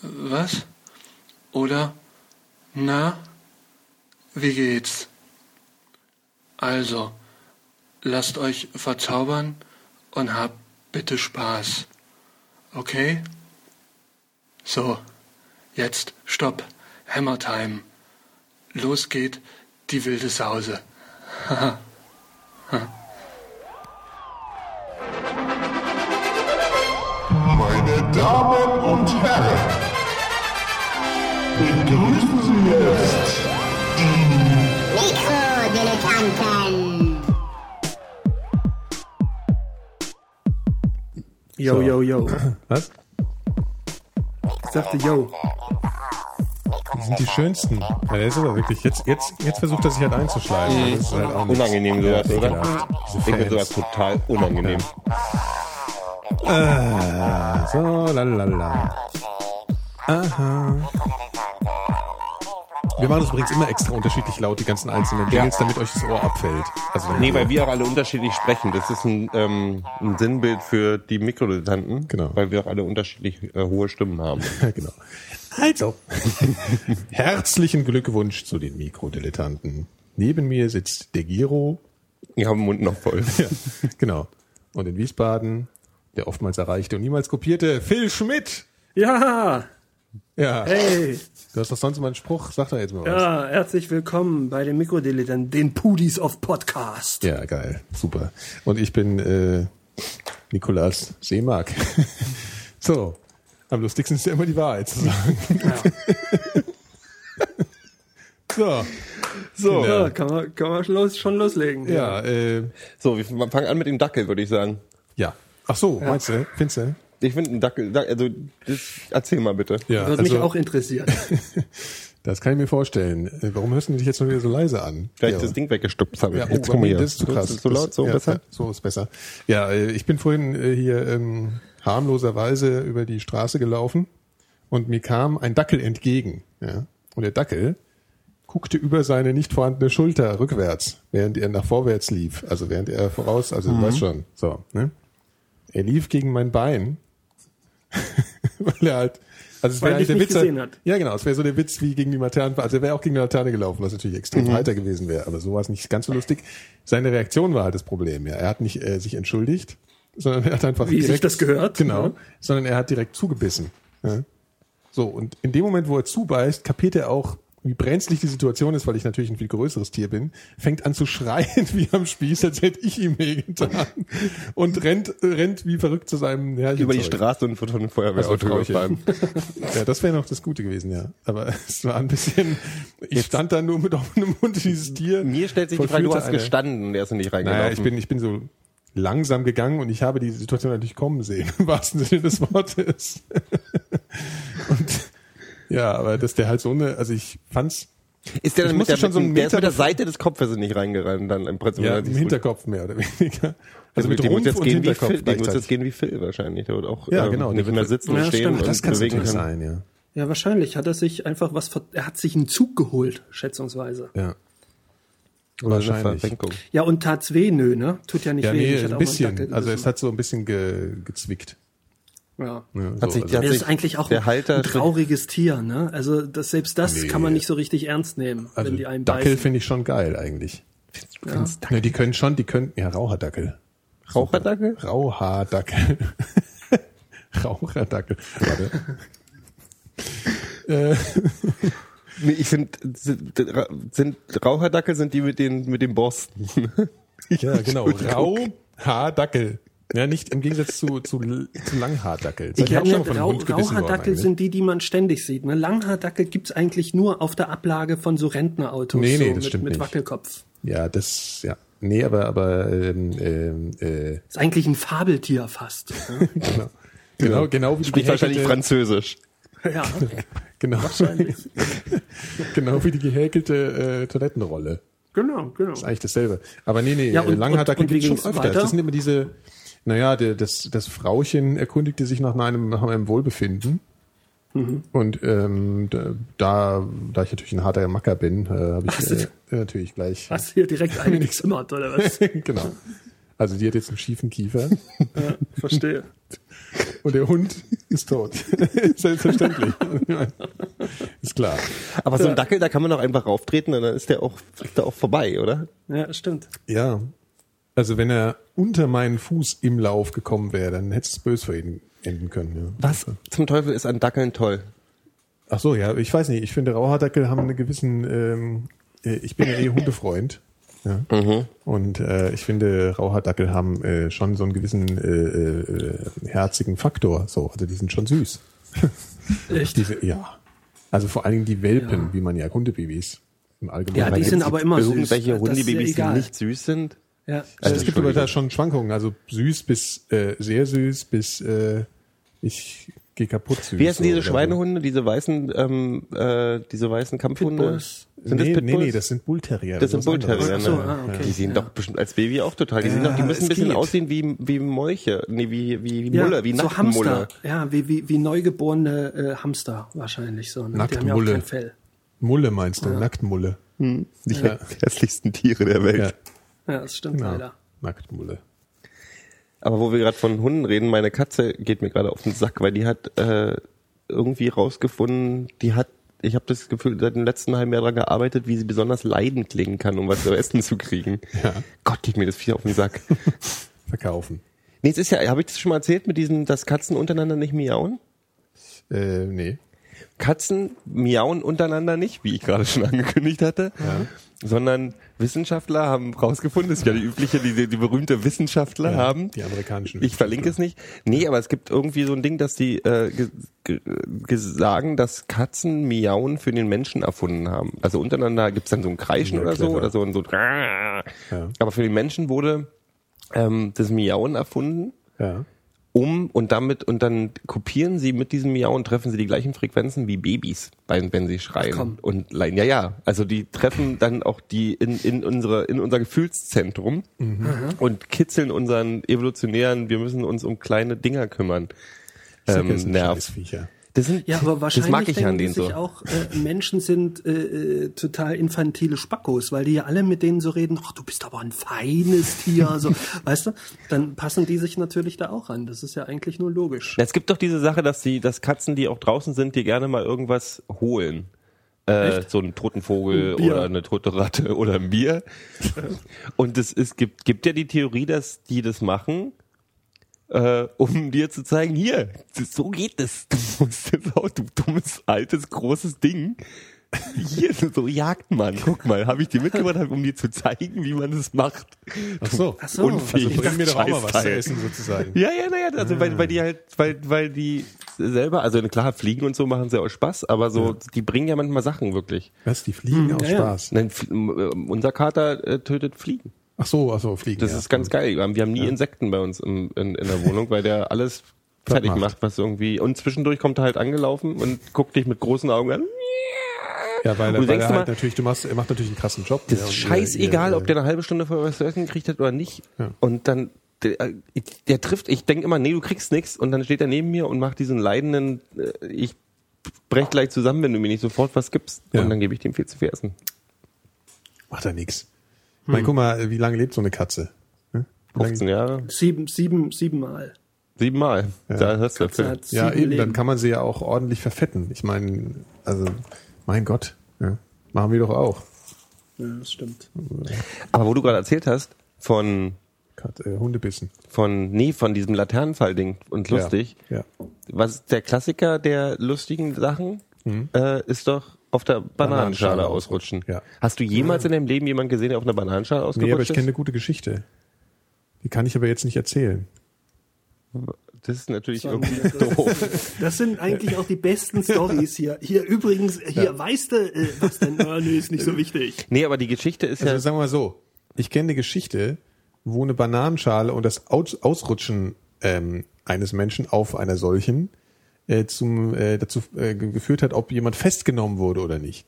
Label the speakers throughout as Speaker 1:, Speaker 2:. Speaker 1: Was? Oder Na? Wie geht's? Also, lasst euch verzaubern und habt bitte Spaß. Okay? So, jetzt stopp. Hammertime. Los geht die wilde Sause. Haha.
Speaker 2: Meine Damen und Herren, begrüßen Sie jetzt die
Speaker 3: Mikrodilettanten.
Speaker 4: Yo,
Speaker 5: So.
Speaker 4: yo, yo.
Speaker 5: Was?
Speaker 4: Ich sagte yo.
Speaker 5: Die sind die schönsten. Ja, das ist aber wirklich. Jetzt, jetzt, jetzt versucht er sich halt einzuschleimen. Das ist halt auch nicht-
Speaker 6: Mhm. Unangenehm sowas, oder?
Speaker 5: ekelhaft. Diese
Speaker 6: Ich finde
Speaker 5: Fans.
Speaker 6: sowas total unangenehm.
Speaker 5: Ah, so, lalala. Aha. Wir machen das übrigens immer extra unterschiedlich laut, die ganzen einzelnen Jingles, damit euch das Ohr abfällt. Also wenn
Speaker 6: Nee,
Speaker 5: ihr-
Speaker 6: weil wir auch alle unterschiedlich sprechen. Das ist ein, ähm, ein Sinnbild für die Mikrodilettanten.
Speaker 5: Genau.
Speaker 6: Weil wir auch alle unterschiedlich äh, hohe Stimmen haben.
Speaker 5: Ja, genau. Also, herzlichen Glückwunsch zu den Mikrodilettanten. Neben mir sitzt der Giro,
Speaker 6: Ich habe den Mund noch voll.
Speaker 5: genau, und in Wiesbaden der oftmals erreichte und niemals kopierte Phil Schmidt.
Speaker 4: Ja,
Speaker 5: Ja,
Speaker 4: hey.
Speaker 5: du hast doch sonst immer einen Spruch, sag doch jetzt mal was.
Speaker 4: Ja, herzlich willkommen bei den Mikrodilettanten, den Pudis of Podcast.
Speaker 5: Ja, geil, super. Und ich bin äh, Nikolas Seemark. so, am lustigsten ist ja immer die Wahrheit zu sagen. so,
Speaker 4: So,
Speaker 5: Ja.
Speaker 4: ja, kann man, kann man schon los, schon loslegen.
Speaker 5: ja, äh,
Speaker 6: So, wir fangen an mit dem Dackel, würde ich sagen.
Speaker 5: ja. Ach so, meinst du, findest du?
Speaker 6: Ich finde einen Dackel, Dac- also das, erzähl mal bitte.
Speaker 5: Ja, also
Speaker 4: Würde mich auch interessieren.
Speaker 5: das kann ich mir vorstellen. Äh, Warum hörst du dich jetzt schon wieder so leise an?
Speaker 6: Vielleicht
Speaker 5: ja.
Speaker 6: das Ding weggestupst habe.
Speaker 5: Ja, oh,
Speaker 6: Jetzt guck mal hier.
Speaker 5: Das ist zu krass.
Speaker 6: Ist so laut, so
Speaker 5: ja,
Speaker 6: besser?
Speaker 5: Ja, so ist besser. Ja, äh, ich bin vorhin äh, hier ähm, harmloserweise über die Straße gelaufen und mir kam ein Dackel entgegen. Ja? Und der Dackel guckte über seine nicht vorhandene Schulter rückwärts, während er nach vorwärts lief. Also während er voraus, also du
Speaker 6: Mhm.
Speaker 5: weißt schon. So, ne? Er lief gegen mein Bein, weil er halt, also es
Speaker 4: Weil
Speaker 5: wäre
Speaker 4: er
Speaker 5: eigentlich
Speaker 4: dich
Speaker 5: der
Speaker 4: nicht
Speaker 5: Witz,
Speaker 4: gesehen hat.
Speaker 5: ja, genau. Es wäre so der Witz wie gegen die Laterne. Also er wäre auch gegen die Laterne gelaufen, was natürlich extrem heiter gewesen wäre. Aber so war es nicht ganz so lustig. Seine Reaktion war halt das Problem. Ja. Er hat nicht äh, sich entschuldigt, sondern er hat einfach
Speaker 4: Wie sich das gehört.
Speaker 5: Genau.
Speaker 4: Ja.
Speaker 5: Sondern er hat direkt zugebissen. Ja. So und in dem Moment, wo er zubeißt, kapiert er auch, wie brenzlig die Situation ist, weil ich natürlich ein viel größeres Tier bin, fängt an zu schreien wie am Spieß, als hätte ich ihm weh getan und rennt, rennt wie verrückt zu seinem Herrchen
Speaker 6: Über die
Speaker 5: zurück.
Speaker 6: Straße und wird von einem Feuerwehrauto
Speaker 5: Also Frauchen.
Speaker 6: überfahren.
Speaker 5: Ja, das wäre noch das Gute gewesen, ja. Aber es war ein bisschen, ich stand da nur mit offenem Mund, dieses Tier.
Speaker 6: Mir stellt sich die Frage, du
Speaker 5: vollführte
Speaker 6: hast
Speaker 5: eine-
Speaker 6: gestanden, der ist nicht reingelaufen.
Speaker 5: Naja, ich bin, ich bin so langsam gegangen und ich habe die Situation natürlich kommen sehen, im wahrsten Sinne des Wortes. und ja, aber dass der halt so eine, also ich fand's
Speaker 6: Ist der
Speaker 5: Ich
Speaker 6: dann mit
Speaker 5: musste
Speaker 6: der,
Speaker 5: schon so einen
Speaker 6: der ist mit
Speaker 5: Meter
Speaker 6: der Seite des Kopfes nicht reingerannt, dann im Prinzip.
Speaker 5: ja,
Speaker 6: hat
Speaker 5: im
Speaker 6: sich's gut-
Speaker 5: Hinterkopf mehr oder weniger.
Speaker 6: Also mit dem muss jetzt
Speaker 5: und
Speaker 6: gehen wie
Speaker 5: Hinterkopf
Speaker 6: Phil, dem muss
Speaker 5: gleichzeitig.
Speaker 6: jetzt gehen wie Phil wahrscheinlich. Der wird auch
Speaker 5: Ja,
Speaker 6: ähm,
Speaker 5: genau,
Speaker 6: nicht
Speaker 5: der
Speaker 6: mehr
Speaker 5: wird-
Speaker 6: sitzen
Speaker 4: Ja,
Speaker 6: und stehen
Speaker 4: stimmt,
Speaker 6: und
Speaker 5: Das kann
Speaker 6: äh, bewegen
Speaker 5: natürlich
Speaker 6: kann.
Speaker 5: sein, ja.
Speaker 4: Ja, wahrscheinlich hat er sich einfach was, ver er hat sich einen Zug geholt, schätzungsweise.
Speaker 5: Ja.
Speaker 6: Oder eine
Speaker 5: Wahrscheinlich.
Speaker 6: Verrenkung.
Speaker 4: Ja, und tat's weh, nö, ne? Tut ja nicht
Speaker 5: Ja,
Speaker 4: weh.
Speaker 5: nee,
Speaker 4: Ich hatte
Speaker 5: ein
Speaker 4: auch mal einen
Speaker 5: bisschen.
Speaker 4: Dackel
Speaker 5: Also es
Speaker 4: gebissen.
Speaker 5: hat so ein bisschen ge, gezwickt.
Speaker 4: ja.
Speaker 5: Ja,
Speaker 6: Hat sich-
Speaker 5: also,
Speaker 6: hat
Speaker 4: Das ist
Speaker 6: sich
Speaker 4: eigentlich auch
Speaker 6: der Halter
Speaker 4: ein trauriges Tier, ne? Also das, selbst das kann man nicht so richtig ernst nehmen,
Speaker 5: also
Speaker 4: wenn die einen
Speaker 5: Dackel
Speaker 4: beißen.
Speaker 5: finde ich schon geil eigentlich.
Speaker 4: Ja.
Speaker 5: Ne, die können schon, die können, ja, Raucherdackel.
Speaker 6: Raucherdackel?
Speaker 5: Raucherdackel. Raucherdackel. Warte.
Speaker 6: Nee, ich finde, sind, sind Raucherdackel sind die mit den mit den Borsten.
Speaker 5: Ja, genau. Rauhaardackel. Ja, nicht im Gegensatz zu, zu, zu Langhaardackel. Sag,
Speaker 4: Ich
Speaker 5: hab
Speaker 4: ja,
Speaker 5: mal von einem
Speaker 4: Rau
Speaker 5: Hund gebissen worden
Speaker 4: Raucherdackel
Speaker 5: eigentlich.
Speaker 4: sind die, die man ständig sieht. Ne? Langhaardackel gibt's eigentlich nur auf der Ablage von so Rentnerautos
Speaker 5: Nee, nee,
Speaker 4: so
Speaker 5: das
Speaker 4: mit,
Speaker 5: stimmt
Speaker 4: mit
Speaker 5: nicht.
Speaker 4: Wackelkopf.
Speaker 5: Ja, das, ja. Nee, aber, aber, ähm, ähm, äh,
Speaker 4: Ist eigentlich ein Fabeltier fast. Ne?
Speaker 5: genau. Genau, genau wie die
Speaker 6: Spricht wahrscheinlich
Speaker 5: gehäkelte-
Speaker 6: Französisch.
Speaker 4: Ja.
Speaker 5: Genau,
Speaker 4: Wahrscheinlich.
Speaker 5: genau wie die gehäkelte äh, Toilettenrolle.
Speaker 4: Genau, genau.
Speaker 5: Ist eigentlich dasselbe. Aber nee, nee, äh,
Speaker 4: Ja,
Speaker 5: ja,
Speaker 4: und-
Speaker 5: Langhaardackel
Speaker 4: und- und wie
Speaker 5: gibt schon
Speaker 4: ging's
Speaker 5: öfter.
Speaker 4: weiter?
Speaker 5: Das sind immer diese, naja, der, das, das Frauchen erkundigte sich nach einem, nach einem Wohlbefinden.
Speaker 4: Mhm.
Speaker 5: Und ähm, da- da, da ich natürlich ein harter Macker bin, äh, habe ich
Speaker 4: Hast du-
Speaker 5: äh, natürlich gleich.
Speaker 4: Hast hier direkt eine gezimmert, oder was?
Speaker 5: genau. Also die hat jetzt einen schiefen Kiefer
Speaker 4: Verstehe.
Speaker 5: und der Hund ist tot. Selbstverständlich. ist klar.
Speaker 6: Aber so ein Dackel, da kann man auch einfach rauftreten und dann ist der auch, ist der auch vorbei, oder?
Speaker 4: Ja, stimmt.
Speaker 5: Ja. Also wenn er unter meinen Fuß im Lauf gekommen wäre, dann hätte es böse für ihn enden können. Ja.
Speaker 6: Was zum Teufel ist an Dackeln toll?
Speaker 5: Ach so, ja, ich weiß nicht. Ich finde, Rauhaardackel haben einen gewissen. Ähm, äh, ich bin ja eh Hundefreund. Ja.
Speaker 6: Mhm.
Speaker 5: Und äh, ich finde, Rauhaardackel haben äh, schon so einen gewissen äh, äh, äh, herzigen Faktor. So, also die sind schon süß.
Speaker 4: Echt?
Speaker 5: Diese, ja. Also vor allen Dingen die Welpen, wie man ja Hundebabys im Allgemeinen.
Speaker 4: Ja, die sind
Speaker 6: Gibt's
Speaker 4: aber immer süß.
Speaker 6: irgendwelche
Speaker 4: Das ist ja
Speaker 6: Hundebabys, die
Speaker 4: egal.
Speaker 6: nicht süß sind?
Speaker 4: Ja.
Speaker 5: also es gibt aber da
Speaker 6: Entschuldigung.
Speaker 5: schon Schwankungen. Also süß bis äh, sehr süß bis äh, ich gehe kaputt süß.
Speaker 6: Wie heißen
Speaker 5: so,
Speaker 6: diese
Speaker 5: oder so.
Speaker 6: Schweinehunde, diese weißen, ähm, äh, diese weißen Kampfhunde?
Speaker 4: Pitbulls.
Speaker 5: nee,
Speaker 6: Sind das
Speaker 5: nee,
Speaker 6: Pitbulls?
Speaker 5: nee, das sind Bullterrier.
Speaker 6: Das sind
Speaker 5: ist was anderes.
Speaker 6: Bullterrier,
Speaker 4: Ach so,
Speaker 6: ne?
Speaker 4: ah, okay.
Speaker 6: Die sehen
Speaker 4: Ja.
Speaker 6: doch bestimmt als Baby auch total. Die,
Speaker 5: Ja,
Speaker 6: sehen doch, die müssen
Speaker 5: es
Speaker 6: ein bisschen
Speaker 5: geht.
Speaker 6: aussehen wie, wie Molche. Nee, wie, wie
Speaker 4: Ja,
Speaker 6: Mulle, wie
Speaker 4: so
Speaker 6: Nachtmulle.
Speaker 4: Hamster. Ja, wie, wie, wie neugeborene äh, Hamster wahrscheinlich. So, ne? Die haben ja auch
Speaker 5: Nacktmulle.
Speaker 4: kein Fell.
Speaker 5: Mulle meinst du, Nacktmulle.
Speaker 6: Die hässlichsten Tiere der Welt.
Speaker 5: Ja,
Speaker 4: Ja, das stimmt
Speaker 5: genau.
Speaker 4: leider.
Speaker 5: Nacktmulle.
Speaker 6: Aber wo wir gerade von Hunden reden, meine Katze geht mir gerade auf den Sack, weil die hat äh, irgendwie rausgefunden, die hat, ich habe das Gefühl, seit dem letzten halben Jahr daran gearbeitet, wie sie besonders leidend klingen kann, um was zu essen zu kriegen. Gott, geht mir das viel auf den Sack.
Speaker 5: Verkaufen.
Speaker 6: nee, es ist ja, habe ich das schon mal erzählt mit diesem, dass Katzen untereinander nicht miauen?
Speaker 5: Äh, nee.
Speaker 6: Katzen miauen untereinander nicht, wie ich gerade schon angekündigt hatte, sondern Wissenschaftler haben rausgefunden, das ist ja die übliche, die, die berühmte Wissenschaftler haben.
Speaker 5: die amerikanischen
Speaker 6: Ich verlinke es nicht. Nee, aber es gibt irgendwie so ein Ding, dass die äh, ge- ge- ge- sagen, dass Katzen miauen für den Menschen erfunden haben. Also untereinander gibt's dann so ein Kreischen
Speaker 5: Ja,
Speaker 6: oder so
Speaker 5: clever.
Speaker 6: oder so ein so. Aber für den Menschen wurde ähm, das Miauen erfunden
Speaker 5: Ja.
Speaker 6: um und damit und dann kopieren sie mit diesem Miauen treffen sie die gleichen Frequenzen wie Babys, wenn, wenn sie schreien
Speaker 4: komm.
Speaker 6: und leiden. Ja, ja. Also die treffen dann auch die in, in unsere in unser Gefühlszentrum
Speaker 4: Mhm.
Speaker 6: und kitzeln unseren evolutionären, wir müssen uns um kleine Dinger kümmern.
Speaker 5: Ich sag,
Speaker 6: Ähm,
Speaker 5: das sind
Speaker 6: nervt.
Speaker 5: Scheißviecher.
Speaker 6: Das sind
Speaker 4: Ja, aber wahrscheinlich
Speaker 6: das mag ich
Speaker 4: denken
Speaker 6: an
Speaker 4: die
Speaker 6: denen
Speaker 4: sich
Speaker 6: so.
Speaker 4: auch, äh, Menschen sind äh, äh, total infantile Spackos, weil die ja alle mit denen so reden, ach, du bist aber ein feines Tier, so, weißt du? Dann passen die sich natürlich da auch an. Das ist ja eigentlich nur logisch.
Speaker 6: Na, Es gibt doch diese Sache, dass die, dass Katzen, die auch draußen sind, dir gerne mal irgendwas holen. Äh, so einen toten Vogel
Speaker 4: Bier.
Speaker 6: oder eine tote Ratte oder ein Bier. Und es ist, gibt, gibt ja die Theorie, dass die das machen, äh, um dir zu zeigen, hier, das, so geht es. Du musst jetzt auch, du dummes, altes, großes Ding. Hier, so jagt man. Guck mal, habe ich dir mitgebracht, hab- um dir zu zeigen, wie man es macht.
Speaker 5: Ach so.
Speaker 4: Ach so.
Speaker 6: Unfähig.
Speaker 5: Also bring mir doch auch mal was zu
Speaker 6: Scheißteil.
Speaker 5: essen sozusagen.
Speaker 6: Ja, ja, naja, also weil, weil die halt, weil, weil die selber, also klar, Fliegen und so machen sehr auch Spaß, aber so, die bringen ja manchmal Sachen wirklich.
Speaker 5: Was, die fliegen aus
Speaker 4: Hm, ja, ja.
Speaker 5: Spaß?
Speaker 6: Nein, Fl- m- äh, unser Kater äh, tötet Fliegen.
Speaker 5: Ach so, ach so, fliegen.
Speaker 6: Das
Speaker 5: ja.
Speaker 6: ist ganz geil. Wir haben, wir haben nie Insekten bei uns im, in, in der Wohnung, weil der alles fertig
Speaker 5: macht.
Speaker 6: macht, was irgendwie. Und zwischendurch kommt er halt angelaufen und guckt dich mit großen Augen an.
Speaker 4: Hm.
Speaker 5: Ja, weil,
Speaker 6: Du
Speaker 5: er- weil
Speaker 6: denkst
Speaker 5: er halt
Speaker 6: mal-
Speaker 5: natürlich, du machst, er macht natürlich einen krassen Job.
Speaker 6: Das
Speaker 5: ja,
Speaker 6: ist
Speaker 5: und, äh,
Speaker 6: scheißegal,
Speaker 5: ihr-
Speaker 6: ob der eine halbe Stunde vorher was zu essen gekriegt hat oder nicht.
Speaker 5: Ja.
Speaker 6: Und dann, der, äh, der trifft, ich denke immer, nee, du kriegst nichts. Und dann steht er neben mir und macht diesen leidenden, äh, ich brech gleich zusammen, wenn du mir nicht sofort was gibst.
Speaker 5: Ja.
Speaker 6: Und dann gebe ich dem viel zu viel Essen.
Speaker 5: Macht er nix.
Speaker 4: Hm.
Speaker 5: Ich Mein, guck mal, wie lange lebt so eine Katze? Hm? Wie lange-
Speaker 6: 15 Jahre,
Speaker 4: Sieben, sieben, siebenmal.
Speaker 6: siebenmal. Da hörst du
Speaker 4: Katze
Speaker 6: dafür.
Speaker 4: hat sieben
Speaker 5: Ja, eben,
Speaker 4: Leben.
Speaker 5: dann kann man sie ja auch ordentlich verfetten. Ich meine, also, mein Gott, ja. machen wir doch auch.
Speaker 4: ja, das stimmt.
Speaker 6: Aber wo du gerade erzählt hast, von,
Speaker 5: Kat äh, Hundebissen.
Speaker 6: von, nee, von diesem Laternenfall-Ding und lustig.
Speaker 5: Ja.
Speaker 6: Was der Klassiker der lustigen Sachen äh, ist doch auf der Bananenschale
Speaker 5: Mhm. Bananenschale
Speaker 6: ausrutschen.
Speaker 5: ausrutschen, ja.
Speaker 6: Hast du jemals in deinem Leben jemanden gesehen, der auf einer Bananenschale
Speaker 5: ja. Nee, aber
Speaker 6: ausgerutscht
Speaker 5: ich kenne
Speaker 6: ist?
Speaker 5: eine gute Geschichte. Die kann ich aber jetzt nicht erzählen.
Speaker 6: Das ist natürlich
Speaker 4: Das war
Speaker 6: irgendwie doof.
Speaker 4: Das sind eigentlich auch die besten Stories hier. Hier übrigens, hier weißt du, äh, was denn? Oh, nee, ist nicht so wichtig.
Speaker 6: Nee, aber die Geschichte ist
Speaker 5: Also
Speaker 6: ja.
Speaker 5: sagen wir mal so, ich kenne eine Geschichte, wo eine Bananenschale und das Aus Ausrutschen ähm, eines Menschen auf einer solchen äh, zum, äh, dazu äh, ge- geführt hat, ob jemand festgenommen wurde oder nicht.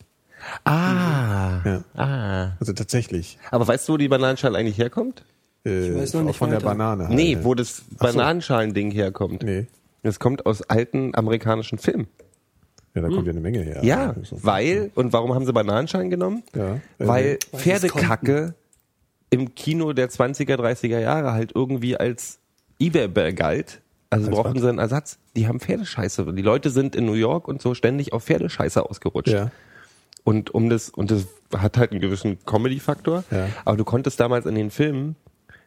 Speaker 6: Ah.
Speaker 5: Ja.
Speaker 6: Ah.
Speaker 5: Also tatsächlich.
Speaker 6: Aber weißt du, wo die Bananenschale eigentlich herkommt?
Speaker 5: Äh,
Speaker 4: weiß noch
Speaker 5: auch
Speaker 4: nicht
Speaker 5: von der
Speaker 4: weiter.
Speaker 5: Banane. halt,
Speaker 6: Nee,
Speaker 5: ne?
Speaker 6: wo das Bananenschalending herkommt.
Speaker 5: Nee.
Speaker 6: Das kommt aus alten amerikanischen Filmen.
Speaker 5: Ja, da kommt ja eine Menge her.
Speaker 6: Ja,
Speaker 5: Also,
Speaker 6: weil, und warum haben sie Bananenschalen genommen?
Speaker 5: Ja, äh,
Speaker 6: weil
Speaker 4: es
Speaker 6: Pferdekacke im Kino der 20er, 30er Jahre halt irgendwie als eBay galt. Also
Speaker 5: Als
Speaker 6: brauchen
Speaker 5: was?
Speaker 6: sie einen Ersatz. Die haben Pferdescheiße. Die Leute sind in New York und so ständig auf Pferdescheiße ausgerutscht.
Speaker 5: Ja.
Speaker 6: Und um das, und das hat halt einen gewissen Comedy-Faktor.
Speaker 5: Ja.
Speaker 6: Aber du konntest damals in den Filmen,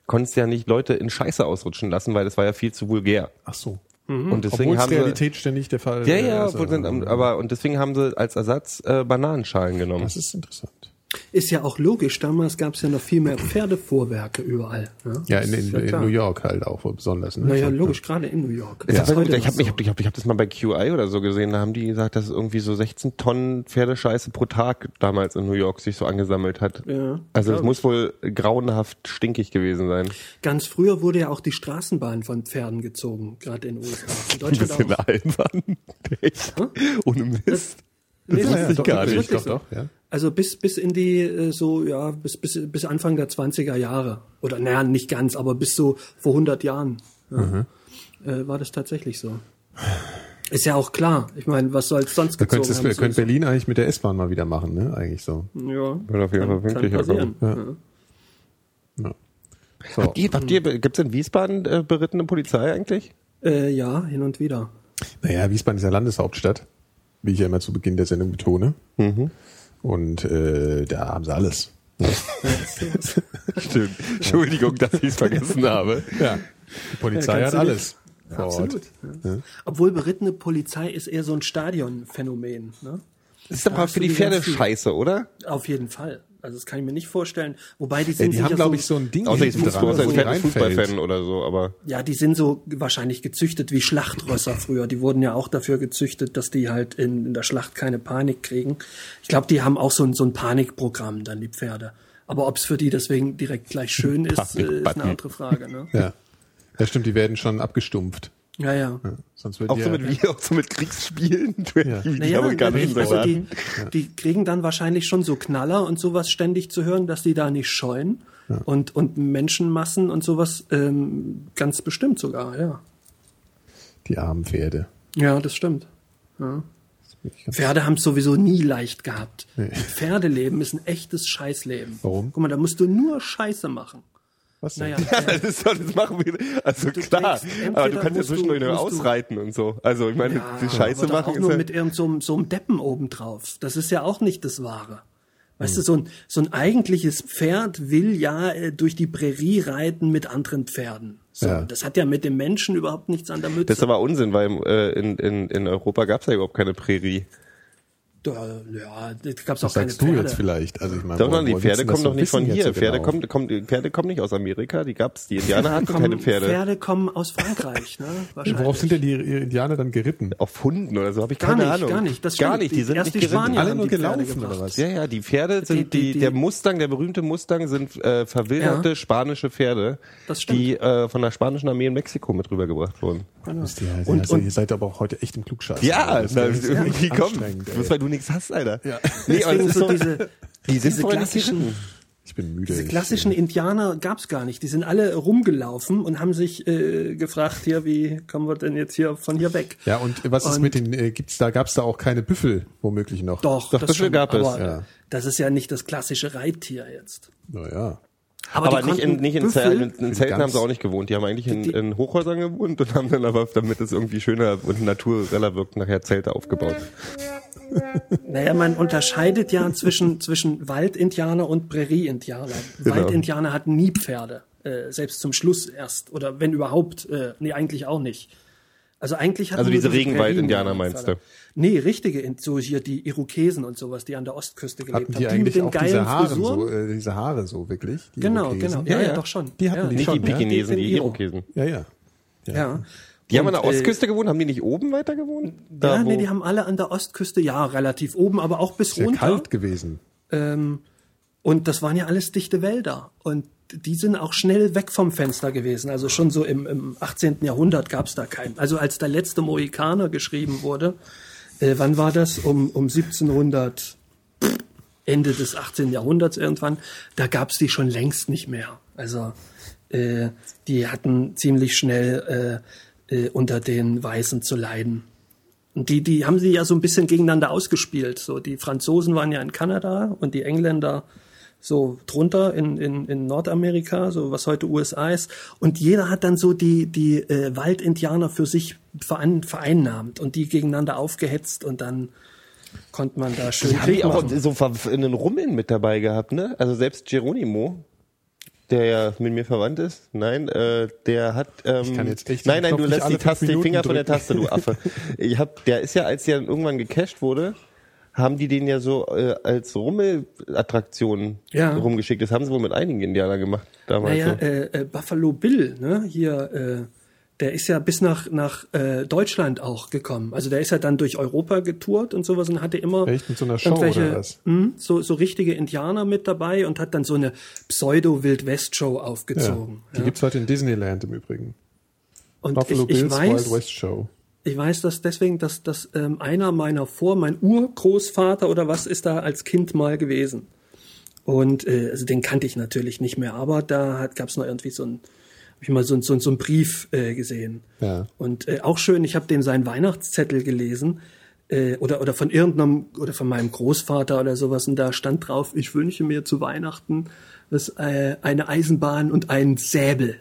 Speaker 6: konntest ja nicht Leute in Scheiße ausrutschen lassen, weil das war ja viel zu vulgär.
Speaker 5: Ach so.
Speaker 6: Und deswegen
Speaker 5: Mhm. Obwohl es
Speaker 6: haben sie,
Speaker 5: Realität ständig der Fall
Speaker 6: ja,
Speaker 5: äh,
Speaker 6: ja,
Speaker 5: ist,
Speaker 6: obwohl sie-
Speaker 5: also,
Speaker 6: aber und deswegen haben sie als Ersatz äh, Bananenschalen genommen.
Speaker 5: Das ist interessant.
Speaker 4: Ist ja auch logisch, damals gab es ja noch viel mehr Pferdevorwerke überall. Ne?
Speaker 5: Ja,
Speaker 4: Das
Speaker 5: in,
Speaker 4: ist
Speaker 5: in, in
Speaker 4: klar.
Speaker 5: New York halt auch besonders. Ne?
Speaker 4: Naja, logisch, gerade in New York. Also Das
Speaker 6: Ist das
Speaker 4: ist
Speaker 6: gut?
Speaker 4: heute
Speaker 6: ich
Speaker 4: noch
Speaker 6: habe
Speaker 4: so.
Speaker 6: ich hab, ich hab, ich hab das mal bei QI oder so gesehen, da haben die gesagt, dass irgendwie so 16 Tonnen Pferdescheiße pro Tag damals in New York sich so angesammelt hat.
Speaker 4: Ja,
Speaker 6: also das muss wohl grauenhaft stinkig gewesen sein.
Speaker 4: Ganz früher wurde ja auch die Straßenbahn von Pferden gezogen, gerade in den USA. In
Speaker 6: Ein
Speaker 4: Deutschland
Speaker 6: bisschen
Speaker 4: auch.
Speaker 6: albern. Echt? Ohne Mist.
Speaker 4: Nee,
Speaker 5: Das wusste ich
Speaker 4: ist
Speaker 5: gar
Speaker 4: wirklich
Speaker 5: nicht. Doch,
Speaker 4: so.
Speaker 5: doch, ja.
Speaker 4: Also bis, bis in die, äh, so, ja, bis, bis, bis Anfang der 20er Jahre. Oder naja, nicht ganz, aber bis so vor 100 Jahren ja,
Speaker 5: Mhm.
Speaker 4: äh, war das tatsächlich so. Ist ja auch klar. Ich meine, was soll's sonst
Speaker 5: Da könntest,
Speaker 4: gezogen
Speaker 5: wir
Speaker 4: haben?
Speaker 5: könnt Berlin eigentlich mit der S-Bahn mal wieder machen, ne? Eigentlich so.
Speaker 4: ja,
Speaker 6: Würde auf jeden Fall
Speaker 4: kann, kann
Speaker 6: pünktlicher
Speaker 4: passieren.
Speaker 5: kommen.
Speaker 4: Ja.
Speaker 5: Ja. So.
Speaker 6: Habt ihr, habt ihr, gibt's in Wiesbaden äh, berittene Polizei eigentlich?
Speaker 4: Äh, ja, hin und wieder.
Speaker 5: Naja, Wiesbaden ist ja Landeshauptstadt, wie ich ja immer zu Beginn der Sendung betone.
Speaker 6: Mhm.
Speaker 5: Und äh, da haben sie alles.
Speaker 6: Stimmt. Entschuldigung, dass ich es vergessen habe.
Speaker 5: Ja. Die Polizei
Speaker 4: Ja, kannst
Speaker 5: hat
Speaker 4: du
Speaker 5: alles. Vor Ort.
Speaker 4: Ja. Obwohl berittene Polizei ist eher so ein Stadionphänomen. Ne?
Speaker 6: Das ist aber
Speaker 4: hast
Speaker 6: für
Speaker 4: du
Speaker 6: die
Speaker 4: die ganzen-
Speaker 6: Pferdescheiße, oder?
Speaker 4: Auf jeden Fall. Also das kann ich mir nicht vorstellen. Wobei die
Speaker 5: Ey,
Speaker 4: sind
Speaker 5: die
Speaker 4: sich
Speaker 5: haben,
Speaker 4: ja
Speaker 5: glaube ich, so ein Ding
Speaker 6: Außer jetzt
Speaker 5: hinten dran,
Speaker 6: Fußball,
Speaker 5: wo die
Speaker 6: Fußball,
Speaker 5: reinfällt.
Speaker 6: Fußballfan oder so, aber.
Speaker 4: Ja, die sind so wahrscheinlich gezüchtet wie Schlachtrösser früher. Die wurden ja auch dafür gezüchtet, dass die halt in, in der Schlacht keine Panik kriegen. Ich glaube, die haben auch so ein, so ein Panikprogramm dann, die Pferde. Aber ob es für die deswegen direkt gleich schön ist, äh, ist eine
Speaker 6: Panikbutton.
Speaker 4: andere Frage. Ne?
Speaker 5: Ja. ja, stimmt, die werden schon abgestumpft.
Speaker 4: Ja, ja.
Speaker 5: Sonst wird
Speaker 6: Auch
Speaker 5: die
Speaker 6: so
Speaker 5: ja-
Speaker 6: mit wie, auch so mit Kriegsspielen. Du
Speaker 5: Ja.
Speaker 6: die
Speaker 4: Naja,
Speaker 6: amerikanischen
Speaker 4: natürlich. also die,
Speaker 6: Soldaten.
Speaker 4: die kriegen dann wahrscheinlich schon so Knaller und sowas ständig zu hören, dass die da nicht scheuen. Und, und Menschenmassen und sowas ähm, ganz bestimmt sogar, ja.
Speaker 5: die armen Pferde.
Speaker 4: Ja, das stimmt. Pferde haben es sowieso nie leicht gehabt. Pferdeleben ist ein echtes Scheißleben.
Speaker 5: Warum?
Speaker 4: Guck mal, da musst du nur Scheiße machen.
Speaker 5: Was denn?
Speaker 4: Naja,
Speaker 6: Ja, das, ist, doch- das machen wir. Also klar,
Speaker 4: kriegst- entweder
Speaker 6: aber du kannst ja
Speaker 4: musst du-
Speaker 6: zwischendurch noch
Speaker 4: musst du-
Speaker 6: ausreiten und so. Also ich meine, die Scheiße
Speaker 4: Ah. aber doch
Speaker 6: machen
Speaker 4: auch
Speaker 6: ist
Speaker 4: nur
Speaker 6: ja,
Speaker 4: mit irgendeinem so, einem- so einem Deppen obendrauf. Das ist ja auch nicht das Wahre. Weißt du,
Speaker 6: Hm.
Speaker 4: so ein, so ein eigentliches Pferd will ja äh, durch die Prärie reiten mit anderen Pferden. So,
Speaker 5: Ja.
Speaker 4: Das hat ja mit dem Menschen überhaupt nichts an der Mütze.
Speaker 6: Das ist aber Unsinn, weil äh, in, in, in Europa gab es ja überhaupt keine Prärie.
Speaker 4: da, ja, da gab es auch
Speaker 5: Was
Speaker 4: keine
Speaker 5: sagst
Speaker 4: Pferde.
Speaker 5: du jetzt vielleicht? Also ich meine,
Speaker 6: Doch,
Speaker 5: woher
Speaker 6: nein, die
Speaker 5: willst
Speaker 6: Pferde
Speaker 5: du das
Speaker 6: kommen doch nicht von
Speaker 5: wissen jetzt
Speaker 6: hier.
Speaker 5: so
Speaker 6: Pferde,
Speaker 5: genau?
Speaker 6: kommen, kommen, die Pferde kommen nicht aus Amerika, die gab's. Die Indianer hatten ne? keine Pferde.
Speaker 4: Pferde kommen aus Frankreich, ne? Wahrscheinlich.
Speaker 5: Worauf sind denn die Indianer dann geritten?
Speaker 6: Auf Hunden oder so habe ich
Speaker 4: Gar
Speaker 6: keine
Speaker 4: nicht,
Speaker 6: Ahnung.
Speaker 4: gar nicht, das
Speaker 6: gar
Speaker 4: stimmt.
Speaker 6: nicht, die
Speaker 4: Die-
Speaker 6: sind
Speaker 4: erst
Speaker 6: nicht
Speaker 4: die
Speaker 6: geritten.
Speaker 4: Spanier.
Speaker 5: Alle
Speaker 4: haben
Speaker 5: nur
Speaker 4: die Pferde
Speaker 5: gelaufen
Speaker 4: gebracht.
Speaker 5: oder was?
Speaker 6: Ja, ja, die Pferde sind
Speaker 4: Die-
Speaker 6: die,
Speaker 4: die- die-
Speaker 6: der Mustang, der berühmte Mustang sind äh, verwilderte
Speaker 4: Ja.
Speaker 6: spanische Pferde,
Speaker 4: Das stimmt.
Speaker 6: die äh, von der spanischen Armee in Mexiko mit rübergebracht wurden.
Speaker 5: Wisst ihr, also,
Speaker 4: Und-
Speaker 5: also,
Speaker 4: und-
Speaker 5: ihr seid aber auch heute echt im Klugscheiß. Also
Speaker 6: Ja,
Speaker 5: das
Speaker 6: na,
Speaker 5: ist
Speaker 6: irgendwie
Speaker 5: echt
Speaker 6: komm.
Speaker 5: anstrengend, ey.
Speaker 6: Bloß weil du nichts hast, Alter.
Speaker 5: Ja.
Speaker 6: Nee,
Speaker 4: Deswegen
Speaker 6: aber das ist
Speaker 4: so
Speaker 6: doch,
Speaker 4: diese,
Speaker 6: die sind
Speaker 4: diese
Speaker 6: doch nicht
Speaker 4: klassischen-
Speaker 6: geritten.
Speaker 5: Ich bin müde.
Speaker 4: diese
Speaker 5: ich-
Speaker 4: klassischen Indianer gab's gar nicht. Die sind alle rumgelaufen und haben sich äh, gefragt, hier, wie kommen wir denn jetzt hier von hier weg?
Speaker 5: Ja, und was ist
Speaker 4: Und-
Speaker 5: mit den, äh, gibt's da, gab's da auch keine Büffel, womöglich noch?
Speaker 4: Doch,
Speaker 6: Doch, Büffel gab es,
Speaker 4: aber
Speaker 5: ja.
Speaker 4: Das ist ja nicht das klassische Reittier jetzt.
Speaker 5: Naja.
Speaker 6: Aber,
Speaker 4: die
Speaker 6: nicht in,
Speaker 4: konnten
Speaker 6: nicht in
Speaker 4: Büffel-
Speaker 6: Zelten, in
Speaker 5: die
Speaker 6: Zelten haben
Speaker 5: ganz-
Speaker 6: sie auch nicht gewohnt. Die haben eigentlich in,
Speaker 4: Die-
Speaker 6: in Hochhäusern gewohnt und haben dann aber, damit es irgendwie schöner und natureller wirkt, nachher Zelte aufgebaut.
Speaker 4: Naja, man unterscheidet ja zwischen, zwischen Waldindianer und Prärie-Indianer.
Speaker 5: Genau.
Speaker 4: Waldindianer hatten nie Pferde, äh, selbst zum Schluss erst. Oder wenn überhaupt, äh, nee, eigentlich auch nicht. Also eigentlich hatten
Speaker 6: Also
Speaker 4: nur
Speaker 6: diese Regenwald-Indianer
Speaker 4: Prärie-Indianer
Speaker 6: meinst
Speaker 4: Pferde. Nee, richtige, In- so hier die Irokesen und sowas, die an der Ostküste gelebt
Speaker 5: Hatten
Speaker 4: haben.
Speaker 5: die eigentlich auch diese Haare,
Speaker 4: Frisuren.
Speaker 5: so, äh, diese Haare so wirklich? Die
Speaker 4: Genau,
Speaker 5: Irokesen?
Speaker 4: genau. Ja, ja,
Speaker 6: ja.
Speaker 4: doch schon.
Speaker 5: Die hatten
Speaker 4: ja.
Speaker 5: die
Speaker 6: Nicht die
Speaker 5: schon, ja.
Speaker 6: Pekinesen,
Speaker 4: Den
Speaker 6: die
Speaker 4: Iro.
Speaker 6: Irokesen.
Speaker 5: Ja, ja. Ja.
Speaker 4: Ja.
Speaker 6: Die haben an der
Speaker 4: Und, äh,
Speaker 6: Ostküste gewohnt, haben die nicht oben weiter gewohnt? Da,
Speaker 4: Ja, nee,
Speaker 6: wo-
Speaker 4: die haben alle an der Ostküste, ja, relativ oben, aber auch bis
Speaker 5: Sehr
Speaker 4: runter.
Speaker 5: kalt gewesen.
Speaker 4: Ähm, Und das waren ja alles dichte Wälder. Und die sind auch schnell weg vom Fenster gewesen. Also schon so im, im 18. Jahrhundert gab es da keinen. Also als der letzte Mohikaner geschrieben wurde, äh, wann war das? Um, um 1700, pff, Ende des 18. Jahrhunderts irgendwann, da gab es die schon längst nicht mehr. Also äh, die hatten ziemlich schnell äh, äh, unter den Weißen zu leiden. Und die, die haben sie ja so ein bisschen gegeneinander ausgespielt. So, die Franzosen waren ja in Kanada und die Engländer so drunter in, in, in Nordamerika, so was heute USA ist. Und jeder hat dann so die, die äh, Waldindianer für sich verein, vereinnahmt und die gegeneinander aufgehetzt und dann konnte man da schön.
Speaker 6: Die habe ich
Speaker 4: Krieg
Speaker 6: auch
Speaker 4: machen.
Speaker 6: so ver- einen Rummeln mit dabei gehabt, ne? Also selbst Geronimo, der ja mit mir verwandt ist, nein, äh, der hat. Ähm,
Speaker 5: kann jetzt echt
Speaker 6: nein,
Speaker 5: den
Speaker 6: nein,
Speaker 5: Knopf
Speaker 6: du
Speaker 5: nicht
Speaker 6: lässt
Speaker 5: alle
Speaker 6: die
Speaker 5: fünf
Speaker 6: Taste, den
Speaker 5: Minuten
Speaker 6: Finger von der
Speaker 5: drücken.
Speaker 6: Taste, du Affe. Ich hab, der ist ja, als der irgendwann gecached wurde, haben die den ja so äh, als Rummelattraktion
Speaker 4: Ja.
Speaker 6: rumgeschickt. Das haben sie wohl mit einigen Indianern gemacht damals.
Speaker 4: Naja,
Speaker 6: so.
Speaker 4: äh, äh, Buffalo Bill, ne, hier, äh, der ist ja bis nach, nach äh, Deutschland auch gekommen. Also der ist ja dann durch Europa getourt und sowas und hatte immer
Speaker 5: Echt? Mit so einer Show oder
Speaker 4: irgendwelche-
Speaker 5: was?
Speaker 4: Hm, so, so richtige Indianer mit dabei und hat dann so eine Pseudo-Wild-West-Show
Speaker 5: Ja.
Speaker 4: aufgezogen.
Speaker 5: Die
Speaker 4: ja.
Speaker 5: gibt's heute in Disneyland im Übrigen.
Speaker 4: Und
Speaker 5: Buffalo
Speaker 4: ich, ich
Speaker 5: Bills
Speaker 4: weiß,
Speaker 5: Wild West Show.
Speaker 4: ich weiß das deswegen, dass, dass ähm, einer meiner Vor-, mein Urgroßvater oder was ist da als Kind mal gewesen. Und äh, also den kannte ich natürlich nicht mehr, aber da gab es noch irgendwie so ein, hab ich mal so, ein- so, ein- so einen Brief äh, gesehen.
Speaker 5: Ja.
Speaker 4: Und äh, auch schön, ich habe dem seinen Weihnachtszettel gelesen äh, oder, oder von irgendeinem oder von meinem Großvater oder sowas und da stand drauf, ich wünsche mir zu Weihnachten das, äh, eine Eisenbahn und einen Säbel.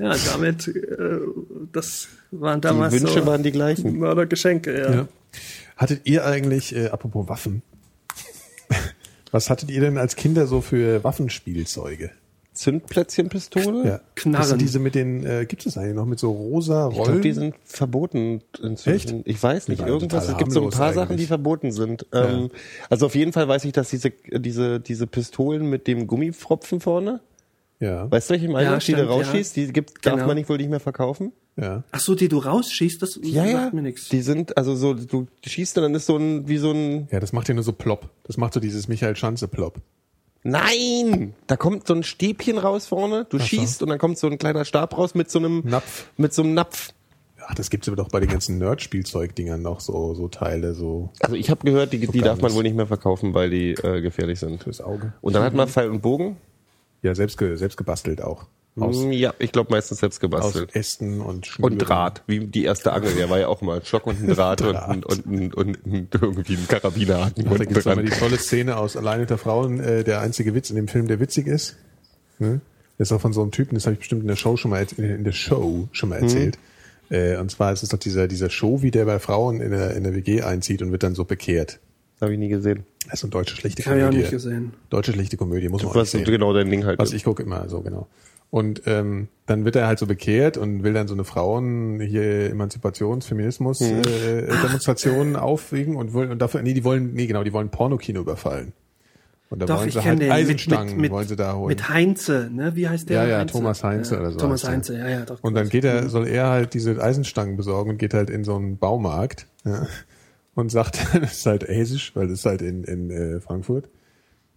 Speaker 4: Ja, damit, äh, das waren damals
Speaker 6: Wünsche
Speaker 4: so
Speaker 6: waren die gleichen.
Speaker 4: Mördergeschenke, ja.
Speaker 5: Ja. Hattet ihr eigentlich, äh, apropos Waffen, was hattet ihr denn als Kinder so für Waffenspielzeuge?
Speaker 6: Zündplätzchenpistole?
Speaker 5: Das
Speaker 4: Knarren.
Speaker 5: sind diese mit den, äh, gibt es eigentlich noch mit so rosa
Speaker 6: Ich glaube,
Speaker 5: Rollen?
Speaker 6: die sind verboten inzwischen.
Speaker 5: Echt?
Speaker 6: Ich weiß
Speaker 5: Die
Speaker 6: nicht,
Speaker 5: waren
Speaker 6: irgendwas.
Speaker 5: total
Speaker 6: Es gibt so ein
Speaker 5: harmlos
Speaker 6: paar Sachen, die
Speaker 5: eigentlich.
Speaker 6: verboten sind. Ähm, also auf jeden Fall weiß ich, dass diese, diese, diese Pistolen mit dem Gummifropfen vorne,
Speaker 5: ja.
Speaker 6: weißt du, welche ich meine,
Speaker 4: Ja,
Speaker 6: die
Speaker 4: stimmt,
Speaker 6: du rausschießt, die gibt, darf
Speaker 4: Genau.
Speaker 6: man nicht wohl nicht mehr verkaufen?
Speaker 5: ja.
Speaker 4: Ach so, die du rausschießt, das sagt mir nichts.
Speaker 6: Die sind, also so, du schießt und dann ist so ein, wie so ein,
Speaker 5: Ja, das macht ja nur so plopp. Das macht so dieses Michael Schanze-Plopp.
Speaker 6: nein! Da kommt so ein Stäbchen raus vorne, du schießt und dann kommt so ein kleiner Stab raus mit so einem,
Speaker 5: Napf.
Speaker 6: mit so einem Napf.
Speaker 5: Ach, das gibt's aber doch bei den ganzen Nerd-Spielzeugdingern noch so, so Teile, so
Speaker 6: Also ich habe gehört, die, die
Speaker 5: gar
Speaker 6: darf man
Speaker 5: nichts.
Speaker 6: wohl nicht mehr verkaufen, weil die äh, gefährlich sind.
Speaker 5: fürs Auge.
Speaker 6: Und dann hat
Speaker 4: Mhm.
Speaker 6: man Pfeil und Bogen.
Speaker 5: Ja, selbst, ge selbst gebastelt auch. Aus,
Speaker 6: Mm, ja, ich glaube meistens selbst
Speaker 5: aus
Speaker 6: gebastelt.
Speaker 5: Ästen und Schnüren.
Speaker 6: Und Draht, wie die erste Angel, der war ja auch mal ein Stock und ein Draht,
Speaker 5: Draht.
Speaker 6: Und, und, und, und, und irgendwie ein Karabiner hatten.
Speaker 5: Ach, da gibt's immer
Speaker 6: dran.
Speaker 5: die tolle Szene aus Allein unter Frauen, äh, der einzige Witz in dem Film, der witzig ist. Ne? Das ist auch von so einem Typen, das habe ich bestimmt in der Show schon mal erz- in der Show schon mal erzählt. Äh, und zwar ist es doch dieser, dieser Show, wie der bei Frauen in der, in der WG einzieht und wird dann so bekehrt.
Speaker 6: Habe ich nie gesehen.
Speaker 5: Das ist eine deutsche schlechte
Speaker 4: Hab ich
Speaker 5: Komödie.
Speaker 4: auch nicht gesehen.
Speaker 5: Deutsche schlechte Komödie, muss man auch
Speaker 6: Was
Speaker 5: nicht sehen.
Speaker 6: genau dein Ding halt
Speaker 5: Was
Speaker 6: ist.
Speaker 5: ich gucke immer so, genau. Und ähm, dann wird er halt so bekehrt und will dann so eine Frauen hier Emanzipations, Feminismus
Speaker 6: Hm.
Speaker 5: äh, äh, Demonstrationen aufwiegen und wollen und dafür nee, die wollen nee, genau, die wollen Pornokino überfallen. Und da
Speaker 4: Doch,
Speaker 5: wollen
Speaker 4: ich
Speaker 5: sie
Speaker 4: kenne
Speaker 5: halt
Speaker 4: den. Mit-
Speaker 5: Eisenstangen
Speaker 4: mit, mit,
Speaker 5: wollen sie da holen.
Speaker 4: Mit Heinze, ne? Wie heißt der?
Speaker 5: ja, ja, Thomas Heinze oder so.
Speaker 4: Thomas
Speaker 5: heißt
Speaker 4: Heinze,
Speaker 5: er.
Speaker 4: ja, ja. Doch,
Speaker 5: Und dann geht er, soll er halt diese Eisenstangen besorgen und geht halt in so einen Baumarkt ja, und sagt, das ist halt hessisch, weil das ist halt in, in äh, Frankfurt.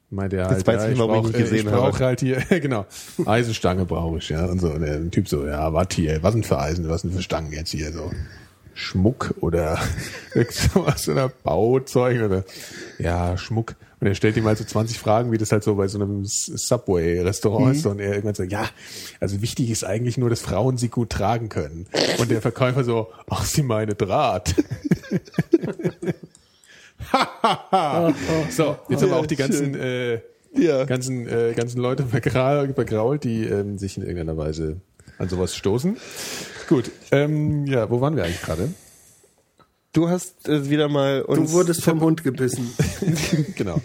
Speaker 5: Meint er halt,
Speaker 6: weiß ich
Speaker 5: ja,
Speaker 6: nicht, warum ich
Speaker 5: brauch,
Speaker 6: nicht
Speaker 5: äh,
Speaker 6: gesehen
Speaker 5: ich
Speaker 6: habe.
Speaker 5: brauch halt hier, genau, Eisenstange brauche ich, ja. Und so, und der Typ so, ja, was hier, was sind für Eisen, was sind für Stangen jetzt hier, so. Schmuck oder irgendwas oder Bauzeug oder ja, Schmuck. Und er stellt ihm halt so 20 Fragen, wie das halt so bei so einem S- Subway-Restaurant ist. Und er irgendwann so, ja, also wichtig ist eigentlich nur, dass Frauen sie gut tragen können. Und der Verkäufer so, ach, sie meine Draht.
Speaker 4: Oh,
Speaker 5: so, jetzt haben wir auch die ganzen, äh,
Speaker 6: Ja.
Speaker 5: ganzen, äh, ganzen Leute vergra- vergrault, die ähm, sich in irgendeiner Weise an sowas stoßen. Gut, ähm, ja, wo waren wir eigentlich gerade?
Speaker 6: Du hast äh, wieder mal
Speaker 4: Du
Speaker 6: uns...
Speaker 4: wurdest vom Hund gebissen.
Speaker 5: genau.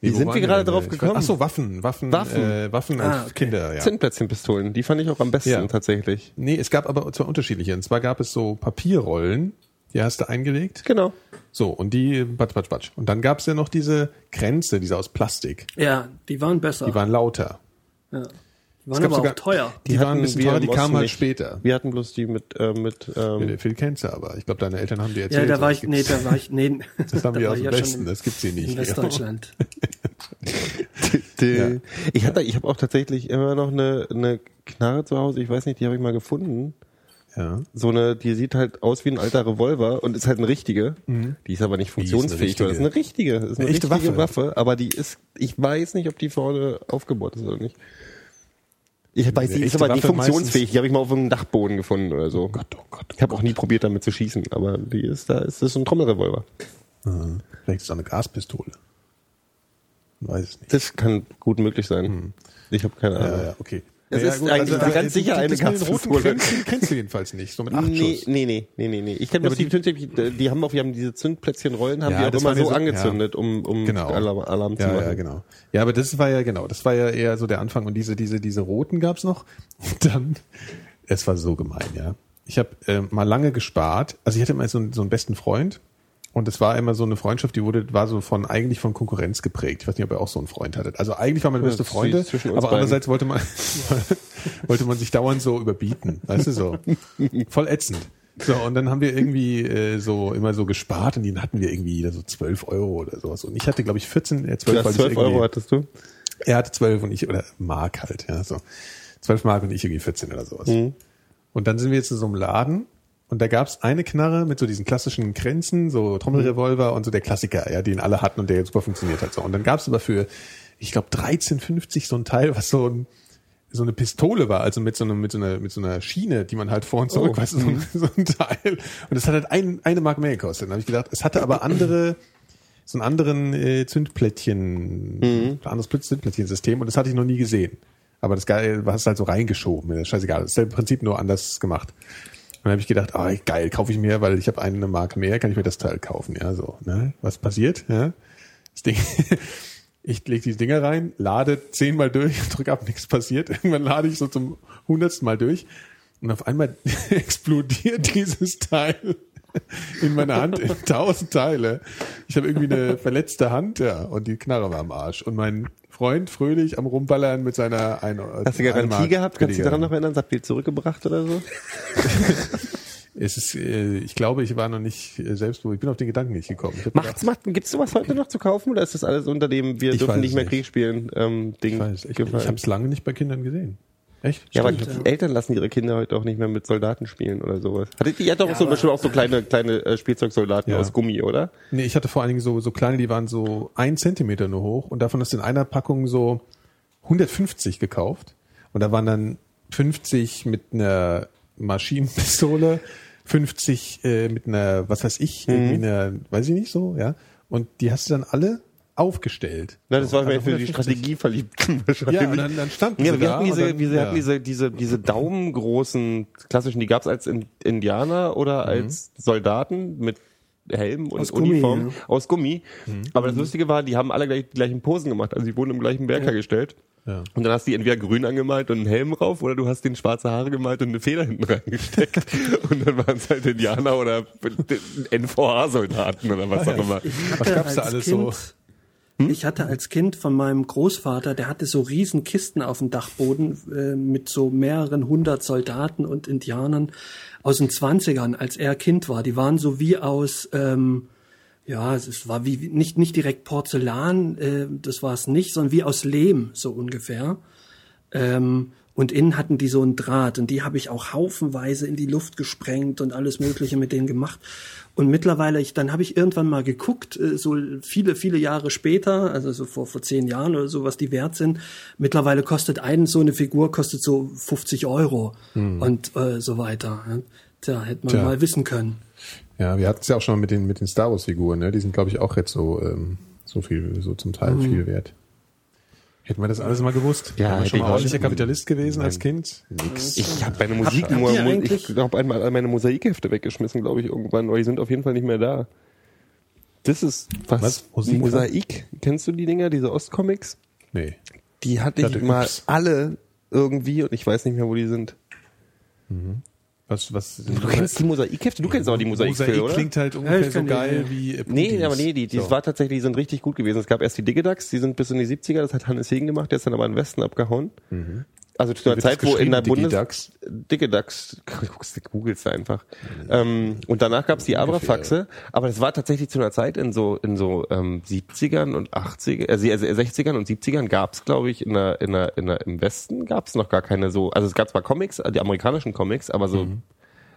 Speaker 6: Wie sind wir gerade drauf gekommen?
Speaker 5: Ach so, Waffen, Waffen,
Speaker 6: Waffen.
Speaker 5: äh, Waffen
Speaker 4: Ah,
Speaker 5: auf
Speaker 4: okay.
Speaker 5: Kinder, ja.
Speaker 6: Zündplätzchenpistolen, die fand ich auch am besten
Speaker 5: Ja.
Speaker 6: tatsächlich.
Speaker 5: Nee, es gab aber zwei unterschiedliche. Und zwar gab es so Papierrollen, die hast du eingelegt.
Speaker 6: Genau.
Speaker 5: So, und die, batsch, batsch, batsch. Und dann gab es ja noch diese Kränze, diese aus Plastik.
Speaker 4: ja, die waren besser.
Speaker 5: Die waren lauter.
Speaker 4: ja. die
Speaker 5: Es
Speaker 4: waren
Speaker 5: gab
Speaker 4: aber
Speaker 5: sogar-
Speaker 4: auch teuer.
Speaker 5: Die, waren ein
Speaker 6: hatten
Speaker 5: bisschen
Speaker 6: wir
Speaker 5: teurer,
Speaker 6: im
Speaker 5: die kamen
Speaker 6: Osten
Speaker 5: halt
Speaker 6: nicht.
Speaker 5: später.
Speaker 6: Wir hatten bloß die mit, äh, mit ähm,
Speaker 5: Viel kennst du aber. Ich glaube, deine Eltern haben dir
Speaker 4: Ja,
Speaker 5: erzählt.
Speaker 4: da war
Speaker 5: das
Speaker 4: ich,
Speaker 5: gibt's-
Speaker 4: nee, da war ich, nee,
Speaker 5: Das haben
Speaker 4: da
Speaker 5: wir
Speaker 4: war
Speaker 5: aus
Speaker 4: ich
Speaker 5: dem
Speaker 4: schon
Speaker 5: Westen,
Speaker 4: in-
Speaker 5: das gibt's hier nicht.
Speaker 4: In Westdeutschland.
Speaker 6: Die- Ich hatte, ich habe auch tatsächlich immer noch eine, eine Knarre zu Hause. Ich weiß nicht, die habe ich mal gefunden.
Speaker 5: Ja.
Speaker 6: So eine, die sieht halt aus wie ein alter Revolver und ist halt eine richtige. Die ist aber nicht
Speaker 5: ist eine
Speaker 6: funktionsfähig.
Speaker 5: richtige.
Speaker 6: Das ist eine richtige, das ist eine,
Speaker 5: Eine echte
Speaker 6: richtige Waffe.
Speaker 5: Waffe.
Speaker 6: Aber die ist, ich weiß nicht, ob die vorne aufgebaut ist oder nicht. Ich weiß, die
Speaker 5: Eine
Speaker 6: ist
Speaker 5: echte
Speaker 6: aber nicht
Speaker 5: Waffe
Speaker 6: funktionsfähig.
Speaker 5: meistens-
Speaker 6: Die habe ich mal auf einem Dachboden gefunden oder so.
Speaker 5: Gott, oh Gott.
Speaker 6: Ich habe auch nie probiert, damit zu schießen, aber die ist da, ist das so ein Trommelrevolver.
Speaker 5: Mhm. Vielleicht ist es auch eine Gaspistole. Man Weiß es nicht.
Speaker 6: Das kann gut möglich sein. Ich habe keine Ahnung.
Speaker 5: Ja, ja, okay.
Speaker 6: Ähm, Es ist eigentlich
Speaker 5: also,
Speaker 6: ganz
Speaker 5: die-
Speaker 6: sicher
Speaker 5: die-
Speaker 6: eine
Speaker 5: das mit den roten
Speaker 6: Gaspistole.
Speaker 5: Kränzchen kennst du jedenfalls nicht, so mit acht
Speaker 6: Nee,
Speaker 5: Schuss.
Speaker 6: nee, nee, nee, nee, nee. Ich kenne
Speaker 5: Ja,
Speaker 6: bloß die
Speaker 5: aber
Speaker 6: Zündplättchen, die haben auch, wir haben diese Zündplätzchenrollen, haben
Speaker 5: Ja,
Speaker 6: die auch
Speaker 5: das
Speaker 6: immer
Speaker 5: waren ja
Speaker 6: so
Speaker 5: so-
Speaker 6: angezündet, um, um
Speaker 5: Genau.
Speaker 6: Alarm, Alarm zu
Speaker 5: ja,
Speaker 6: machen.
Speaker 5: ja, genau. Ja, aber das war ja genau, das war ja eher so der Anfang und diese diese diese roten gab's noch und dann es war so gemein, ja. Ich habe äh, mal lange gespart. Also ich hatte mal so, einen- so einen besten Freund und es war immer so eine Freundschaft, die wurde war so von eigentlich von Konkurrenz geprägt. Ich weiß nicht, ob ihr auch so einen Freund hattet. Also eigentlich waren meine beste
Speaker 6: das ist
Speaker 5: Freunde,
Speaker 6: zwischen uns
Speaker 5: aber
Speaker 6: beiden.
Speaker 5: andererseits wollte man wollte man sich dauernd so überbieten, weißt du so. Voll ätzend. So, und dann haben wir irgendwie äh, so immer so gespart und dann hatten wir irgendwie jeder so 12 Euro oder sowas. Und ich hatte, glaube ich, 14, äh, 12,
Speaker 6: Du
Speaker 5: weil
Speaker 6: hast
Speaker 5: das
Speaker 6: 12
Speaker 5: irgendwie-
Speaker 6: Euro hattest du?
Speaker 5: er hatte 12 und ich, oder Mark halt, ja, so. 12 Mark und ich irgendwie 14 oder sowas. Und dann sind wir jetzt in so einem Laden und da gab's eine Knarre mit so diesen klassischen Grenzen, so Trommelrevolver und so der Klassiker, ja, den alle hatten und der super funktioniert hat. So. Und dann gab's aber für, ich glaube, 13,50 so ein Teil, was so ein so eine Pistole war, also mit so, einem, mit, so einer, mit so einer Schiene, die man halt vor und zurück, weißt du, so, ein- so ein Teil. Und das hat halt ein, eine Mark mehr gekostet. Dann habe ich gedacht, es hatte aber andere, so einen anderen äh, Zündplättchen, ein anderes Pl- Zündplättchensystem und das hatte ich noch nie gesehen. Aber das geil, hast halt so reingeschoben, das ist scheißegal, das ist ja im Prinzip nur anders gemacht. Und dann habe ich gedacht, ah, geil, kaufe ich mir, weil ich habe eine Marke mehr, kann ich mir das Teil kaufen, ja, so, ne? Was passiert, ja? Das Ding ich lege die Dinger rein, lade zehnmal durch, drücke ab, nichts passiert. Irgendwann lade ich so zum hundertsten Mal durch und auf einmal explodiert dieses Teil in meiner Hand in tausend Teile. Ich habe irgendwie eine verletzte Hand, ja, und die Knarre war am Arsch. Und mein Freund fröhlich am Rumballern mit seiner ein
Speaker 6: Hast du Garantie gehabt? Kannst du dich daran noch erinnern? Habt ihr die zurückgebracht oder so?
Speaker 5: Es ist, äh, ich glaube, ich war noch nicht äh, selbstbewusst. Ich bin auf den Gedanken nicht gekommen. Ich hab
Speaker 6: Macht's, macht, gibt's sowas heute noch zu kaufen oder ist das alles unter dem, wir
Speaker 5: Ich weiß
Speaker 6: dürfen nicht
Speaker 5: es
Speaker 6: mehr
Speaker 5: nicht.
Speaker 6: Krieg spielen, ähm, Ding?
Speaker 5: ich weiß, ich, ich
Speaker 6: gefallen?
Speaker 5: habe es lange nicht bei Kindern gesehen. Echt?
Speaker 6: ja, aber
Speaker 5: Stimmt.
Speaker 6: Eltern lassen ihre Kinder heute auch nicht mehr mit Soldaten spielen oder sowas. Hattet ihr ihr hattet doch auch so, bestimmt auch so kleine, kleine äh, Spielzeugsoldaten
Speaker 5: Ja.
Speaker 6: aus Gummi, oder?
Speaker 5: Nee, ich hatte vor allen Dingen so, so kleine, die waren so ein Zentimeter nur hoch und davon hast du in einer Packung so 150 gekauft und da waren dann 50 mit einer Maschinenpistole, 50 äh, mit einer, was weiß
Speaker 6: Mhm.
Speaker 5: ich, irgendwie einer, weiß ich nicht so, ja. Und die hast du dann alle aufgestellt.
Speaker 6: Na, das war
Speaker 5: Also
Speaker 6: mir für die
Speaker 5: 150.
Speaker 6: Strategie verliebt.
Speaker 5: Ja, und dann, dann standen
Speaker 6: Ja,
Speaker 5: sie
Speaker 6: wir
Speaker 5: da
Speaker 6: hatten
Speaker 5: und
Speaker 6: diese,
Speaker 5: dann-
Speaker 6: diese,
Speaker 5: ja.
Speaker 6: hatten diese, diese, diese daumengroßen klassischen, die gab's als in, Indianer oder
Speaker 5: Mhm.
Speaker 6: als Soldaten mit Helm und
Speaker 4: Aus Gummi,
Speaker 6: Uniform
Speaker 4: ja.
Speaker 6: aus Gummi.
Speaker 5: Mhm.
Speaker 6: Aber das Lustige war, die haben alle gleich die gleichen Posen gemacht. Also die wurden im gleichen Werk hergestellt.
Speaker 5: Ja.
Speaker 6: Und dann hast du die entweder grün angemalt und einen Helm drauf oder du hast den schwarze Haare gemalt und eine Feder hinten reingesteckt. und dann waren es halt Indianer oder NVA-Soldaten oder was
Speaker 5: Ah,
Speaker 6: auch immer.
Speaker 5: Was gab's da alles so? Hm?
Speaker 4: Ich hatte als Kind von meinem Großvater, der hatte so riesen Kisten auf dem Dachboden äh, mit so mehreren hundert Soldaten und Indianern aus den 20ern, als er Kind war. Die waren so wie aus, ähm, ja, es ist- war wie wie- nicht, nicht direkt Porzellan, äh, das war es nicht, sondern wie aus Lehm, so ungefähr. Ähm, und innen hatten die so einen Draht und die habe ich auch haufenweise in die Luft gesprengt und alles Mögliche mit denen gemacht. Und mittlerweile, ich, dann habe ich irgendwann mal geguckt, äh, so viele, viele Jahre später, also so vor, vor zehn Jahren oder so, was die wert sind. Mittlerweile kostet ein so eine Figur, kostet so 50 Euro und äh, so weiter. ja. Tja, hätte man
Speaker 5: Tja.
Speaker 4: mal wissen können.
Speaker 5: Ja, wir hatten es ja auch schon mal mit den, mit den Star Wars-Figuren, ne? Die sind, glaube ich, auch jetzt so, ähm, so viel, so zum
Speaker 6: Mhm.
Speaker 5: Teil viel wert. Hätten wir das alles mal gewusst? Wären
Speaker 6: Ja,
Speaker 5: wir
Speaker 6: hätte
Speaker 5: schon
Speaker 6: ich
Speaker 5: mal
Speaker 6: auch
Speaker 5: ordentlicher
Speaker 6: schon-
Speaker 5: Kapitalist gewesen als Kind? Mhm.
Speaker 6: Ich habe meine Musik
Speaker 4: habt
Speaker 6: nur,
Speaker 4: ihr
Speaker 6: mu-
Speaker 4: eigentlich-
Speaker 6: ich glaube einmal all meine Mosaikhefte weggeschmissen, glaube ich irgendwann, weil die sind auf jeden Fall nicht mehr da. Das ist was,
Speaker 5: Was? Musik?
Speaker 6: Mosaik. Kennst du die Dinger, diese Ostcomics?
Speaker 5: Nee.
Speaker 6: Die hatte
Speaker 5: Hatte
Speaker 6: ich mal
Speaker 5: Ups.
Speaker 6: alle irgendwie und ich weiß nicht mehr, wo die sind.
Speaker 5: Was, was?
Speaker 6: Du kennst die Mosaikhefte, du kennst aber die Mosaikfilme, oder?
Speaker 5: klingt halt ungefähr
Speaker 4: ich
Speaker 5: so
Speaker 4: kenn die,
Speaker 5: geil
Speaker 4: ja.
Speaker 5: wie äh,
Speaker 6: Nee,
Speaker 5: Pudis.
Speaker 6: aber nee, die, die
Speaker 5: so.
Speaker 6: war tatsächlich, die sind richtig gut gewesen. Es gab erst die Digidax, die sind bis in die 70er, das hat Hannes Hegen gemacht, der ist dann aber in den Westen abgehauen. Also zu einer
Speaker 5: Mhm. Wird das
Speaker 6: Zeit, wo in der
Speaker 5: geschrieben, Digi
Speaker 6: Bundes...
Speaker 5: Ducks?
Speaker 6: Dicke Dachs. Guckst du googelst einfach. Ähm, und danach gab's die Abrafaxe. Aber das war tatsächlich zu einer Zeit in so, in so ähm, 70ern und 80 also äh, 60ern und 70ern gab's glaube ich, in der, in der, in der, im Westen gab's noch gar keine so... Also es gab zwar Comics, äh, die amerikanischen Comics, aber so
Speaker 5: Mhm.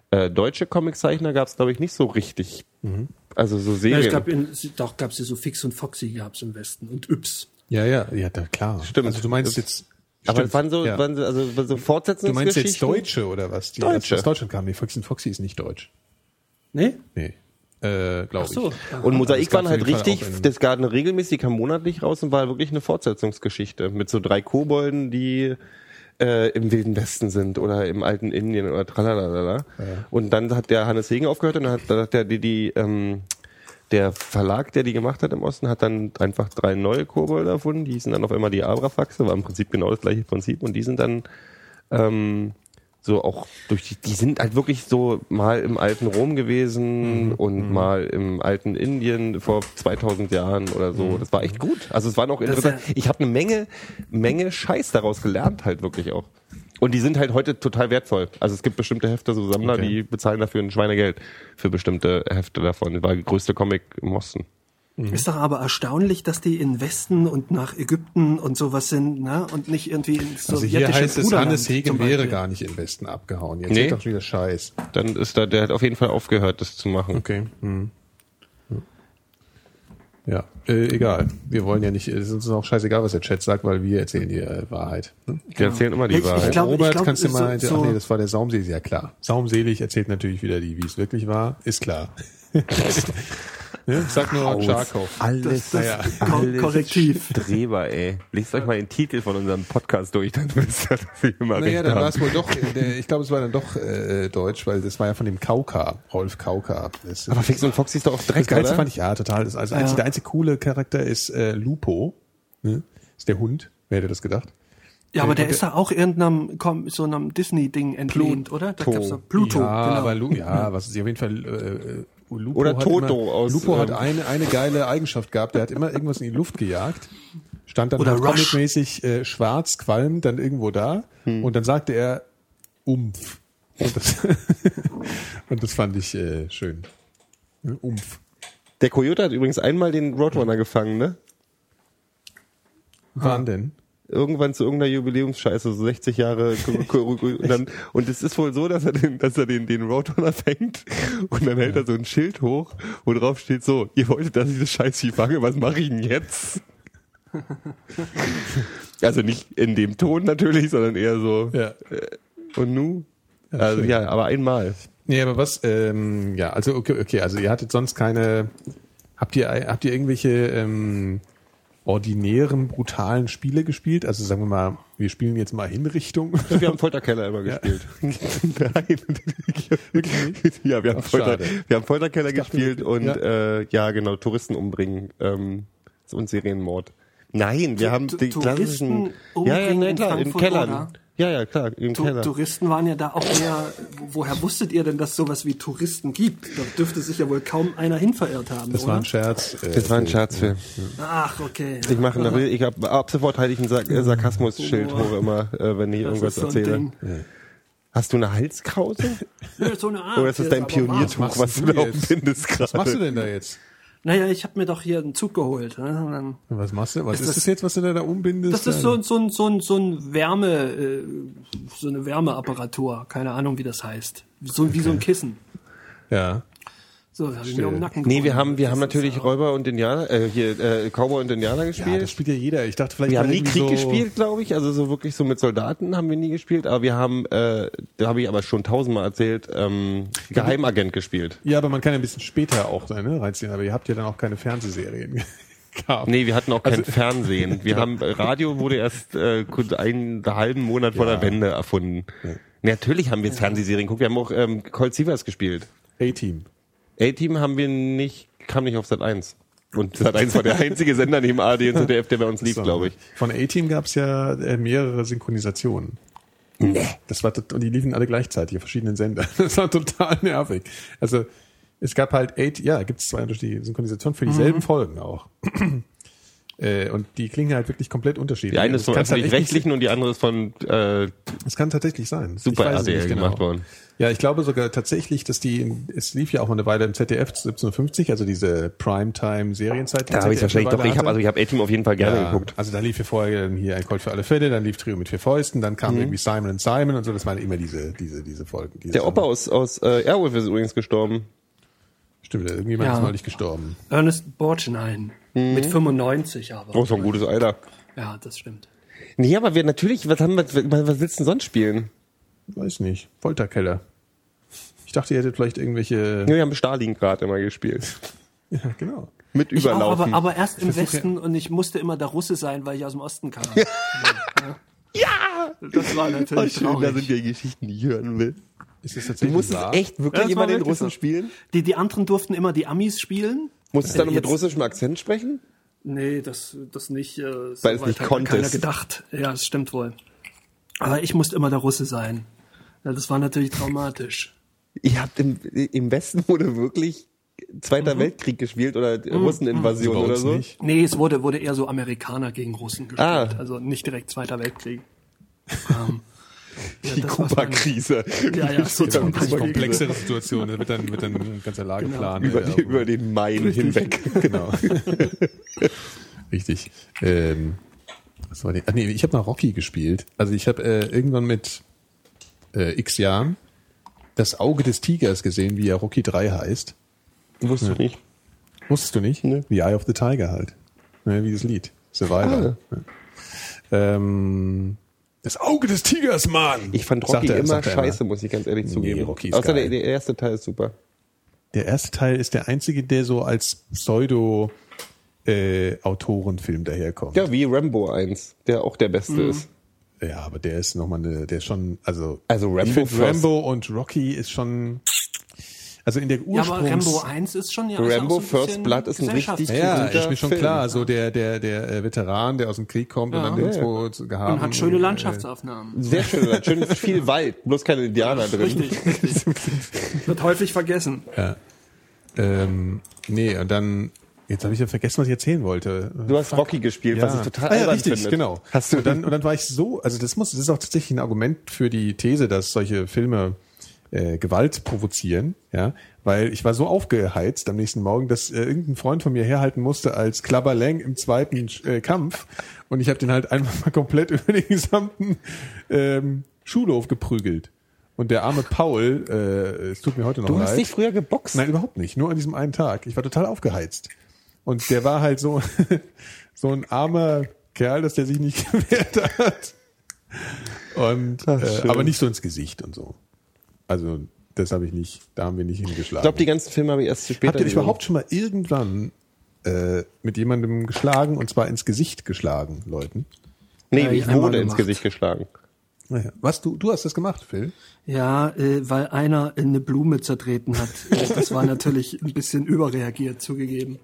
Speaker 6: äh, deutsche Comiczeichner gab's glaube ich, nicht so richtig.
Speaker 5: Mhm.
Speaker 6: Also so
Speaker 4: Ja,
Speaker 6: Serien.
Speaker 4: ich glaube, doch gab es ja so Fix und Foxy gab es im Westen und Yps.
Speaker 5: Ja, ja, ja, da, klar.
Speaker 6: Stimmt.
Speaker 5: Also du meinst
Speaker 6: Das-
Speaker 5: jetzt.
Speaker 6: aber
Speaker 5: stimmt,
Speaker 6: es waren so,
Speaker 5: ja.
Speaker 6: waren so, also
Speaker 5: Du
Speaker 6: so
Speaker 5: meinst
Speaker 6: Fortsetzungsgeschichten.
Speaker 5: jetzt Deutsche oder was? Die
Speaker 6: Deutsche.
Speaker 5: als- Aus Deutschland kamen. Die Foxy und Foxy ist nicht deutsch.
Speaker 4: Nee?
Speaker 5: Nee. Äh,
Speaker 4: Ach
Speaker 5: glaube
Speaker 4: so.
Speaker 5: ich.
Speaker 6: Und Mosaik
Speaker 5: Das gab's
Speaker 6: waren halt
Speaker 5: auf jeden Fall
Speaker 6: richtig,
Speaker 5: auch in-
Speaker 6: das gab eine regelmäßig, die kam monatlich raus und war wirklich eine Fortsetzungsgeschichte mit so drei Kobolden, die äh, im Wilden Westen sind oder im alten Indien oder tralalala. Und dann hat der Hannes Hegen aufgehört und dann hat, dann hat der, die, die, ähm, der Verlag, der die gemacht hat im Osten, hat dann einfach drei neue Kobolde erfunden. Die hießen dann auf einmal die Abrafaxe, war im Prinzip genau das gleiche Prinzip und die sind dann ähm, so auch durch die, die sind halt wirklich so mal im alten Rom gewesen
Speaker 4: Mhm.
Speaker 6: und mal im alten Indien vor 2000 Jahren oder so. Das war echt gut. Also es waren auch
Speaker 4: Mhm. Das ist
Speaker 6: interessant. Ich habe eine Menge, Menge Scheiß daraus gelernt halt wirklich auch. Und die sind halt heute total wertvoll. Also es gibt bestimmte Hefte, so Sammler,
Speaker 5: Okay.
Speaker 6: die bezahlen dafür ein Schweinegeld für bestimmte Hefte davon. Das war der größte Comic im Osten.
Speaker 5: Mhm.
Speaker 4: Ist doch aber erstaunlich, dass die in Westen und nach Ägypten und sowas sind, ne? Und nicht irgendwie ins
Speaker 5: Also
Speaker 4: sowjetische
Speaker 5: hier heißt es,
Speaker 4: Bruderland
Speaker 5: Hannes Hegen
Speaker 4: zum Beispiel.
Speaker 5: wäre gar nicht im Westen abgehauen. Jetzt
Speaker 6: Nee.
Speaker 5: nee. doch wieder Scheiß.
Speaker 6: Dann ist da, der hat auf jeden Fall aufgehört, das zu machen.
Speaker 5: Okay. Hm. Ja, äh, egal. Wir wollen ja nicht, es ist uns auch scheißegal, was der Chat sagt, weil wir erzählen die äh, Wahrheit. Ne?
Speaker 6: Die erzählen immer die
Speaker 4: Ich- ich
Speaker 6: Wahrheit.
Speaker 4: glaub-
Speaker 5: Robert,
Speaker 4: glaub,
Speaker 5: kannst du
Speaker 4: so-
Speaker 5: mal,
Speaker 4: so-
Speaker 5: ach nee, das war der Saumselig, ja klar. Saumselig erzählt natürlich wieder die, wie es wirklich war, ist klar. ne? Sag nur Tscharkow.
Speaker 4: Das-
Speaker 6: Alles,
Speaker 4: das Ja, ja. Ko- korrektiv.
Speaker 6: Streber, ey. Lest euch mal den Titel von unserem Podcast durch, dann wisst ihr, dass wir immer
Speaker 5: Naja,
Speaker 6: recht
Speaker 5: dann war
Speaker 6: haben.
Speaker 5: es wohl doch, äh, der- ich glaube, es war dann doch äh, deutsch, weil das war ja von dem Kauka, Rolf Kauka. Das,
Speaker 6: Aber Fix und Foxy ist doch auch Dreck,
Speaker 5: Das Geilste
Speaker 6: oder?
Speaker 5: fand ich, ja, total. Das, also einzige, Der einzige coole Charakter ist äh, Lupo. Ne? Ist der Hund. Wer hätte das gedacht?
Speaker 4: Ja, aber der
Speaker 5: Und
Speaker 4: ist da auch irgendeinem, komm, so einem Disney-Ding entlehnt, oder? Da gab's doch Pluto, genau.
Speaker 5: ja, aber Lu ja, was ist auf jeden Fall äh, äh, Lupo
Speaker 6: Oder
Speaker 5: hat
Speaker 6: Toto
Speaker 5: immer,
Speaker 6: aus,
Speaker 5: Lupo hat
Speaker 6: ähm,
Speaker 5: eine, eine geile Eigenschaft gehabt, der hat immer irgendwas in die Luft gejagt, stand dann
Speaker 4: Oder
Speaker 5: halt
Speaker 4: Rush.
Speaker 5: comicmäßig äh, schwarz, qualmend dann irgendwo da
Speaker 6: Hm.
Speaker 5: und dann sagte er Umpf. Und das, und das fand ich äh, schön. Ne, Umpf.
Speaker 6: Der Coyote hat übrigens einmal den Roadrunner gefangen, ne?
Speaker 5: Wann denn?
Speaker 6: Irgendwann zu irgendeiner Jubiläumsscheiße, so 60 Jahre. Ko- Ko- Ko- und, dann, und es ist wohl so, dass er den, dass er den, den Roadrunner fängt und dann hält er so ein Schild hoch, wo drauf steht so, ihr wolltet, dass ich das Scheißvieh fange, was mache ich denn jetzt? also nicht in dem Ton natürlich, sondern eher so,
Speaker 5: Ja.
Speaker 6: Und nu? also
Speaker 5: schön.
Speaker 6: ja, aber einmal.
Speaker 5: Nee, aber was, ähm, ja, also okay, okay, also ihr hattet sonst keine, habt ihr, habt ihr irgendwelche ähm, ordinären, brutalen Spiele gespielt? Also sagen wir mal, wir spielen jetzt mal Hinrichtung.
Speaker 6: Wir haben Folterkeller immer gespielt. Nein. Wirklich nicht? Ja, wir haben,
Speaker 5: Ach,
Speaker 6: Folter,
Speaker 5: schade.
Speaker 6: wir haben Folterkeller gespielt und ja.
Speaker 5: Ja.
Speaker 6: Äh, ja, genau, Touristen umbringen ähm, und Serienmord. Nein, wir haben die
Speaker 4: Touristen
Speaker 6: klassischen... Ja, ja,
Speaker 4: umbringen
Speaker 6: na
Speaker 4: in
Speaker 6: klar, in
Speaker 4: Frankfurt,
Speaker 6: Kellern.
Speaker 4: oder?
Speaker 6: Ja, ja, klar, im
Speaker 4: Tu-
Speaker 6: Keller.
Speaker 4: Touristen waren ja da auch mehr. Woher wusstet ihr denn, dass sowas wie Touristen gibt? Da dürfte sich ja wohl kaum einer hin verirrt haben,
Speaker 5: Das
Speaker 4: oder?
Speaker 5: war ein Scherz. äh,
Speaker 6: Das war ein Scherzfilm.
Speaker 4: Ach, okay.
Speaker 6: Ich mache eine, ich hab, ab sofort halte ich ein Sark äh, Sarkasmus-Schild hoch immer, äh, wenn ich
Speaker 4: Das
Speaker 6: irgendwas
Speaker 4: ist so ein
Speaker 6: erzähle.
Speaker 4: Ding.
Speaker 6: Hast du eine Halskrause?
Speaker 4: Nö, so eine Art.
Speaker 6: Oder ist das
Speaker 4: Ah, Hier
Speaker 6: dein
Speaker 4: aber wahr.
Speaker 6: Pioniertuch,
Speaker 5: machst
Speaker 6: was du
Speaker 5: du
Speaker 6: da
Speaker 5: jetzt?
Speaker 6: umbindest gerade?
Speaker 5: Was machst du denn da jetzt?
Speaker 4: Naja, ich habe mir doch hier einen Zug geholt. Ne? Und dann-
Speaker 5: Was machst du? Was
Speaker 4: Ist
Speaker 5: ist,
Speaker 4: das-
Speaker 5: das jetzt, was du da, da umbindest?
Speaker 4: Das ist so, ein- so, ein- so, ein- so ein Wärme, äh, so eine Wärmeapparatur. Keine Ahnung, wie das heißt. So wie so ein Kissen.
Speaker 5: Ja.
Speaker 4: So, hab ich mir um den Nacken
Speaker 6: Nee, wir
Speaker 4: geworfen.
Speaker 6: haben, wir
Speaker 4: Das
Speaker 6: haben
Speaker 4: ist
Speaker 6: natürlich
Speaker 4: ja-
Speaker 6: Räuber und Indianer, äh, hier, äh, Cowboy und Indianer
Speaker 5: ja,
Speaker 6: gespielt. Äh,
Speaker 5: das spielt ja jeder. Ich dachte vielleicht
Speaker 6: wir haben
Speaker 5: mal
Speaker 6: nie
Speaker 5: irgendwie
Speaker 6: Krieg
Speaker 5: so-
Speaker 6: gespielt, glaube ich. Also so wirklich so mit Soldaten haben wir nie gespielt. Aber wir haben, äh, da habe ich aber schon tausendmal erzählt, ähm, Geheimagent gespielt.
Speaker 5: Ja, aber man kann ja ein bisschen später auch sein, ne, reinziehen. Aber ihr habt ja dann auch keine Fernsehserien gehabt.
Speaker 6: Nee, wir hatten auch kein Fernsehen. Wir haben Radio wurde erst äh, kurz einen halben Monat vor der Wende erfunden. Natürlich haben wir jetzt Fernsehserien geguckt. Wir haben auch ähm, Colt Sievers gespielt.
Speaker 5: A-Team.
Speaker 6: A-Team haben wir nicht, kam nicht auf Sat 1. Und Sat 1 war der einzige Sender neben ARD und ZDF, der bei uns lief,
Speaker 5: So.
Speaker 6: glaube ich.
Speaker 5: Von A-Team gab es ja äh, mehrere Synchronisationen.
Speaker 6: Nee.
Speaker 5: Das war tot- und die liefen alle gleichzeitig auf verschiedenen Sendern. Das war total nervig. Also
Speaker 6: Mhm.
Speaker 5: es gab halt eight, ja, gibt es zwei durch die Synchronisation für dieselben Folgen auch. Äh, und die klingen halt wirklich komplett unterschiedlich.
Speaker 6: Die eine
Speaker 5: Also
Speaker 6: ist
Speaker 5: es
Speaker 6: von
Speaker 5: kann tatsächlich-
Speaker 6: öffentlich-rechtlichen und die andere ist von äh,
Speaker 5: Es kann tatsächlich sein.
Speaker 6: Super
Speaker 5: Ich weiß es
Speaker 6: RTL
Speaker 5: nicht genau.
Speaker 6: gemacht worden.
Speaker 5: Ja, ich glaube sogar tatsächlich, dass die, in- es lief ja auch mal eine Weile im ZDF 1750, also diese Primetime-Serienzeit. die
Speaker 6: Da habe ich
Speaker 5: ZDF eine
Speaker 6: wahrscheinlich doch.
Speaker 5: Weile
Speaker 6: Ich habe
Speaker 5: hatte.
Speaker 6: also ich habe A-Team auf jeden Fall gerne
Speaker 5: ja,
Speaker 6: geguckt.
Speaker 5: Also da lief ja vorher dann hier ein Call für alle Fälle, dann lief Trio mit vier Fäusten, dann
Speaker 6: Mhm.
Speaker 5: kam irgendwie Simon and Simon und so. Das waren immer diese, diese, diese Folgen. Diese
Speaker 6: Der Opa aus, aus äh, Airwolf ist übrigens gestorben.
Speaker 5: Stimmt, irgendjemand
Speaker 4: Ja.
Speaker 5: ist neulich gestorben.
Speaker 4: Ernest Borgnine. Mit 95 aber.
Speaker 6: Mhm. Oh, so ein gutes Alter.
Speaker 4: Ja, das stimmt.
Speaker 6: Nee, aber wir natürlich, was haben wir, was willst du denn sonst spielen?
Speaker 5: Weiß nicht. Folterkeller. Ich dachte, ihr hättet vielleicht irgendwelche.
Speaker 6: Ja, wir haben Stalingrad immer gespielt.
Speaker 5: Ja, genau.
Speaker 6: Mit
Speaker 4: Ich auch,
Speaker 6: Überlaufen.
Speaker 4: aber, aber erst im
Speaker 5: Versuche-
Speaker 4: Westen und ich musste immer der Russe sein, weil ich aus dem Osten kam. ja! Das war
Speaker 6: Oh,
Speaker 4: natürlich
Speaker 6: schön, da
Speaker 4: traurig.
Speaker 6: sind ja Geschichten, die ich hören will.
Speaker 5: Ist das
Speaker 6: Du
Speaker 5: tatsächlich
Speaker 6: musstest
Speaker 5: wahr?
Speaker 6: echt wirklich
Speaker 4: Ja, das war
Speaker 6: immer den
Speaker 4: wirklich
Speaker 6: Russen
Speaker 4: so.
Speaker 6: spielen?
Speaker 4: Die, die anderen durften immer die Amis spielen.
Speaker 6: Musstest du dann noch mit
Speaker 4: Äh, Jetzt-
Speaker 6: russischem Akzent sprechen?
Speaker 4: Nee, das, das nicht. Äh, so
Speaker 6: Weil es
Speaker 4: weit
Speaker 6: nicht
Speaker 4: hat
Speaker 6: konntest.
Speaker 4: keiner gedacht. Ja, das stimmt wohl. Aber ich musste immer der Russe sein. Ja, das war natürlich traumatisch.
Speaker 6: Ihr habt im, im Westen wurde wirklich
Speaker 4: Mhm.
Speaker 6: Zweiter Weltkrieg gespielt oder Russeninvasion
Speaker 5: Bei uns
Speaker 6: oder so.
Speaker 5: nicht.
Speaker 4: Nee, es wurde, wurde eher so Amerikaner gegen Russen gespielt.
Speaker 6: Ah.
Speaker 4: Also nicht direkt Zweiter Weltkrieg. Ähm, Äh,
Speaker 6: Die Kuba-Krise.
Speaker 4: Ja, ja, so zum
Speaker 5: Das ist
Speaker 4: Beispiel.
Speaker 5: eine komplexere Situation. Da wird dann, wird dann ein ganzer Lageplan.
Speaker 6: Genau. Über,
Speaker 5: äh,
Speaker 6: den- über den Main hinweg.
Speaker 5: Genau. Richtig. Ähm, was war die? Ach nee, ich habe mal Rocky gespielt. Also ich habe äh, irgendwann mit äh, X Jahren das Auge des Tigers gesehen, wie ja Rocky 3 heißt.
Speaker 6: Wusstest du nicht.
Speaker 5: Wusstest du nicht?
Speaker 6: Nee.
Speaker 5: The Eye of the Tiger halt. Ne, wie das Lied.
Speaker 6: Ah.
Speaker 5: Survivor. Ja. Ähm, das Auge des Tigers, Mann!
Speaker 6: Ich fand
Speaker 5: sagt
Speaker 6: Rocky
Speaker 5: er-
Speaker 6: immer
Speaker 5: sagt er
Speaker 6: scheiße, muss ich ganz ehrlich zugeben.
Speaker 5: Rocky ist
Speaker 6: Außer der,
Speaker 5: geil.
Speaker 6: der erste Teil ist super.
Speaker 5: Der erste Teil ist der einzige, der so als Pseudo äh, Autorenfilm daherkommt.
Speaker 6: Ja, wie Rambo 1, der auch der beste
Speaker 4: Mhm.
Speaker 6: ist.
Speaker 5: Ja, aber der ist nochmal eine, der ist schon, also,
Speaker 6: Also Rambo
Speaker 5: ich find,
Speaker 6: first.
Speaker 5: Rambo und Rocky ist schon, also in der
Speaker 4: Ja,
Speaker 5: Ursprungs...
Speaker 4: aber Rambo 1 ist schon ja also
Speaker 6: Rambo
Speaker 4: auch so ein
Speaker 6: First
Speaker 4: bisschen
Speaker 6: Blood ist ein richtig
Speaker 4: gesellschafts-
Speaker 5: ja,
Speaker 6: guter
Speaker 5: ist mir schon
Speaker 6: Film.
Speaker 5: klar, so der, der, der äh, Veteran, der aus dem Krieg kommt und
Speaker 4: Ja.
Speaker 5: dann irgendwo zu- gehabt.
Speaker 4: und hat schöne Landschaftsaufnahmen.
Speaker 6: Sehr schön, Land. schön viel Wald, bloß keine Indianer drin.
Speaker 4: Richtig, richtig. Wird häufig vergessen.
Speaker 5: Ähm, nee, und dann, jetzt habe ich ja vergessen, was ich erzählen wollte.
Speaker 6: Du hast Rocky gespielt, was ich total
Speaker 5: ah, ja,
Speaker 6: albern
Speaker 5: richtig,
Speaker 6: finde.
Speaker 5: genau.
Speaker 6: Hast du
Speaker 5: und, dann, und dann war ich so, also das muss, das ist auch tatsächlich ein Argument für die These, dass solche Filme äh, Gewalt provozieren, ja, weil ich war so aufgeheizt am nächsten Morgen, dass äh, irgendein Freund von mir herhalten musste als Clubber Lang im zweiten äh, Kampf und ich habe den halt einfach mal komplett über den gesamten ähm, Schulhof geprügelt. Und der arme Paul, äh, es tut mir heute noch
Speaker 6: Du
Speaker 5: leid.
Speaker 6: hast dich früher geboxt.
Speaker 5: Nein, überhaupt nicht. Nur an diesem einen Tag. Ich war total aufgeheizt. Und der war halt so, so ein armer Kerl, dass der sich nicht gewehrt hat. Und,
Speaker 6: Ach,
Speaker 5: äh,
Speaker 6: schön.
Speaker 5: aber nicht so ins Gesicht und so. Also, das habe ich nicht, da haben wir nicht
Speaker 6: Ich
Speaker 5: hingeschlagen.
Speaker 6: glaube, die ganzen Filme habe ich erst zu spät
Speaker 5: Habt ihr euch
Speaker 6: gesehen.
Speaker 5: überhaupt schon mal irgendwann äh, mit jemandem geschlagen und zwar ins Gesicht geschlagen, Leuten?
Speaker 6: Nee,
Speaker 4: Ja,
Speaker 6: ich
Speaker 4: einmal
Speaker 6: wurde ins
Speaker 4: gemacht.
Speaker 6: Gesicht geschlagen.
Speaker 5: Naja. Was, du, du hast das gemacht, Phil?
Speaker 4: Ja, äh, weil einer eine Blume zertreten hat. Äh, Das war natürlich ein bisschen überreagiert, zugegeben.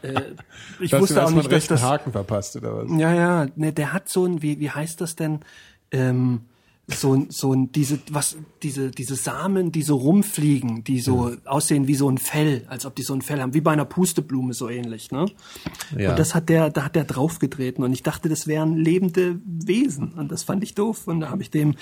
Speaker 4: Äh, ich
Speaker 5: hast
Speaker 4: wusste auch nicht, dass
Speaker 5: rechten
Speaker 4: das.
Speaker 5: Haken verpasst oder was?
Speaker 4: Ja, ja, ne, der hat so ein, wie, wie heißt das denn? Ähm, so ein, so ein, diese, was, diese, diese Samen, die so rumfliegen, die so aussehen wie so ein Fell, als ob die so ein Fell haben, wie bei einer Pusteblume so ähnlich, ne?
Speaker 5: Ja.
Speaker 4: Und das hat der, da hat der draufgetreten und ich dachte, das wären lebende Wesen und das fand ich doof und da habe ich dem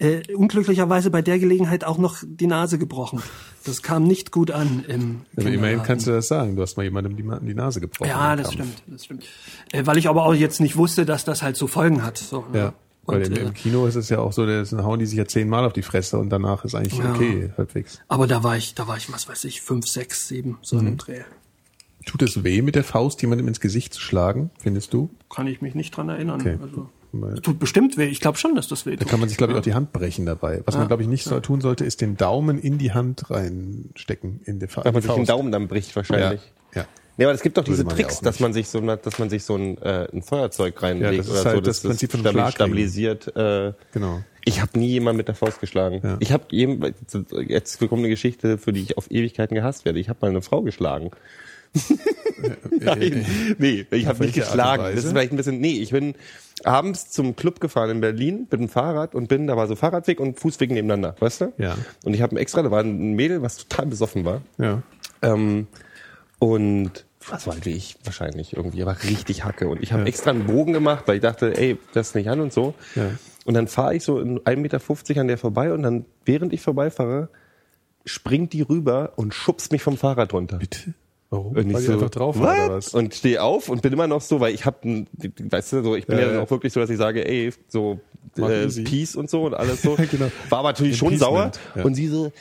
Speaker 4: äh, unglücklicherweise bei der Gelegenheit auch noch die Nase gebrochen. Das kam nicht gut an im
Speaker 5: Also immerhin
Speaker 4: Kindergarten.
Speaker 5: kannst du das sagen. Du hast mal jemandem die, Ma- die Nase gebrochen.
Speaker 4: Ja,
Speaker 5: im
Speaker 4: das
Speaker 5: Kampf.
Speaker 4: stimmt, das stimmt. Äh, weil ich aber auch jetzt nicht wusste, dass das halt so Folgen hat. So, ne?
Speaker 5: Ja. Weil
Speaker 4: Und,
Speaker 5: im,
Speaker 4: äh,
Speaker 5: im Kino ist es ja auch so, das hauen die sich ja zehnmal auf die Fresse und danach ist eigentlich
Speaker 4: Ja.
Speaker 5: okay, halbwegs.
Speaker 4: aber da war ich, da war ich, was weiß ich, fünf, sechs, sieben, so mhm. Dreh.
Speaker 5: Tut es weh, mit der Faust jemandem ins Gesicht zu schlagen, findest du?
Speaker 4: Kann ich mich nicht dran erinnern.
Speaker 5: Okay.
Speaker 4: Also,
Speaker 5: Mal-
Speaker 4: tut bestimmt weh. Ich glaube schon, dass das weh
Speaker 5: Da
Speaker 4: tut.
Speaker 5: kann man sich, glaube ich, auch die Hand brechen dabei. Was man, glaube ich, nicht so tun sollte, ist den Daumen in die Hand reinstecken. In der Fa
Speaker 6: Weil man
Speaker 5: die
Speaker 6: sich den
Speaker 5: Faust.
Speaker 6: Daumen dann bricht
Speaker 5: ja.
Speaker 6: wahrscheinlich.
Speaker 5: ja.
Speaker 6: Nee, aber es gibt doch
Speaker 5: Würde
Speaker 6: diese
Speaker 5: man ja
Speaker 6: Tricks,
Speaker 5: auch
Speaker 6: dass man sich so, ein- dass man sich so ein, äh, ein Feuerzeug reinlegt
Speaker 5: das ist
Speaker 6: oder so,
Speaker 5: halt
Speaker 6: dass
Speaker 5: das Prinzip von
Speaker 6: stabil-
Speaker 5: Schlag kriegen.
Speaker 6: stabilisiert. Äh,
Speaker 5: Genau.
Speaker 6: Ich habe nie jemanden mit der Faust geschlagen.
Speaker 5: Ja.
Speaker 6: Ich habe jetzt kommt eine Geschichte, für die ich auf Ewigkeiten gehasst werde. Ich habe mal eine Frau geschlagen.
Speaker 5: Äh,
Speaker 6: Nein, nee, ich
Speaker 5: welche Art
Speaker 6: habe nicht
Speaker 5: und
Speaker 6: geschlagen.
Speaker 5: Weise?
Speaker 6: Das ist vielleicht ein bisschen. Nee, ich bin abends zum Club gefahren in Berlin mit dem Fahrrad und bin, da war so Fahrradweg und Fußweg nebeneinander, weißt du?
Speaker 5: Ja.
Speaker 6: Und ich habe extra, da war ein Mädel, was total besoffen war.
Speaker 5: Ja.
Speaker 6: Ähm, und Das war wie ich wahrscheinlich irgendwie, aber richtig Hacke. Und ich habe extra einen Bogen gemacht, weil ich dachte, ey, das nicht an und so.
Speaker 5: Ja.
Speaker 6: Und dann fahre ich so in 1,50 Meter an der vorbei und dann, während ich vorbeifahre, springt die rüber und schubst mich vom Fahrrad runter.
Speaker 5: Bitte? Warum?
Speaker 6: Und
Speaker 5: Weil
Speaker 6: ich
Speaker 5: ich
Speaker 6: so,
Speaker 5: einfach drauf war
Speaker 6: "What?"
Speaker 5: oder was?
Speaker 6: Und stehe auf und bin immer noch so, weil ich habe, weißt du, so, ich bin
Speaker 5: Ja,
Speaker 6: ja, dann
Speaker 5: ja.
Speaker 6: auch wirklich so, dass ich sage, ey, so
Speaker 5: Mach
Speaker 6: äh,
Speaker 5: easy.
Speaker 6: Peace und so und alles so.
Speaker 5: Genau.
Speaker 6: War aber natürlich schon sauer.
Speaker 5: Impeachment, ja.
Speaker 6: Und sie so,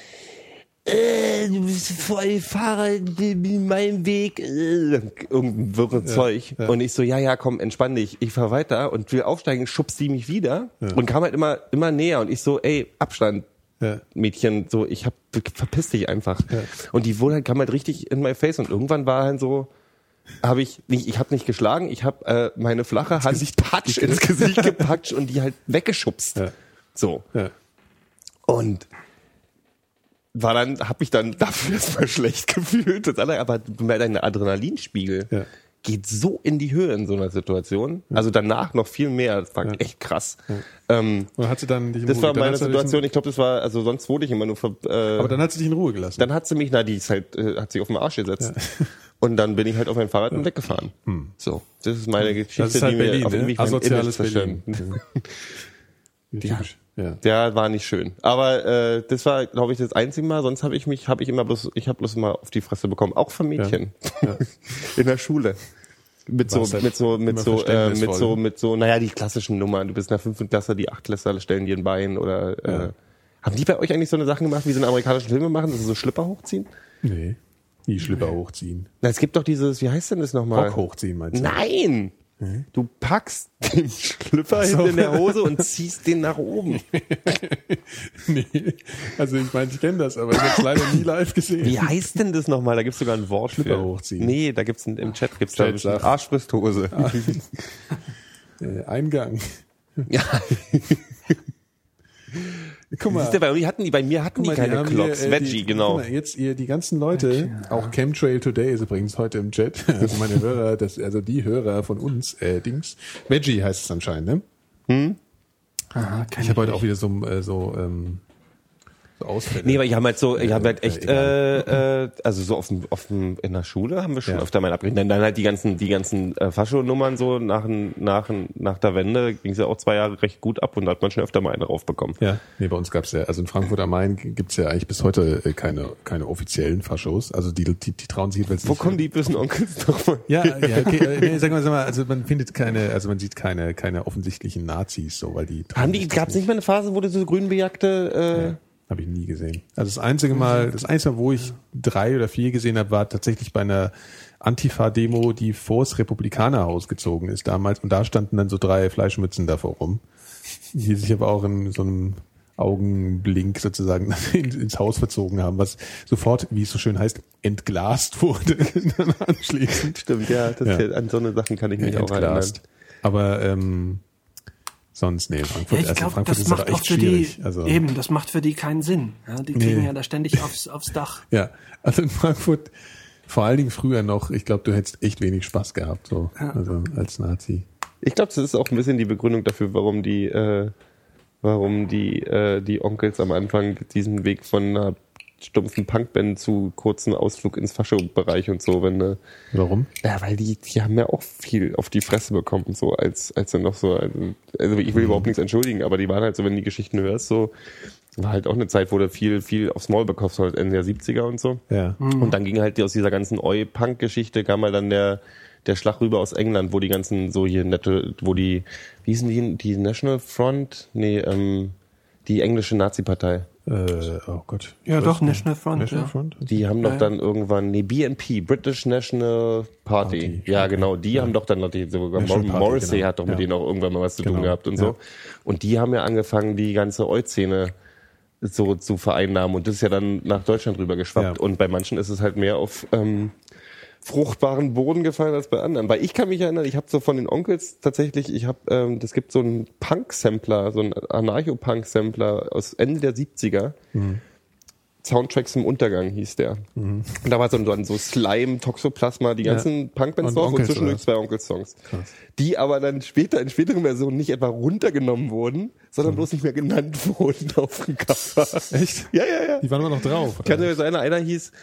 Speaker 6: äh, du bist voll Fahrer in meinem Weg, äh, irgendein wirres Zeug.
Speaker 5: ja.
Speaker 6: Und ich so, ja, ja, komm, entspann dich. Ich fahr weiter und will aufsteigen, schubst sie mich wieder und kam halt immer, immer näher und ich so, ey, Abstand.
Speaker 5: Ja.
Speaker 6: Mädchen, so, ich hab, verpiss dich einfach.
Speaker 5: Ja.
Speaker 6: Und die wurde halt, kam halt richtig in my face und irgendwann war halt so, habe ich nicht, ich habe nicht geschlagen, ich habe äh, meine flache Hand patsch ins Gesicht gepackt und die halt weggeschubst.
Speaker 5: Ja.
Speaker 6: So.
Speaker 5: Ja.
Speaker 6: Und war dann, habe ich dann dafür erstmal schlecht gefühlt. Das andere, aber dein Adrenalinspiegel
Speaker 5: Ja.
Speaker 6: geht so in die Höhe in so einer Situation. Also danach noch viel mehr. Das war echt krass. Ähm,
Speaker 5: Und hat sie dann dich in
Speaker 6: das
Speaker 5: Ruhe
Speaker 6: war
Speaker 5: dann
Speaker 6: meine
Speaker 5: hat sie dich
Speaker 6: Situation.
Speaker 5: In,
Speaker 6: Ich glaube, das war, also sonst wurde ich immer nur ver, äh,
Speaker 5: aber dann hat sie dich in Ruhe gelassen.
Speaker 6: dann hat sie mich, na, die ist halt, äh, hat sich auf den Arsch gesetzt. Und dann bin ich halt auf mein Fahrrad und weggefahren. So, das ist meine Geschichte,
Speaker 5: Hm. Das ist halt
Speaker 6: die mir
Speaker 5: Berlin,
Speaker 6: auf
Speaker 5: ne?
Speaker 6: ewig mein
Speaker 5: Asoziales
Speaker 6: Image
Speaker 5: Berlin.
Speaker 6: zerstört.
Speaker 5: ja. ja.
Speaker 6: Ja, war nicht schön. Aber äh, das war, glaube ich, das einzige Mal. Sonst habe ich mich, habe ich immer bloß, ich habe bloß mal auf die Fresse bekommen, auch von Mädchen in der Schule. Mit so,
Speaker 5: Warst halt
Speaker 6: mit so, mit
Speaker 5: immer
Speaker 6: so, äh, mit
Speaker 5: verständnisvoll.
Speaker 6: so, mit so, naja, die klassischen Nummern. Du bist in der fünften Klasse, die Achtklässler stellen dir ein Bein oder. Äh, haben die bei euch eigentlich so eine Sachen gemacht, wie sie in amerikanischen Filmen machen, dass sie so Schlipper hochziehen?
Speaker 5: Nee. Die Schlipper hochziehen.
Speaker 6: Na, es gibt doch dieses, wie heißt denn das nochmal?
Speaker 5: Rock hochziehen, meinst du?
Speaker 6: Nein! Du packst den Schlüpper
Speaker 5: so.
Speaker 6: hinten in der Hose und ziehst den nach oben.
Speaker 5: Nee. Also ich meine, ich kenne das, aber ich habe es leider nie live gesehen.
Speaker 6: Wie heißt denn das nochmal? Da gibt's sogar ein Wort
Speaker 5: Schlüpper
Speaker 6: für.
Speaker 5: hochziehen.
Speaker 6: Nee, da gibt's ein, im Chat gibt's da
Speaker 5: Chat
Speaker 6: bestimmt
Speaker 5: sagt. Ah.
Speaker 6: Arschfristhose.
Speaker 5: Äh, Eingang.
Speaker 6: Ja.
Speaker 5: Guck
Speaker 6: Siehst du, bei mir hatten die, bei mir hatten
Speaker 5: Guck mal,
Speaker 6: die keine
Speaker 5: haben
Speaker 6: Clocks.
Speaker 5: hier, äh,
Speaker 6: Veggie,
Speaker 5: die,
Speaker 6: genau.
Speaker 5: Guck mal, jetzt ihr die ganzen Leute, auch Chemtrail Today ist übrigens heute im Chat, also meine Hörer, das, also die Hörer von uns, äh, Dings. Veggie heißt es anscheinend, ne?
Speaker 4: Aha, kann
Speaker 5: Ich habe heute auch wieder so, äh, so, ähm, so Ausfälle.
Speaker 6: Nee, aber ich habe halt so, ich habe halt
Speaker 5: äh,
Speaker 6: echt, äh,
Speaker 5: egal.
Speaker 6: äh, also so auf dem, auf dem, in der Schule haben wir schon
Speaker 5: Ja.
Speaker 6: öfter mal abgerechnet. Dann, dann halt die ganzen, die ganzen äh, Faschonummern so nach, dem- nach, dem- nach der Wende ging es ja auch zwei Jahre recht gut ab und da hat man schon öfter mal einen raufbekommen.
Speaker 5: Ja, nee, bei uns gab's ja, also in Frankfurt am Main gibt's ja eigentlich bis heute äh, keine, keine offiziellen Faschos. Also die, die, die trauen sich jedenfalls
Speaker 6: Wo
Speaker 5: nicht.
Speaker 6: kommen die bösen Onkels nochmal?
Speaker 5: Ja, ja, okay, äh, nee, sag mal, sag mal, also man findet keine, also man sieht keine, keine offensichtlichen Nazis, so, weil die.
Speaker 6: Haben die, gab es nicht mal eine Phase, wo du so grünbejagte,
Speaker 5: Habe ich nie gesehen. Also das einzige Mal, das einzige Mal, wo ich drei oder vier gesehen habe, war tatsächlich bei einer Antifa-Demo, die vors Republikanerhaus gezogen ist damals. Und da standen dann so drei Fleischmützen davor rum, die sich aber auch in so einem Augenblink sozusagen in- ins Haus verzogen haben, was sofort, wie es so schön heißt, entglast wurde dann
Speaker 6: äh,
Speaker 5: anschließend.
Speaker 6: stimmt, ja, das
Speaker 5: Ja.
Speaker 6: Hier, an so eine Sachen kann ich mich auch erinnern.
Speaker 5: Entglast. Aber ähm, sonst, nee,
Speaker 4: Ja,
Speaker 5: Frankfurt,
Speaker 4: ich
Speaker 5: also
Speaker 4: glaube,
Speaker 5: Frankfurt
Speaker 4: das
Speaker 5: ist aber
Speaker 4: macht
Speaker 5: echt
Speaker 4: auch für
Speaker 5: schwierig.
Speaker 4: die,
Speaker 5: also,
Speaker 4: eben, das macht für die keinen Sinn. Ja, die kriegen
Speaker 5: Nee.
Speaker 4: ja da ständig aufs, aufs Dach.
Speaker 5: Ja, also in Frankfurt, vor allen Dingen früher noch, ich glaube, du hättest echt wenig Spaß gehabt, so, also als Nazi.
Speaker 6: Ich glaube, das ist auch ein bisschen die Begründung dafür, warum die, äh, warum die, äh, die Onkels am Anfang diesen Weg von einer stumpfen Punkband zu kurzen Ausflug ins Fascho-Bereich und so, wenn ne,
Speaker 5: Warum?
Speaker 6: ja, weil die, die haben ja auch viel auf die Fresse bekommen, so als, als dann noch so, also, also ich will überhaupt nichts entschuldigen, aber die waren halt so, wenn du die Geschichten hörst, so, war halt auch eine Zeit, wo du viel, viel aufs Maul bekommst, halt Ende der 70er und so.
Speaker 5: Ja.
Speaker 6: Und dann ging halt aus dieser ganzen Oi-Punk-Geschichte kam mal dann der, der Schlag rüber aus England, wo die ganzen so hier nette, wo die, wie hießen die, die National Front? Nee, ähm, die englische Nazi-Partei.
Speaker 5: Äh, oh Gott. Ich
Speaker 4: Ja,
Speaker 5: weiß
Speaker 4: doch,
Speaker 5: nicht.
Speaker 4: National Front,
Speaker 5: National
Speaker 4: ja.
Speaker 5: Front?
Speaker 6: Die haben doch dann irgendwann, nee, BNP, British National
Speaker 5: Party,
Speaker 6: Party. ja,
Speaker 5: Ah, okay.
Speaker 6: genau, die haben doch dann noch die, sogar
Speaker 5: National
Speaker 6: Mor
Speaker 5: Party,
Speaker 6: Morrissey
Speaker 5: genau.
Speaker 6: hat doch
Speaker 5: Ja.
Speaker 6: mit denen auch irgendwann mal was zu tun
Speaker 5: Genau,
Speaker 6: gehabt und
Speaker 5: ja.
Speaker 6: so. Und die haben ja angefangen, die ganze Oi-Szene so zu vereinnahmen und das ist ja dann nach Deutschland rüber geschwappt.
Speaker 5: Ja.
Speaker 6: Und bei manchen ist es halt mehr auf ähm, fruchtbaren Boden gefallen als bei anderen. Weil ich kann mich erinnern, ich habe so von den Onkels tatsächlich, ich habe, ähm, das gibt so einen Punk-Sampler, so einen Anarcho-Punk-Sampler aus Ende der 70er. Soundtracks im Untergang hieß der.
Speaker 5: Mhm.
Speaker 6: Und da war so dann so Slime, Toxoplasma, die ganzen Punkbands
Speaker 5: Und
Speaker 6: drauf und
Speaker 5: Onkels,
Speaker 6: zwischendurch
Speaker 5: oder?
Speaker 6: zwei Onkelsongs.
Speaker 5: Krass.
Speaker 6: Die aber dann später in späteren Versionen nicht etwa runtergenommen wurden, sondern bloß nicht mehr genannt wurden auf dem Cover.
Speaker 5: Mhm. Echt?
Speaker 6: Ja, ja, ja.
Speaker 5: Die waren immer noch drauf.
Speaker 6: Ich hatte so einer, einer hieß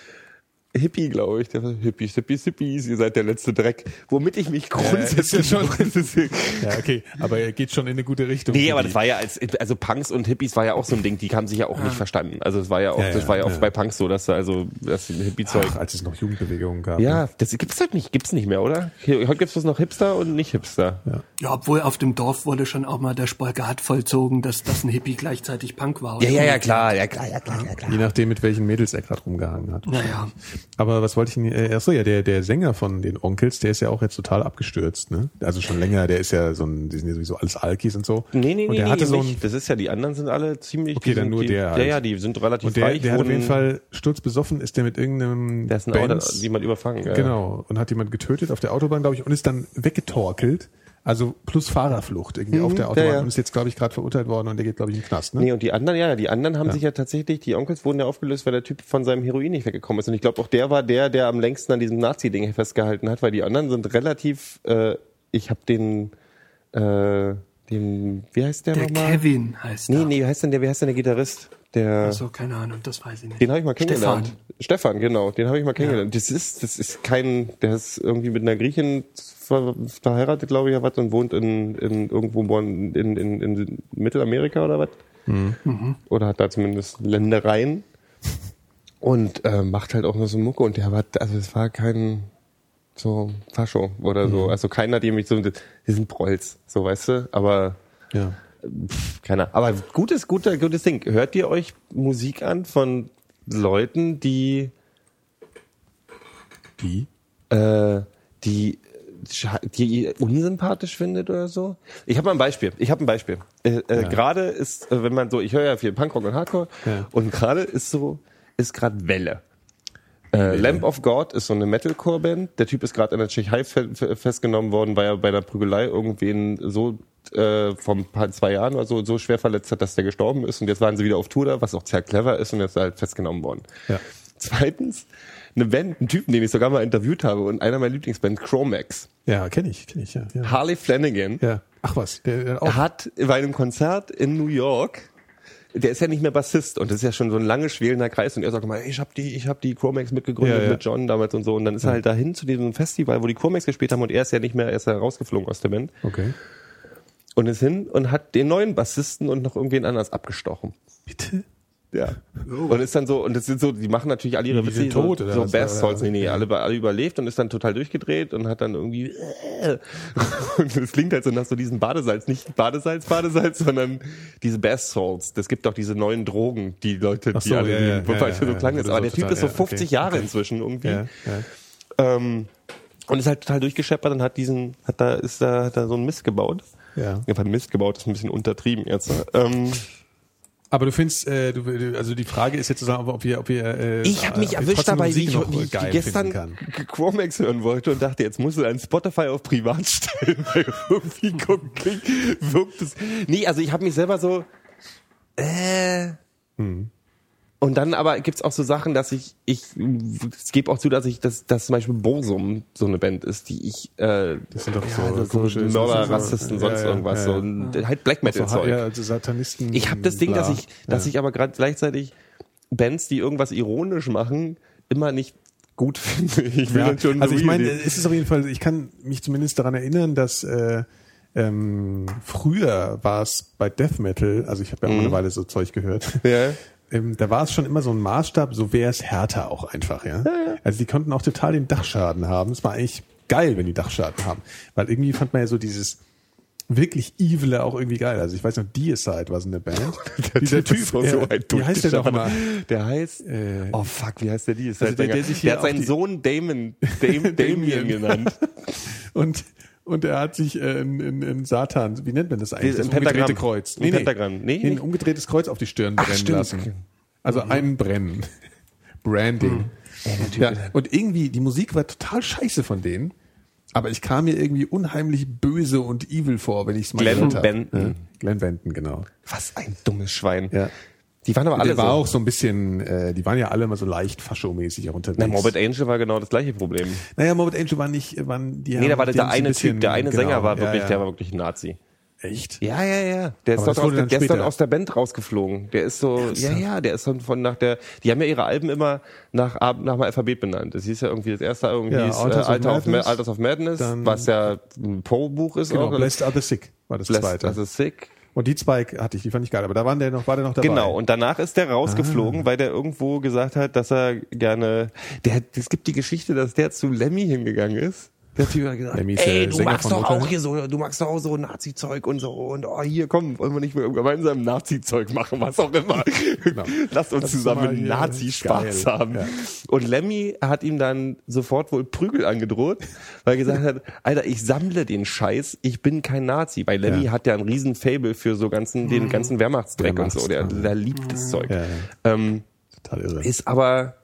Speaker 6: Hippie, glaube ich. Der war, Hippies, Hippies, Hippies, ihr seid der letzte Dreck. Womit ich mich grundsätzlich...
Speaker 5: ja Ja, okay, aber er geht schon in eine gute Richtung.
Speaker 6: Nee, aber das war ja als, also Punks und Hippies war ja auch so ein Ding, die haben sich ja auch nicht verstanden. Also es war ja auch,
Speaker 5: Ah. Ja,
Speaker 6: das
Speaker 5: ja,
Speaker 6: war ja auch
Speaker 5: ja.
Speaker 6: bei Punks so, dass da also das Hippie-Zeug.
Speaker 5: Ach, als es noch Jugendbewegungen gab. ne?
Speaker 6: Ja, das gibt's halt nicht, gibt's nicht mehr, oder? Hier, heute gibt's bloß noch Hipster und nicht Hipster.
Speaker 4: Ja, obwohl auf dem Dorf wurde schon auch mal der Spalgat vollzogen, dass das ein Hippie gleichzeitig Punk war. oder?
Speaker 6: klar, ja klar, ja klar, ja klar.
Speaker 5: Je nachdem, mit welchen Mädels er gerade rumgehangen hat.
Speaker 4: Naja.
Speaker 5: Aber was wollte ich denn, äh, achso, ja, der, der Sänger von den Onkels, der ist ja auch jetzt total abgestürzt, ne? Also schon länger, der ist ja so ein, die sind ja sowieso alles Alkis und so.
Speaker 6: Nee, nee,
Speaker 5: und
Speaker 6: nee,
Speaker 5: der hatte
Speaker 6: nee,
Speaker 5: so ein,
Speaker 6: nicht. das ist ja, die anderen sind alle ziemlich...
Speaker 5: Okay,
Speaker 6: die
Speaker 5: dann
Speaker 6: sind,
Speaker 5: nur
Speaker 6: die,
Speaker 5: der
Speaker 6: Ja,
Speaker 5: halt.
Speaker 6: ja, die sind relativ
Speaker 5: und der,
Speaker 6: reich.
Speaker 5: der hat auf jeden
Speaker 6: wurden-
Speaker 5: Fall sturzbesoffen, ist der mit irgendeinem,
Speaker 6: Da ist ein Auto,
Speaker 5: Benz-
Speaker 6: jemand überfangen. Ja.
Speaker 5: Genau. Und hat jemand getötet auf der Autobahn, glaube ich, und ist dann weggetorkelt. Also plus Fahrerflucht irgendwie auf der Autobahn
Speaker 6: Mhm. ja, ja.
Speaker 5: und ist jetzt, glaube ich, gerade verurteilt worden und der geht, glaube ich, in den Knast. Ne?
Speaker 6: Nee, und die anderen, ja, die anderen haben sich ja tatsächlich, die Onkels wurden ja aufgelöst, weil der Typ von seinem Heroin nicht weggekommen ist. Und ich glaube, auch der war der, der am längsten an diesem Nazi-Ding festgehalten hat, weil die anderen sind relativ, äh, ich habe den, äh, den, wie heißt der,
Speaker 4: Der
Speaker 6: nochmal?
Speaker 4: Kevin heißt
Speaker 6: Nee,
Speaker 4: er.
Speaker 6: nee, wie heißt denn der, wie heißt denn der Gitarrist? Der,
Speaker 4: So, keine Ahnung, das weiß ich nicht.
Speaker 6: den habe ich mal kennengelernt. Stefan, genau, den habe ich mal kennengelernt. Das ist, das ist kein, der ist irgendwie mit einer Griechin ver- verheiratet, glaube ich, oder was, und wohnt in, in irgendwo in, in, in, in Mittelamerika oder was. Oder hat da zumindest Ländereien. Und äh, macht halt auch nur so Mucke. Und der war, also es war kein so Fascho oder so. Also keiner, die mich so, die sind Prolls, so weißt du, aber
Speaker 5: Ja.
Speaker 6: Pff, keiner. Aber gutes, guter, gutes Ding. Hört ihr euch Musik an von Leuten, die,
Speaker 5: Wie?
Speaker 6: äh, die, scha- die ihr unsympathisch findet oder so? Ich habe mal ein Beispiel. Ich habe ein Beispiel. Äh, äh, Gerade ist, äh, wenn man so, ich höre ja viel Punkrock und Hardcore,
Speaker 5: Ja.
Speaker 6: und gerade ist so, ist gerade Welle. Äh, Lamp of God ist so eine Metalcore-Band. Der Typ ist gerade in der Tschechei fe fe festgenommen worden, weil er bei einer Prügelei irgendwen so äh, vor ein paar, zwei Jahren oder so, so schwer verletzt hat, dass der gestorben ist. Und jetzt waren sie wieder auf Tour da, was auch sehr clever ist und jetzt ist er halt festgenommen worden.
Speaker 5: Ja.
Speaker 6: Zweitens, eine Band, einen Typen, den ich sogar mal interviewt habe und einer meiner Lieblingsbands, Chromax.
Speaker 5: Ja, kenne ich, kenne ich, ja. ja.
Speaker 6: Harley Flanagan
Speaker 5: ja. Ach was, der, der auch.
Speaker 6: hat bei einem Konzert in New York der ist ja nicht mehr Bassist und das ist ja schon so ein lange schwelender Kreis und er sagt immer, ich habe die, ich habe die Chromax mitgegründet
Speaker 5: Ja, ja.
Speaker 6: mit John damals und so und dann ist er halt dahin zu diesem Festival, wo die Chromax gespielt haben und er ist ja nicht mehr, er ist ja rausgeflogen aus der Band
Speaker 5: Okay.
Speaker 6: und ist hin und hat den neuen Bassisten und noch irgendwen anders abgestochen.
Speaker 5: Bitte?
Speaker 6: Ja. Und ist dann so, und das sind so, die machen natürlich alle ihre
Speaker 5: Oh. Die
Speaker 6: Witze.
Speaker 5: sind tot,
Speaker 6: so,
Speaker 5: oder
Speaker 6: so
Speaker 5: was?
Speaker 6: Best Souls, nee, nee,
Speaker 5: Ja.
Speaker 6: alle, alle überlebt und ist dann total durchgedreht und hat dann irgendwie, äh, und es klingt halt so nach so diesem Badesalz, nicht Badesalz, Badesalz, sondern diese Best Souls. Das gibt auch diese neuen Drogen, die Leute,
Speaker 5: Ach
Speaker 6: die
Speaker 5: so,
Speaker 6: alle,
Speaker 5: ja,
Speaker 6: die,
Speaker 5: ja,
Speaker 6: wobei
Speaker 5: ja,
Speaker 6: schon so
Speaker 5: ja,
Speaker 6: klang
Speaker 5: ja,
Speaker 6: ist,
Speaker 5: wurde
Speaker 6: aber
Speaker 5: so
Speaker 6: der Typ
Speaker 5: total-
Speaker 6: ist so
Speaker 5: ja,
Speaker 6: 50
Speaker 5: okay,
Speaker 6: Jahre
Speaker 5: okay.
Speaker 6: inzwischen irgendwie.
Speaker 5: Ja, ja.
Speaker 6: Ähm, und ist halt total durchgescheppert und hat diesen, hat da, ist da, hat da so einen Mist gebaut.
Speaker 5: Ja.
Speaker 6: Ja, weil Mist gebaut ist ein bisschen untertrieben jetzt. ne? Ähm,
Speaker 5: Aber du findest, äh, du, du- also die Frage ist jetzt sozusagen, ob wir, ob wir, äh,
Speaker 6: Ich habe
Speaker 5: ob
Speaker 6: mich
Speaker 5: wir
Speaker 6: erwischt
Speaker 5: trotzdem
Speaker 6: dabei, wie
Speaker 5: Musik
Speaker 6: ich,
Speaker 5: noch
Speaker 6: wie ich
Speaker 5: geil
Speaker 6: gestern
Speaker 5: finden kann.
Speaker 6: Chromex hören wollte und dachte, jetzt muss er an Spotify auf Privat stellen, weil irgendwie gucken, wirkt es. Nee, also ich habe mich selber so, äh.
Speaker 5: Hm.
Speaker 6: Und dann aber gibt's auch so Sachen, dass ich, ich, es gebe auch zu, dass ich, dass, dass zum Beispiel Borsum so eine Band ist, die ich, äh,
Speaker 5: Das sind doch
Speaker 6: ja,
Speaker 5: so
Speaker 6: also
Speaker 5: komische- das
Speaker 6: Mörder,
Speaker 5: sind so-
Speaker 6: Rassisten,
Speaker 5: ja,
Speaker 6: sonst
Speaker 5: ja,
Speaker 6: irgendwas,
Speaker 5: ja,
Speaker 6: so
Speaker 5: ja.
Speaker 6: ein- halt Black Metal
Speaker 5: So,
Speaker 6: Zeug.
Speaker 5: ja, also Satanisten.
Speaker 6: Ich habe das Ding, dass
Speaker 5: bla.
Speaker 6: ich, dass
Speaker 5: ja.
Speaker 6: ich aber gerade gleichzeitig Bands, die irgendwas ironisch machen, immer nicht gut finde. Ich will
Speaker 5: Ja,
Speaker 6: dann schon
Speaker 5: also ich
Speaker 6: so
Speaker 5: meine,
Speaker 6: reden.
Speaker 5: es ist auf jeden Fall, ich kann mich zumindest daran erinnern, dass äh, ähm, früher war es bei Death Metal, also ich habe ja auch eine Weile so Zeug gehört,
Speaker 6: Mhm. Ja.
Speaker 5: ähm, da war es schon immer so ein Maßstab, so wäre es härter auch einfach, ja? Also die konnten auch total den Dachschaden haben. Es war eigentlich geil, wenn die Dachschaden haben. Weil irgendwie fand man ja so dieses wirklich Evile auch irgendwie geil. Also ich weiß noch, Deicide war so eine Band. Dieser Typ,
Speaker 6: ist so
Speaker 5: ja,
Speaker 6: ein
Speaker 5: wie heißt der doch
Speaker 6: Dummkopf.
Speaker 5: mal? Äh,
Speaker 6: Der heißt, oh fuck, wie heißt der die? Ist
Speaker 5: also
Speaker 6: halt
Speaker 5: der,
Speaker 6: länger.
Speaker 5: der sich hier
Speaker 6: der hat
Speaker 5: auf
Speaker 6: seinen
Speaker 5: die-
Speaker 6: Sohn Damon, Dam, Damien
Speaker 5: Damien.
Speaker 6: genannt.
Speaker 5: Und, und er hat sich äh, in, in, in Satan, wie nennt man das eigentlich?
Speaker 6: Ein
Speaker 5: Das
Speaker 6: Pentagramm.
Speaker 5: umgedrehte Kreuz.
Speaker 6: Ein Pentagramm. Nee,
Speaker 5: Nee, nee, ein
Speaker 6: nicht.
Speaker 5: umgedrehtes Kreuz auf die Stirn brennen
Speaker 6: stimmt. Mhm.
Speaker 5: lassen. Also einbrennen. Branding. Ja, und irgendwie, die Musik war total scheiße von denen. Aber ich kam mir irgendwie unheimlich böse und evil vor, wenn ich es mal
Speaker 6: Glenn
Speaker 5: gehört hab.
Speaker 6: Benton.
Speaker 5: Ja, Glenn Benton, genau.
Speaker 6: Was ein dummes Schwein.
Speaker 5: Ja.
Speaker 6: Die waren aber alle
Speaker 5: Der war
Speaker 6: so.
Speaker 5: auch so ein bisschen, äh, die waren ja alle mal so leicht faschomäßig auch unterwegs.
Speaker 6: Na, Morbid Angel war genau das gleiche Problem.
Speaker 5: naja, Morbid Angel waren nicht, waren die
Speaker 6: Nee, da
Speaker 5: haben
Speaker 6: war der
Speaker 5: denen so ein
Speaker 6: eine
Speaker 5: bisschen-
Speaker 6: Typ, der eine
Speaker 5: genau,
Speaker 6: Sänger war
Speaker 5: ja,
Speaker 6: wirklich,
Speaker 5: ja.
Speaker 6: der war wirklich ein Nazi.
Speaker 5: Echt?
Speaker 6: Ja, ja, ja. Der ist,
Speaker 5: Aber
Speaker 6: dort
Speaker 5: das
Speaker 6: aus,
Speaker 5: wurde
Speaker 6: der,
Speaker 5: dann
Speaker 6: der ist dort
Speaker 5: später.
Speaker 6: aus der Band rausgeflogen. Der ist so, ja, ja, der ist dann von nach der, die haben ja ihre Alben immer nach, Ab- nach dem Alphabet benannt. Das hieß ja irgendwie, das erste Album
Speaker 5: Ja,
Speaker 6: hieß
Speaker 5: Alters
Speaker 6: äh,
Speaker 5: of
Speaker 6: Alter of Ma-
Speaker 5: Madness.
Speaker 6: Alters of Madness,
Speaker 5: Dann-
Speaker 6: was ja ein Poe-Buch ist.
Speaker 5: Genau,
Speaker 6: auch.
Speaker 5: Blessed Are the Sick war das
Speaker 6: Blessed,
Speaker 5: zweite.
Speaker 6: das ist sick.
Speaker 5: und die zwei hatte ich, die fand ich geil, aber da waren der noch, war der noch dabei. Ah.
Speaker 6: Genau, und danach ist der rausgeflogen, weil der irgendwo gesagt hat, dass er gerne. Der, es gibt die Geschichte, dass der zu Lemmy hingegangen ist. Der Typ hat gesagt,
Speaker 5: Lemmy ist
Speaker 6: ey,
Speaker 5: der
Speaker 6: du
Speaker 5: Sänger
Speaker 6: magst
Speaker 5: von
Speaker 6: doch
Speaker 5: Motorhead."
Speaker 6: auch hier so, du magst doch auch so Nazi-Zeug und so und oh, hier komm, wollen wir nicht mal gemeinsam Nazi-Zeug machen, was auch immer.
Speaker 5: Genau. Lass
Speaker 6: Lasst uns
Speaker 5: uns mal
Speaker 6: zusammen
Speaker 5: hier-
Speaker 6: Nazi-Spaß
Speaker 5: Geil.
Speaker 6: haben.
Speaker 5: Ja.
Speaker 6: Und Lemmy hat ihm dann sofort wohl Prügel angedroht, weil er gesagt hat, Alter, ich sammle den Scheiß, ich bin kein Nazi. Weil Lemmy
Speaker 5: Ja.
Speaker 6: hat ja einen riesen Fable für so ganzen, den ganzen Wehrmachtsdreck und so. Der,
Speaker 5: Wehrmachtskram.
Speaker 6: der liebt das Zeug.
Speaker 5: Ja, ja.
Speaker 6: Ähm,
Speaker 5: Total irre.
Speaker 6: ist aber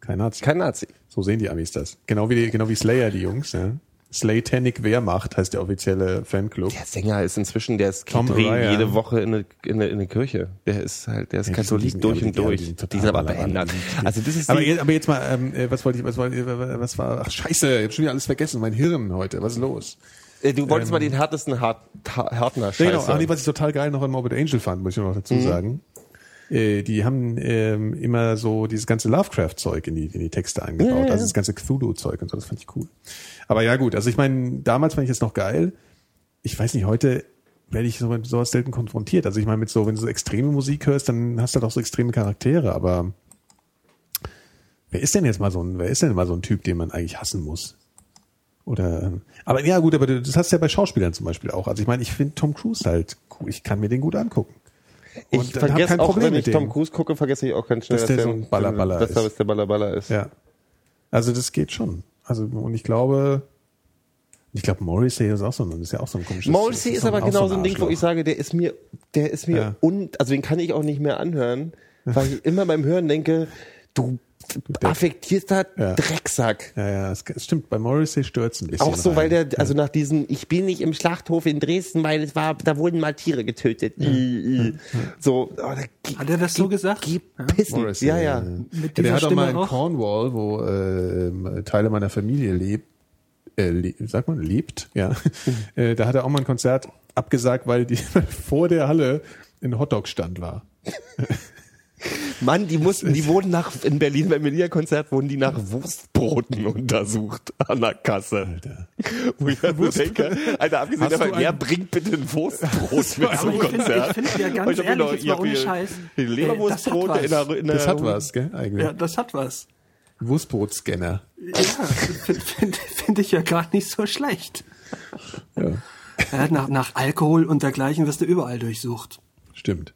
Speaker 5: kein Nazi.
Speaker 6: kein Nazi.
Speaker 5: so sehen die Amis das. Genau wie, die, genau wie Slayer, die Jungs. Ne? Slaytanic Wehrmacht heißt der offizielle Fanclub.
Speaker 6: Der Sänger ist inzwischen, der ist
Speaker 5: Tom
Speaker 6: geht re-
Speaker 5: Araya.
Speaker 6: jede Woche in eine, in, eine, in eine Kirche. Der ist halt, der ist
Speaker 5: Ja, die
Speaker 6: Katholik
Speaker 5: sind-
Speaker 6: durch
Speaker 5: aber
Speaker 6: und
Speaker 5: die-
Speaker 6: durch.
Speaker 5: die
Speaker 6: Die
Speaker 5: sind
Speaker 6: sind,
Speaker 5: total
Speaker 6: aber
Speaker 5: Ballermann.
Speaker 6: behindert. Also das ist
Speaker 5: aber,
Speaker 6: die-
Speaker 5: jetzt, aber jetzt mal, ähm, äh, was wollte ich, was wollte ich, was war, ach scheiße, ich hab schon wieder alles vergessen, mein Hirn heute, was ist los?
Speaker 6: Äh, du wolltest mal den härtesten Hart, Ha- Härtner
Speaker 5: Ähm. Ja,
Speaker 6: scheiße. Mhm.
Speaker 5: genau, ach, nee, was ich total geil noch an Morbid Angel fand, muss ich noch dazu sagen. Äh, die haben ähm, immer so dieses ganze Lovecraft-Zeug in die, in die Texte eingebaut,
Speaker 6: Ja, ja, ja.
Speaker 5: also das ganze Cthulhu-Zeug und so, das fand ich cool. Aber ja gut, also ich meine, damals fand ich das noch geil. Ich weiß nicht, heute werde ich so mit sowas selten konfrontiert. Also ich meine, mit so, wenn du so extreme Musik hörst, dann hast du halt auch so extreme Charaktere, aber wer ist denn jetzt mal so ein, wer ist denn mal so ein Typ, den man eigentlich hassen muss? Oder, ähm, aber ja gut, aber du- das hast du ja bei Schauspielern zum Beispiel auch. Also ich meine, ich finde Tom Cruise halt cool. Ich kann mir den gut angucken.
Speaker 6: ich
Speaker 5: und dann hab kein
Speaker 6: vergesse auch,
Speaker 5: Problem
Speaker 6: wenn ich
Speaker 5: mit dem.
Speaker 6: Tom Cruise gucke, vergesse ich auch ganz schnell,
Speaker 5: Dass der so ein Ballerballer
Speaker 6: dass,
Speaker 5: ist.
Speaker 6: er- dass der Ballerballer ist.
Speaker 5: Ja. Also das geht schon. Also und ich glaube, ich glaube Morrissey ist auch so ein, ist ja auch so ein komisches.
Speaker 6: Morrissey ist
Speaker 5: auch-
Speaker 6: aber
Speaker 5: auch
Speaker 6: genau so ein Ding, wo
Speaker 5: Arschloch.
Speaker 6: ich sage, der ist mir, der ist mir
Speaker 5: Ja.
Speaker 6: un, also den kann ich auch nicht mehr anhören, weil ich immer beim Hören denke, du affektierter
Speaker 5: Ja.
Speaker 6: Drecksack.
Speaker 5: Ja, ja, es es stimmt. Bei Morrissey stört's ein bisschen.
Speaker 6: Auch so, weil
Speaker 5: rein.
Speaker 6: der, also nach diesem, ich bin nicht im Schlachthof in Dresden, weil es war, da wurden mal Tiere getötet. I, I. So, oh, da,
Speaker 4: Hat er das so gesagt?
Speaker 6: Geh pissen.
Speaker 5: Morrissey,
Speaker 6: ja, ja.
Speaker 5: ja,
Speaker 4: äh, dieser
Speaker 5: der hat auch
Speaker 4: Stimme
Speaker 5: mal in
Speaker 4: auch?
Speaker 5: Cornwall, wo äh, Teile meiner Familie lebt, äh, le sagt man, lebt, ja. Äh, da hat er auch mal ein Konzert abgesagt, weil die vor der Halle ein Hotdog-Stand war.
Speaker 6: Mann, die mussten, die wurden nach, in Berlin beim Melia-Konzert wurden die nach Wurstbroten untersucht an der Kasse.
Speaker 5: Alter.
Speaker 6: Wo ich dann so denke, Alter, abgesehen
Speaker 5: Hast du
Speaker 6: davon,
Speaker 5: ein-
Speaker 6: wer bringt bitte ein Wurstbrot mit zum
Speaker 4: ich find-
Speaker 6: Konzert?
Speaker 4: ich find ja ganz
Speaker 6: Und ich hab mir
Speaker 4: ehrlich,
Speaker 6: noch-
Speaker 4: jetzt
Speaker 6: ich
Speaker 4: mal
Speaker 6: hab
Speaker 4: ohne
Speaker 6: hier
Speaker 4: Scheiß,
Speaker 6: Die
Speaker 4: äh, das
Speaker 6: Leberwurstbrote
Speaker 4: hat
Speaker 6: in der, in der
Speaker 5: Das hat was, gell, eigentlich.
Speaker 4: Ja, das hat was.
Speaker 5: Wurstbrotscanner.
Speaker 4: Ja, finde find, find ich ja gar nicht so schlecht.
Speaker 5: Ja,
Speaker 4: Ja, nach, nach Alkohol und dergleichen wirst du überall durchsucht.
Speaker 5: stimmt.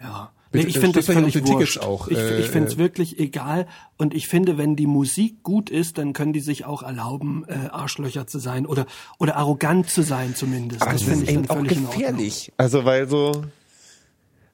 Speaker 4: Ja. Nee,
Speaker 5: Bitte,
Speaker 4: ich
Speaker 5: da
Speaker 4: finde das
Speaker 5: steht bei
Speaker 4: völlig
Speaker 5: den Tickets
Speaker 4: wurscht.
Speaker 5: auch,
Speaker 4: ich
Speaker 5: äh,
Speaker 4: ich finde es wirklich egal. Und ich finde, wenn die Musik gut ist, dann können die sich auch erlauben, äh, Arschlöcher zu sein oder, oder arrogant zu sein
Speaker 6: Ah,
Speaker 4: zumindest. das finde ich dann völlig in Ordnung.
Speaker 6: Also, weil so,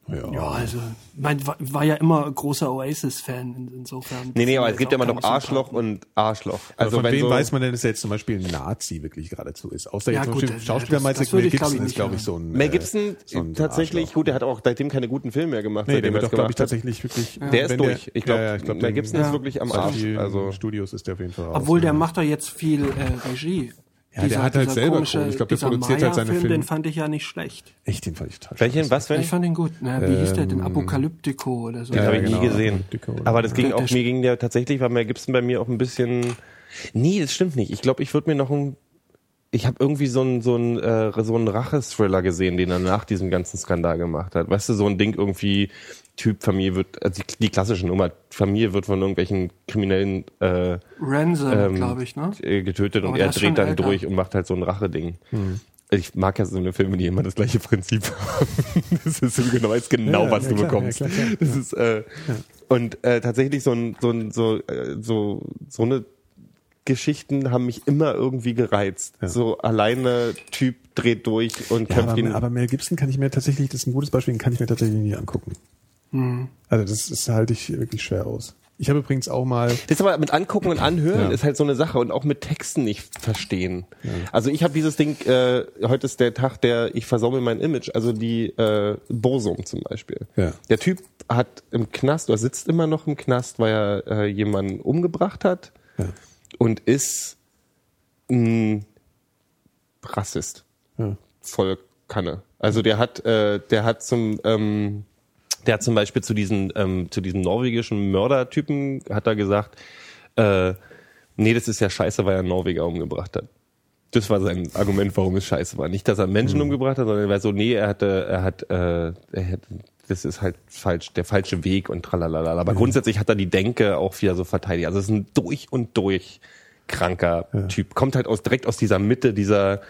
Speaker 5: Ja.
Speaker 4: Ja, also, mein, war, war ja immer großer Oasis-Fan in, insofern.
Speaker 6: nee, nee, aber es gibt ja immer noch
Speaker 4: Ganz
Speaker 6: Arschloch und Arschloch.
Speaker 5: Also
Speaker 6: Also,
Speaker 5: von
Speaker 6: wenn
Speaker 5: wem
Speaker 6: so,
Speaker 5: weiß man denn, dass er jetzt zum Beispiel ein Nazi wirklich geradezu ist? Außer
Speaker 4: Ja,
Speaker 5: jetzt
Speaker 4: gut,
Speaker 5: zum Beispiel
Speaker 4: das-
Speaker 5: Schauspieler
Speaker 4: das-
Speaker 5: meinst
Speaker 4: das würde ich,
Speaker 5: Mel
Speaker 4: glaub ich,
Speaker 5: Gibson ist,
Speaker 4: nicht
Speaker 5: glaube ich,
Speaker 4: hören.
Speaker 5: so ein
Speaker 6: Mel
Speaker 5: äh,
Speaker 6: Gibson,
Speaker 5: so ein- so ein
Speaker 6: tatsächlich,
Speaker 5: Arschloch.
Speaker 6: gut, der hat auch seitdem keine guten Filme mehr gemacht.
Speaker 5: Nee, der
Speaker 6: seitdem
Speaker 5: wird
Speaker 6: er's
Speaker 5: doch, glaube ich,
Speaker 6: gemacht hat.
Speaker 5: tatsächlich wirklich.
Speaker 6: Der ist
Speaker 5: wenn
Speaker 6: durch. Ich glaube,
Speaker 5: ja, ja, ich
Speaker 6: Mel
Speaker 5: den-
Speaker 6: Gibson
Speaker 4: Ja.
Speaker 6: ist wirklich am
Speaker 5: Bei
Speaker 6: Arsch.
Speaker 5: vielen
Speaker 6: Also,
Speaker 5: Studios ist der auf jeden Fall raus.
Speaker 4: Obwohl, der
Speaker 5: ne?
Speaker 4: macht doch jetzt viel äh, Regie.
Speaker 5: Ja, der hat halt selber Kohle. Ich glaub, der
Speaker 4: dieser
Speaker 5: produziert halt seine
Speaker 4: Maya-Film,
Speaker 5: Filme.
Speaker 4: Den fand ich ja nicht schlecht.
Speaker 5: Echt, den fand ich total
Speaker 6: welchen, was,
Speaker 4: Ja,
Speaker 6: wenn?
Speaker 4: ich fand ihn gut. Na, wie hieß der denn? Apokalyptico oder so.
Speaker 6: Den
Speaker 5: Ja,
Speaker 6: habe ich
Speaker 5: genau.
Speaker 6: nie gesehen.
Speaker 5: Dicke, oder?
Speaker 6: Aber das ging
Speaker 4: Der-
Speaker 6: auch,
Speaker 4: der-
Speaker 6: mir ging der tatsächlich, war Mel Gibson bei mir auch ein bisschen. Nee, das stimmt nicht. Ich glaube, ich würde mir noch ein. Ich habe irgendwie so einen so einen, äh, so einen Rache-Thriller gesehen, den er nach diesem ganzen Skandal gemacht hat. Weißt du, so ein Ding irgendwie, Typ, Familie wird, also die, die klassische Nummer, Familie wird von irgendwelchen kriminellen äh,
Speaker 4: Ransom,
Speaker 6: ähm,
Speaker 4: glaube ich, ne?
Speaker 6: äh, getötet
Speaker 4: Aber
Speaker 6: und
Speaker 4: der
Speaker 6: er
Speaker 4: ist schon
Speaker 6: dreht dann
Speaker 4: älter.
Speaker 6: durch und macht halt so ein Rache-Ding.
Speaker 5: Hm.
Speaker 6: Ich mag ja so eine Filme, die immer das gleiche Prinzip haben. Das ist so genau, weiß genau,
Speaker 5: Ja,
Speaker 6: was
Speaker 5: ja,
Speaker 6: du
Speaker 5: klar,
Speaker 6: bekommst.
Speaker 5: ja, klar, klar,
Speaker 6: das ist äh, und äh, tatsächlich so ein so ein so äh, so so eine Geschichten haben mich immer irgendwie gereizt. So alleine Typ dreht durch und
Speaker 5: Ja,
Speaker 6: kämpft gegen.
Speaker 5: aber, aber Mel Gibson kann ich mir tatsächlich, das ist ein gutes Beispiel, den kann ich mir tatsächlich nie angucken.
Speaker 4: Hm.
Speaker 5: Also das, das halte ich wirklich schwer aus. Ich habe übrigens auch mal,
Speaker 6: Das ist aber mit angucken und anhören
Speaker 5: Ja.
Speaker 6: ist halt so eine Sache und auch mit Texten nicht verstehen. Also ich habe dieses Ding, äh, heute ist der Tag, der ich versammle mein Image, also die äh, Bosum zum Beispiel.
Speaker 5: Ja.
Speaker 6: Der Typ hat im Knast oder sitzt immer noch im Knast, weil er äh, jemanden umgebracht hat
Speaker 5: ja,
Speaker 6: und ist ein Rassist.
Speaker 5: ja,
Speaker 6: Voll Kanne. Also der hat, äh, der hat zum, ähm, der hat zum Beispiel zu diesen, ähm, zu diesem norwegischen Mördertypen hat er gesagt, äh, nee, das ist ja scheiße, weil er einen Norweger umgebracht hat. Das war sein Argument, warum es scheiße war. Nicht, dass er
Speaker 5: Hm.
Speaker 6: Menschen umgebracht hat, sondern er war so, nee, er hatte, er hat, äh, er hat, das ist halt falsch, der falsche Weg und tralalala. Aber grundsätzlich hat er die Denke auch wieder so verteidigt. Also es ist ein durch und durch kranker Typ. Kommt halt aus, direkt aus dieser Mitte dieser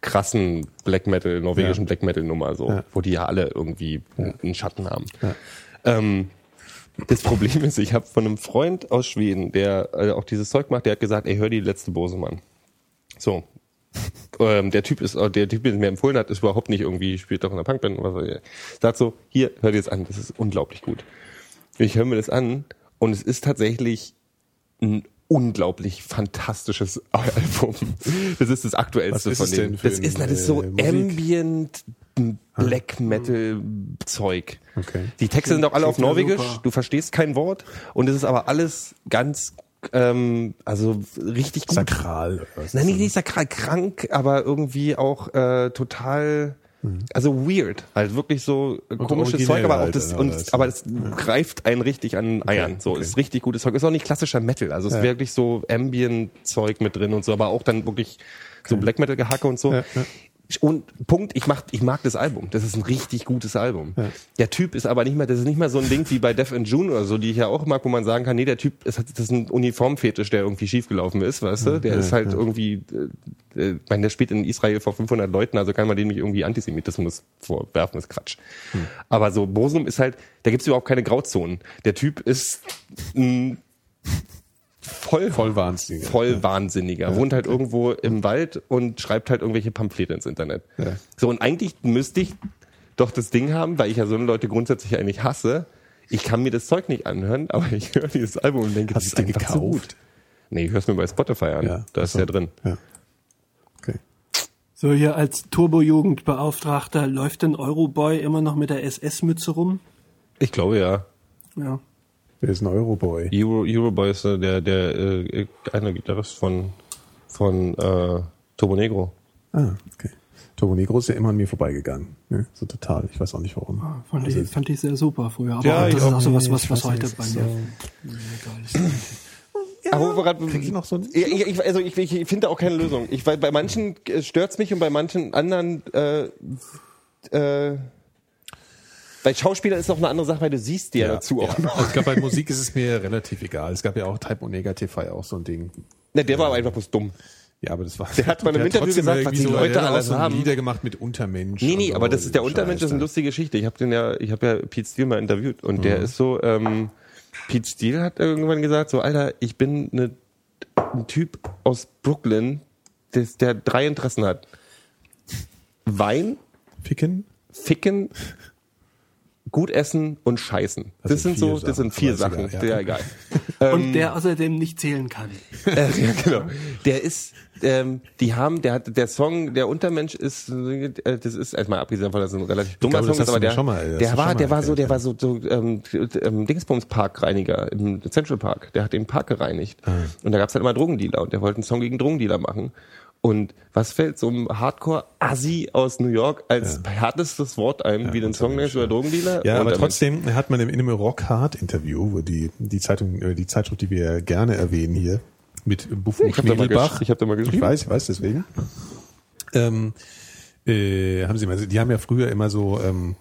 Speaker 6: krassen Black Metal, norwegischen
Speaker 5: Ja.
Speaker 6: Black Metal Nummer so,
Speaker 5: Ja.
Speaker 6: wo die ja alle irgendwie einen Schatten haben. Ähm, das Problem ist, ich habe von einem Freund aus Schweden, der äh, auch dieses Zeug macht, der hat gesagt, ey, hör die letzte Bosemann. So. ähm, der Typ ist, äh, der Typ, den er mir empfohlen hat, ist überhaupt nicht irgendwie, spielt doch in der Punkband oder so. Sagt so, hier, hör dir das an, das ist unglaublich gut. Ich höre mir das an und es ist tatsächlich ein unglaublich fantastisches Album. Das ist das aktuellste
Speaker 5: Was ist
Speaker 6: von
Speaker 5: es
Speaker 6: denen.
Speaker 5: denn für
Speaker 6: das
Speaker 5: ein,
Speaker 6: ist, na, das ist so
Speaker 5: äh, Musik?
Speaker 6: ambient
Speaker 1: Ah.
Speaker 6: Black Metal Zeug.
Speaker 5: Okay.
Speaker 6: Die Texte sind auch alle auf
Speaker 1: klingt ja
Speaker 6: Norwegisch,
Speaker 1: super.
Speaker 6: du verstehst kein Wort und es ist aber alles ganz ähm, also richtig gut.
Speaker 5: Sakral.
Speaker 6: Nein, nicht, nicht sakral krank, aber irgendwie auch äh, total, also weird. Also wirklich so äh, komisches
Speaker 5: Mhm. originell
Speaker 6: Zeug, aber auch
Speaker 5: halt,
Speaker 6: das,
Speaker 5: oder was?
Speaker 6: und, aber es greift einen richtig an den Eiern. So,
Speaker 5: okay.
Speaker 6: ist richtig gutes Zeug. Ist auch nicht klassischer Metal, also ist
Speaker 5: Ja.
Speaker 6: wirklich so Ambient-Zeug mit drin und so, aber auch dann wirklich so Black Metal-Gehacke und so.
Speaker 5: Ja, ja.
Speaker 6: Und Punkt, ich mach, ich mag das Album. Das ist ein richtig gutes Album. Der Typ ist aber nicht mehr, das ist nicht mehr so ein Ding wie bei Death in June oder so, die ich ja auch mag, wo man sagen kann, nee, der Typ, ist, das ist ein Uniformfetisch, der irgendwie schiefgelaufen ist, weißt du? Der ist halt irgendwie, äh, äh, ich meine, der spielt in Israel vor 500 Leuten, also kann man dem nicht irgendwie Antisemitismus vorwerfen, ist Quatsch. Aber so, Bosum ist halt, da gibt's überhaupt keine Grauzonen. Der Typ ist ein voll,
Speaker 5: Voll wahnsinnig.
Speaker 6: voll Wahnsinniger. Wohnt halt irgendwo im Wald und schreibt halt irgendwelche Pamphlete ins Internet.
Speaker 5: Ja.
Speaker 6: So, und eigentlich müsste ich doch das Ding haben, weil ich ja so eine Leute grundsätzlich eigentlich hasse. Ich kann mir das Zeug nicht anhören, aber ich höre dieses Album und denke,
Speaker 5: Hast
Speaker 6: das ist
Speaker 5: du dir
Speaker 6: einfach zu
Speaker 5: gekauft?
Speaker 6: gut. Nee, ich höre es mir bei Spotify an.
Speaker 5: Ja.
Speaker 6: Da ist
Speaker 5: Achso.
Speaker 6: ja drin.
Speaker 5: Ja. Okay.
Speaker 4: So hier als Turbo-Jugendbeauftragter läuft denn Euroboy immer noch mit der SS-Mütze rum?
Speaker 6: Ich glaube ja.
Speaker 4: Ja.
Speaker 5: Wer ist ein Euroboy?
Speaker 6: Euro, Euroboy ist äh, der, der äh, einer Gitarrist von, von äh, Turbo Negro.
Speaker 5: Ah, okay. Turbo Negro ist ja immer an mir vorbeigegangen. Ne? So total. Ich weiß auch nicht warum.
Speaker 4: Ah,
Speaker 5: Also,
Speaker 4: Fand, ich, fand ich sehr super früher. Aber
Speaker 6: Ja,
Speaker 4: das
Speaker 6: ich
Speaker 4: ist
Speaker 6: auch
Speaker 4: auch so was,
Speaker 5: nicht.
Speaker 4: was,
Speaker 5: Ich
Speaker 4: was
Speaker 5: weiß
Speaker 4: heute
Speaker 5: nicht,
Speaker 4: bei
Speaker 5: das
Speaker 4: mir
Speaker 5: ist
Speaker 4: egal ist.
Speaker 6: Aber woran,
Speaker 5: Krieg ich noch so einen-
Speaker 6: Ja, ich, ich, also ich, ich finde auch keine Lösung. Ich, weil bei manchen stört es mich und bei manchen anderen äh, äh, bei Schauspieler ist auch eine andere Sache, weil du siehst die ja, dazu auch noch.
Speaker 5: Also Ich glaube, bei Musik ist es mir relativ egal. Es gab ja auch Type Omega TV auch so ein Ding.
Speaker 6: Ne, der war aber einfach bloß dumm.
Speaker 5: Ja, aber das war.
Speaker 6: Der hat mal im Interview
Speaker 5: trotzdem
Speaker 6: gesagt, was
Speaker 5: irgendwie
Speaker 6: die Leute
Speaker 5: der hat auch
Speaker 6: alles
Speaker 5: so ein
Speaker 6: haben.
Speaker 5: Lieder gemacht mit Untermensch.
Speaker 6: Nee,
Speaker 5: und
Speaker 6: nee,
Speaker 5: so.
Speaker 6: aber das ist der Untermensch, das ist eine
Speaker 5: Scheiß
Speaker 6: lustige Geschichte. Ich habe den ja, ich habe ja Pete Steele mal interviewt und der ist so, ähm, Pete Steele hat irgendwann gesagt, so Alter, ich bin ne, ein Typ aus Brooklyn, des, der drei Interessen hat: Wein,
Speaker 5: da. Ficken?
Speaker 6: Ficken, gut essen und scheißen. Das,
Speaker 5: sind
Speaker 6: sind, so,
Speaker 5: vier
Speaker 6: das
Speaker 5: Sachen,
Speaker 6: sind vier
Speaker 5: aber ist egal,
Speaker 6: Sachen. Ja,
Speaker 5: ja.
Speaker 6: egal.
Speaker 4: Und der außerdem nicht zählen kann.
Speaker 6: äh, ja, genau. Der ist, ähm, die haben, der hat, der Song, der Untermensch ist, äh, das ist erstmal abgesehen von, dass es ein relativ dummer
Speaker 5: glaube, das
Speaker 6: Song ist,
Speaker 5: hast
Speaker 6: aber
Speaker 5: du mir
Speaker 6: der,
Speaker 5: schon mal- das hast
Speaker 6: der
Speaker 5: du
Speaker 6: war,
Speaker 5: schon mal
Speaker 6: der war so,
Speaker 5: erzählt,
Speaker 6: der war so, so ähm, ähm, Dingsbums Parkreiniger im Central Park. Der hat den Park gereinigt.
Speaker 5: Ah.
Speaker 6: Und da gab's halt immer Drogendealer und der wollte einen Song gegen Drogendealer machen. Und was fällt so einem Hardcore-Assi aus New York als härtestes Wort ein, wie den Song nennst über Drogendealer?
Speaker 5: Ja, aber
Speaker 6: Untermensch.
Speaker 5: trotzdem hat man im Animal Rock Hard Interview, wo die, die Zeitung, äh, die Zeitschrift, die wir gerne erwähnen hier, mit Buffon
Speaker 6: Ich hab da mal
Speaker 5: Schniedelbach.
Speaker 6: gesch- ich hab da mal geschrieben.
Speaker 5: Ich weiß, ich weiß deswegen. Ähm, äh, haben sie mal, die haben ja früher immer so, ähm,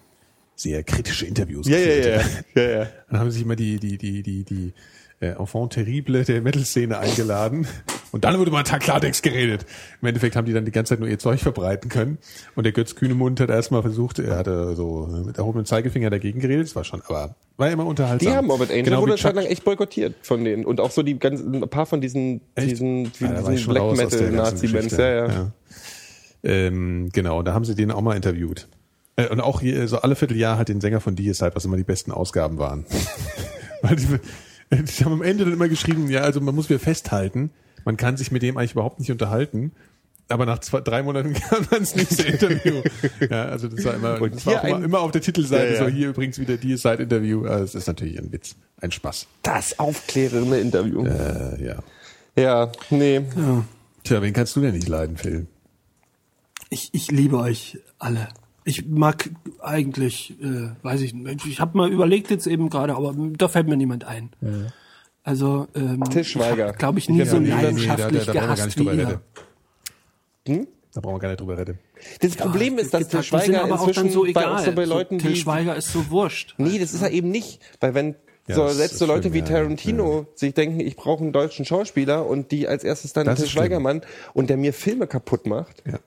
Speaker 5: sehr kritische Interviews
Speaker 6: Ja, ja, ja, ja, ja.
Speaker 5: Dann haben sich immer die, die, die, die, die äh, Enfant terrible der Metal-Szene eingeladen. Und dann wurde mal Tag Klartext geredet. Im Endeffekt haben die dann die ganze Zeit nur ihr Zeug verbreiten können. Und der Götz Kühnemund hat erstmal versucht, er hatte so ne, mit erhobenem Zeigefinger dagegen geredet. Das war schon, aber war immer unterhaltsam.
Speaker 6: Die haben Orbit Angel
Speaker 5: genau wurde
Speaker 6: wurde eine Zeit
Speaker 5: Chuck,
Speaker 6: lang echt boykottiert von denen. Und auch so die ganzen, ein paar von diesen,
Speaker 5: Echt?
Speaker 6: diesen,
Speaker 5: Ja, da war ich
Speaker 6: diesen
Speaker 5: schon
Speaker 6: Black
Speaker 5: raus aus der
Speaker 6: Metal
Speaker 5: ganzen
Speaker 6: Nazi-Bands.
Speaker 5: Geschichte.
Speaker 6: Ja, ja.
Speaker 5: Ähm, genau, da haben sie den auch mal interviewt. Äh, und auch hier, so alle Vierteljahr hat den Sänger von DSI, was immer die besten Ausgaben waren. Weil die, die haben am Ende dann immer geschrieben, ja, also man muss wieder festhalten, man kann sich mit dem eigentlich überhaupt nicht unterhalten. Aber nach zwei, drei Monaten kam dann das nächste Interview. Ja, also das war immer, das war
Speaker 6: hier
Speaker 5: auch immer,
Speaker 6: ein-
Speaker 5: immer auf der Titelseite,
Speaker 6: Ja, ja.
Speaker 5: so hier übrigens wieder DSI-Interview. Also das ist natürlich ein Witz, ein Spaß.
Speaker 6: Das aufklärende Interview. Ja,
Speaker 5: Äh, ja.
Speaker 6: nee.
Speaker 5: Tja, wen kannst du denn nicht leiden, Phil?
Speaker 4: Ich, ich liebe euch alle. Ich mag eigentlich, äh, weiß ich nicht, ich habe mal überlegt jetzt eben gerade, aber da fällt mir niemand ein. Also, ähm,
Speaker 6: Til Schweiger.
Speaker 4: glaube ich, nie
Speaker 5: Ja,
Speaker 4: so
Speaker 5: nee, nee, nee,
Speaker 4: leidenschaftlich
Speaker 5: da- da brauchen wir gar
Speaker 4: gehasst
Speaker 5: nicht
Speaker 4: wie
Speaker 5: drüber
Speaker 4: er.
Speaker 5: reden.
Speaker 6: Hm?
Speaker 5: Da brauchen wir gar nicht drüber reden.
Speaker 6: Das Problem ist, dass
Speaker 4: Gibt
Speaker 6: Til
Speaker 4: halt- die sind
Speaker 6: Schweiger
Speaker 4: aber auch dann
Speaker 6: inzwischen
Speaker 4: so
Speaker 6: bei
Speaker 4: egal.
Speaker 6: auch so bei Leuten,
Speaker 4: so, Til
Speaker 6: die
Speaker 4: Schweiger ist so wurscht.
Speaker 6: Nee, das ist er eben nicht. Weil wenn
Speaker 5: Ja,
Speaker 6: so,
Speaker 5: das
Speaker 6: selbst
Speaker 5: ist
Speaker 6: so Leute
Speaker 5: schlimm,
Speaker 6: wie
Speaker 5: ja,
Speaker 6: Tarantino sich denken, ich brauche einen deutschen Schauspieler und die als erstes dann
Speaker 5: Das
Speaker 6: Til
Speaker 5: ist schlimm.
Speaker 6: Schweigermann und der mir Filme kaputt macht.
Speaker 5: Ja.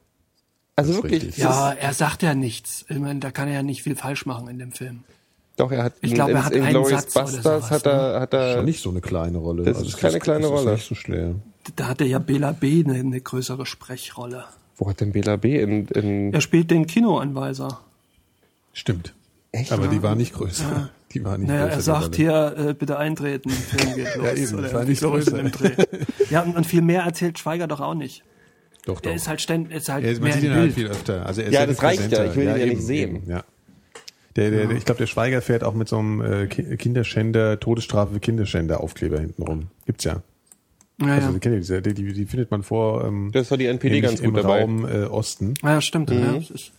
Speaker 6: Also
Speaker 5: Das ist
Speaker 6: wirklich.
Speaker 5: richtig.
Speaker 6: das
Speaker 4: Ja, er sagt ja nichts. Ich meine, da kann er ja nicht viel falsch machen in dem Film.
Speaker 6: ist- Doch, er hat
Speaker 4: Ich glaube, er hat einen
Speaker 6: Inglourious
Speaker 4: Satz oder
Speaker 6: Basterds
Speaker 4: sowas, ne?
Speaker 6: hat er, hat er,
Speaker 3: Schon nicht so eine kleine Rolle.
Speaker 6: Das
Speaker 5: Also
Speaker 6: ist keine kleine
Speaker 3: das
Speaker 6: Rolle.
Speaker 3: Ist nicht so schwer.
Speaker 4: Da hatte ja Bela B. eine, eine größere Sprechrolle.
Speaker 6: wo hat denn Bela B in, in
Speaker 4: Er spielt den Kinoanweiser.
Speaker 5: Stimmt. Aber die war nicht größer. Die war nicht
Speaker 4: Naja,
Speaker 5: größer.
Speaker 4: Ah. er
Speaker 5: die Rolle.
Speaker 4: sagt hier, äh, bitte eintreten, der Film geht los.
Speaker 5: Ja, eben, das war
Speaker 4: irgendwie
Speaker 5: nicht
Speaker 4: sowas
Speaker 5: größer.
Speaker 4: in dem Dreh. Ja, und, und viel mehr erzählt Schweiger doch auch nicht.
Speaker 5: Doch, doch.
Speaker 4: Er ist halt ständig, ist halt
Speaker 5: Er ist, man
Speaker 4: mehr
Speaker 5: sieht
Speaker 4: im
Speaker 5: ihn halt
Speaker 4: Bild.
Speaker 5: viel öfter. Also er ist
Speaker 6: Ja,
Speaker 5: sehr
Speaker 6: das
Speaker 5: viel
Speaker 6: reicht ja.
Speaker 5: präsenter.
Speaker 6: Ich will ihn ja nicht
Speaker 5: eben,
Speaker 6: sehen.
Speaker 5: eben, ja. Der, der, der, ich glaube, der Schweiger fährt auch mit so einem äh, Ki- Kinderschänder, Todesstrafe für Kinderschänder Aufkleber hinten rum. Gibt's ja.
Speaker 4: Ja,
Speaker 5: Also
Speaker 4: ja.
Speaker 5: die, kennt ihr, diese- die, die, die findet man vor ähm,
Speaker 6: Das war die NPD
Speaker 5: im-
Speaker 6: ganz
Speaker 5: im
Speaker 6: gut dabei.
Speaker 5: Raum äh, Osten.
Speaker 4: ja, ja, stimmt. Ja, es ist-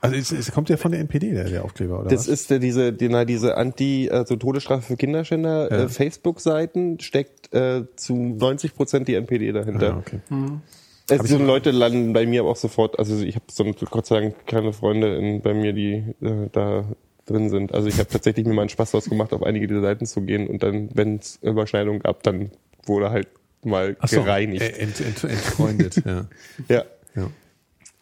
Speaker 5: Also es, es kommt ja von der NPD, der, der Aufkleber, oder
Speaker 6: Das
Speaker 5: was?
Speaker 6: ist äh, diese, die, na, diese Anti, also Todesstrafe für Kinderschänder
Speaker 5: Ja.
Speaker 6: äh, Facebook-Seiten steckt äh, zu 90 Prozent die NPD dahinter.
Speaker 5: ja, Ah, okay.
Speaker 6: Also so Leute landen bei mir aber auch sofort. Also ich habe so Gott sei Dank keine Freunde in, bei mir, die äh, da drin sind. Also ich habe tatsächlich mir mal einen Spaß daraus gemacht, auf einige dieser Seiten zu gehen und dann, wenn es Überschneidung gab, dann wurde halt mal
Speaker 5: Ach so,
Speaker 6: gereinigt.
Speaker 5: äh, Ent, ent, entfreundet, ja.
Speaker 6: Ja.
Speaker 5: ja.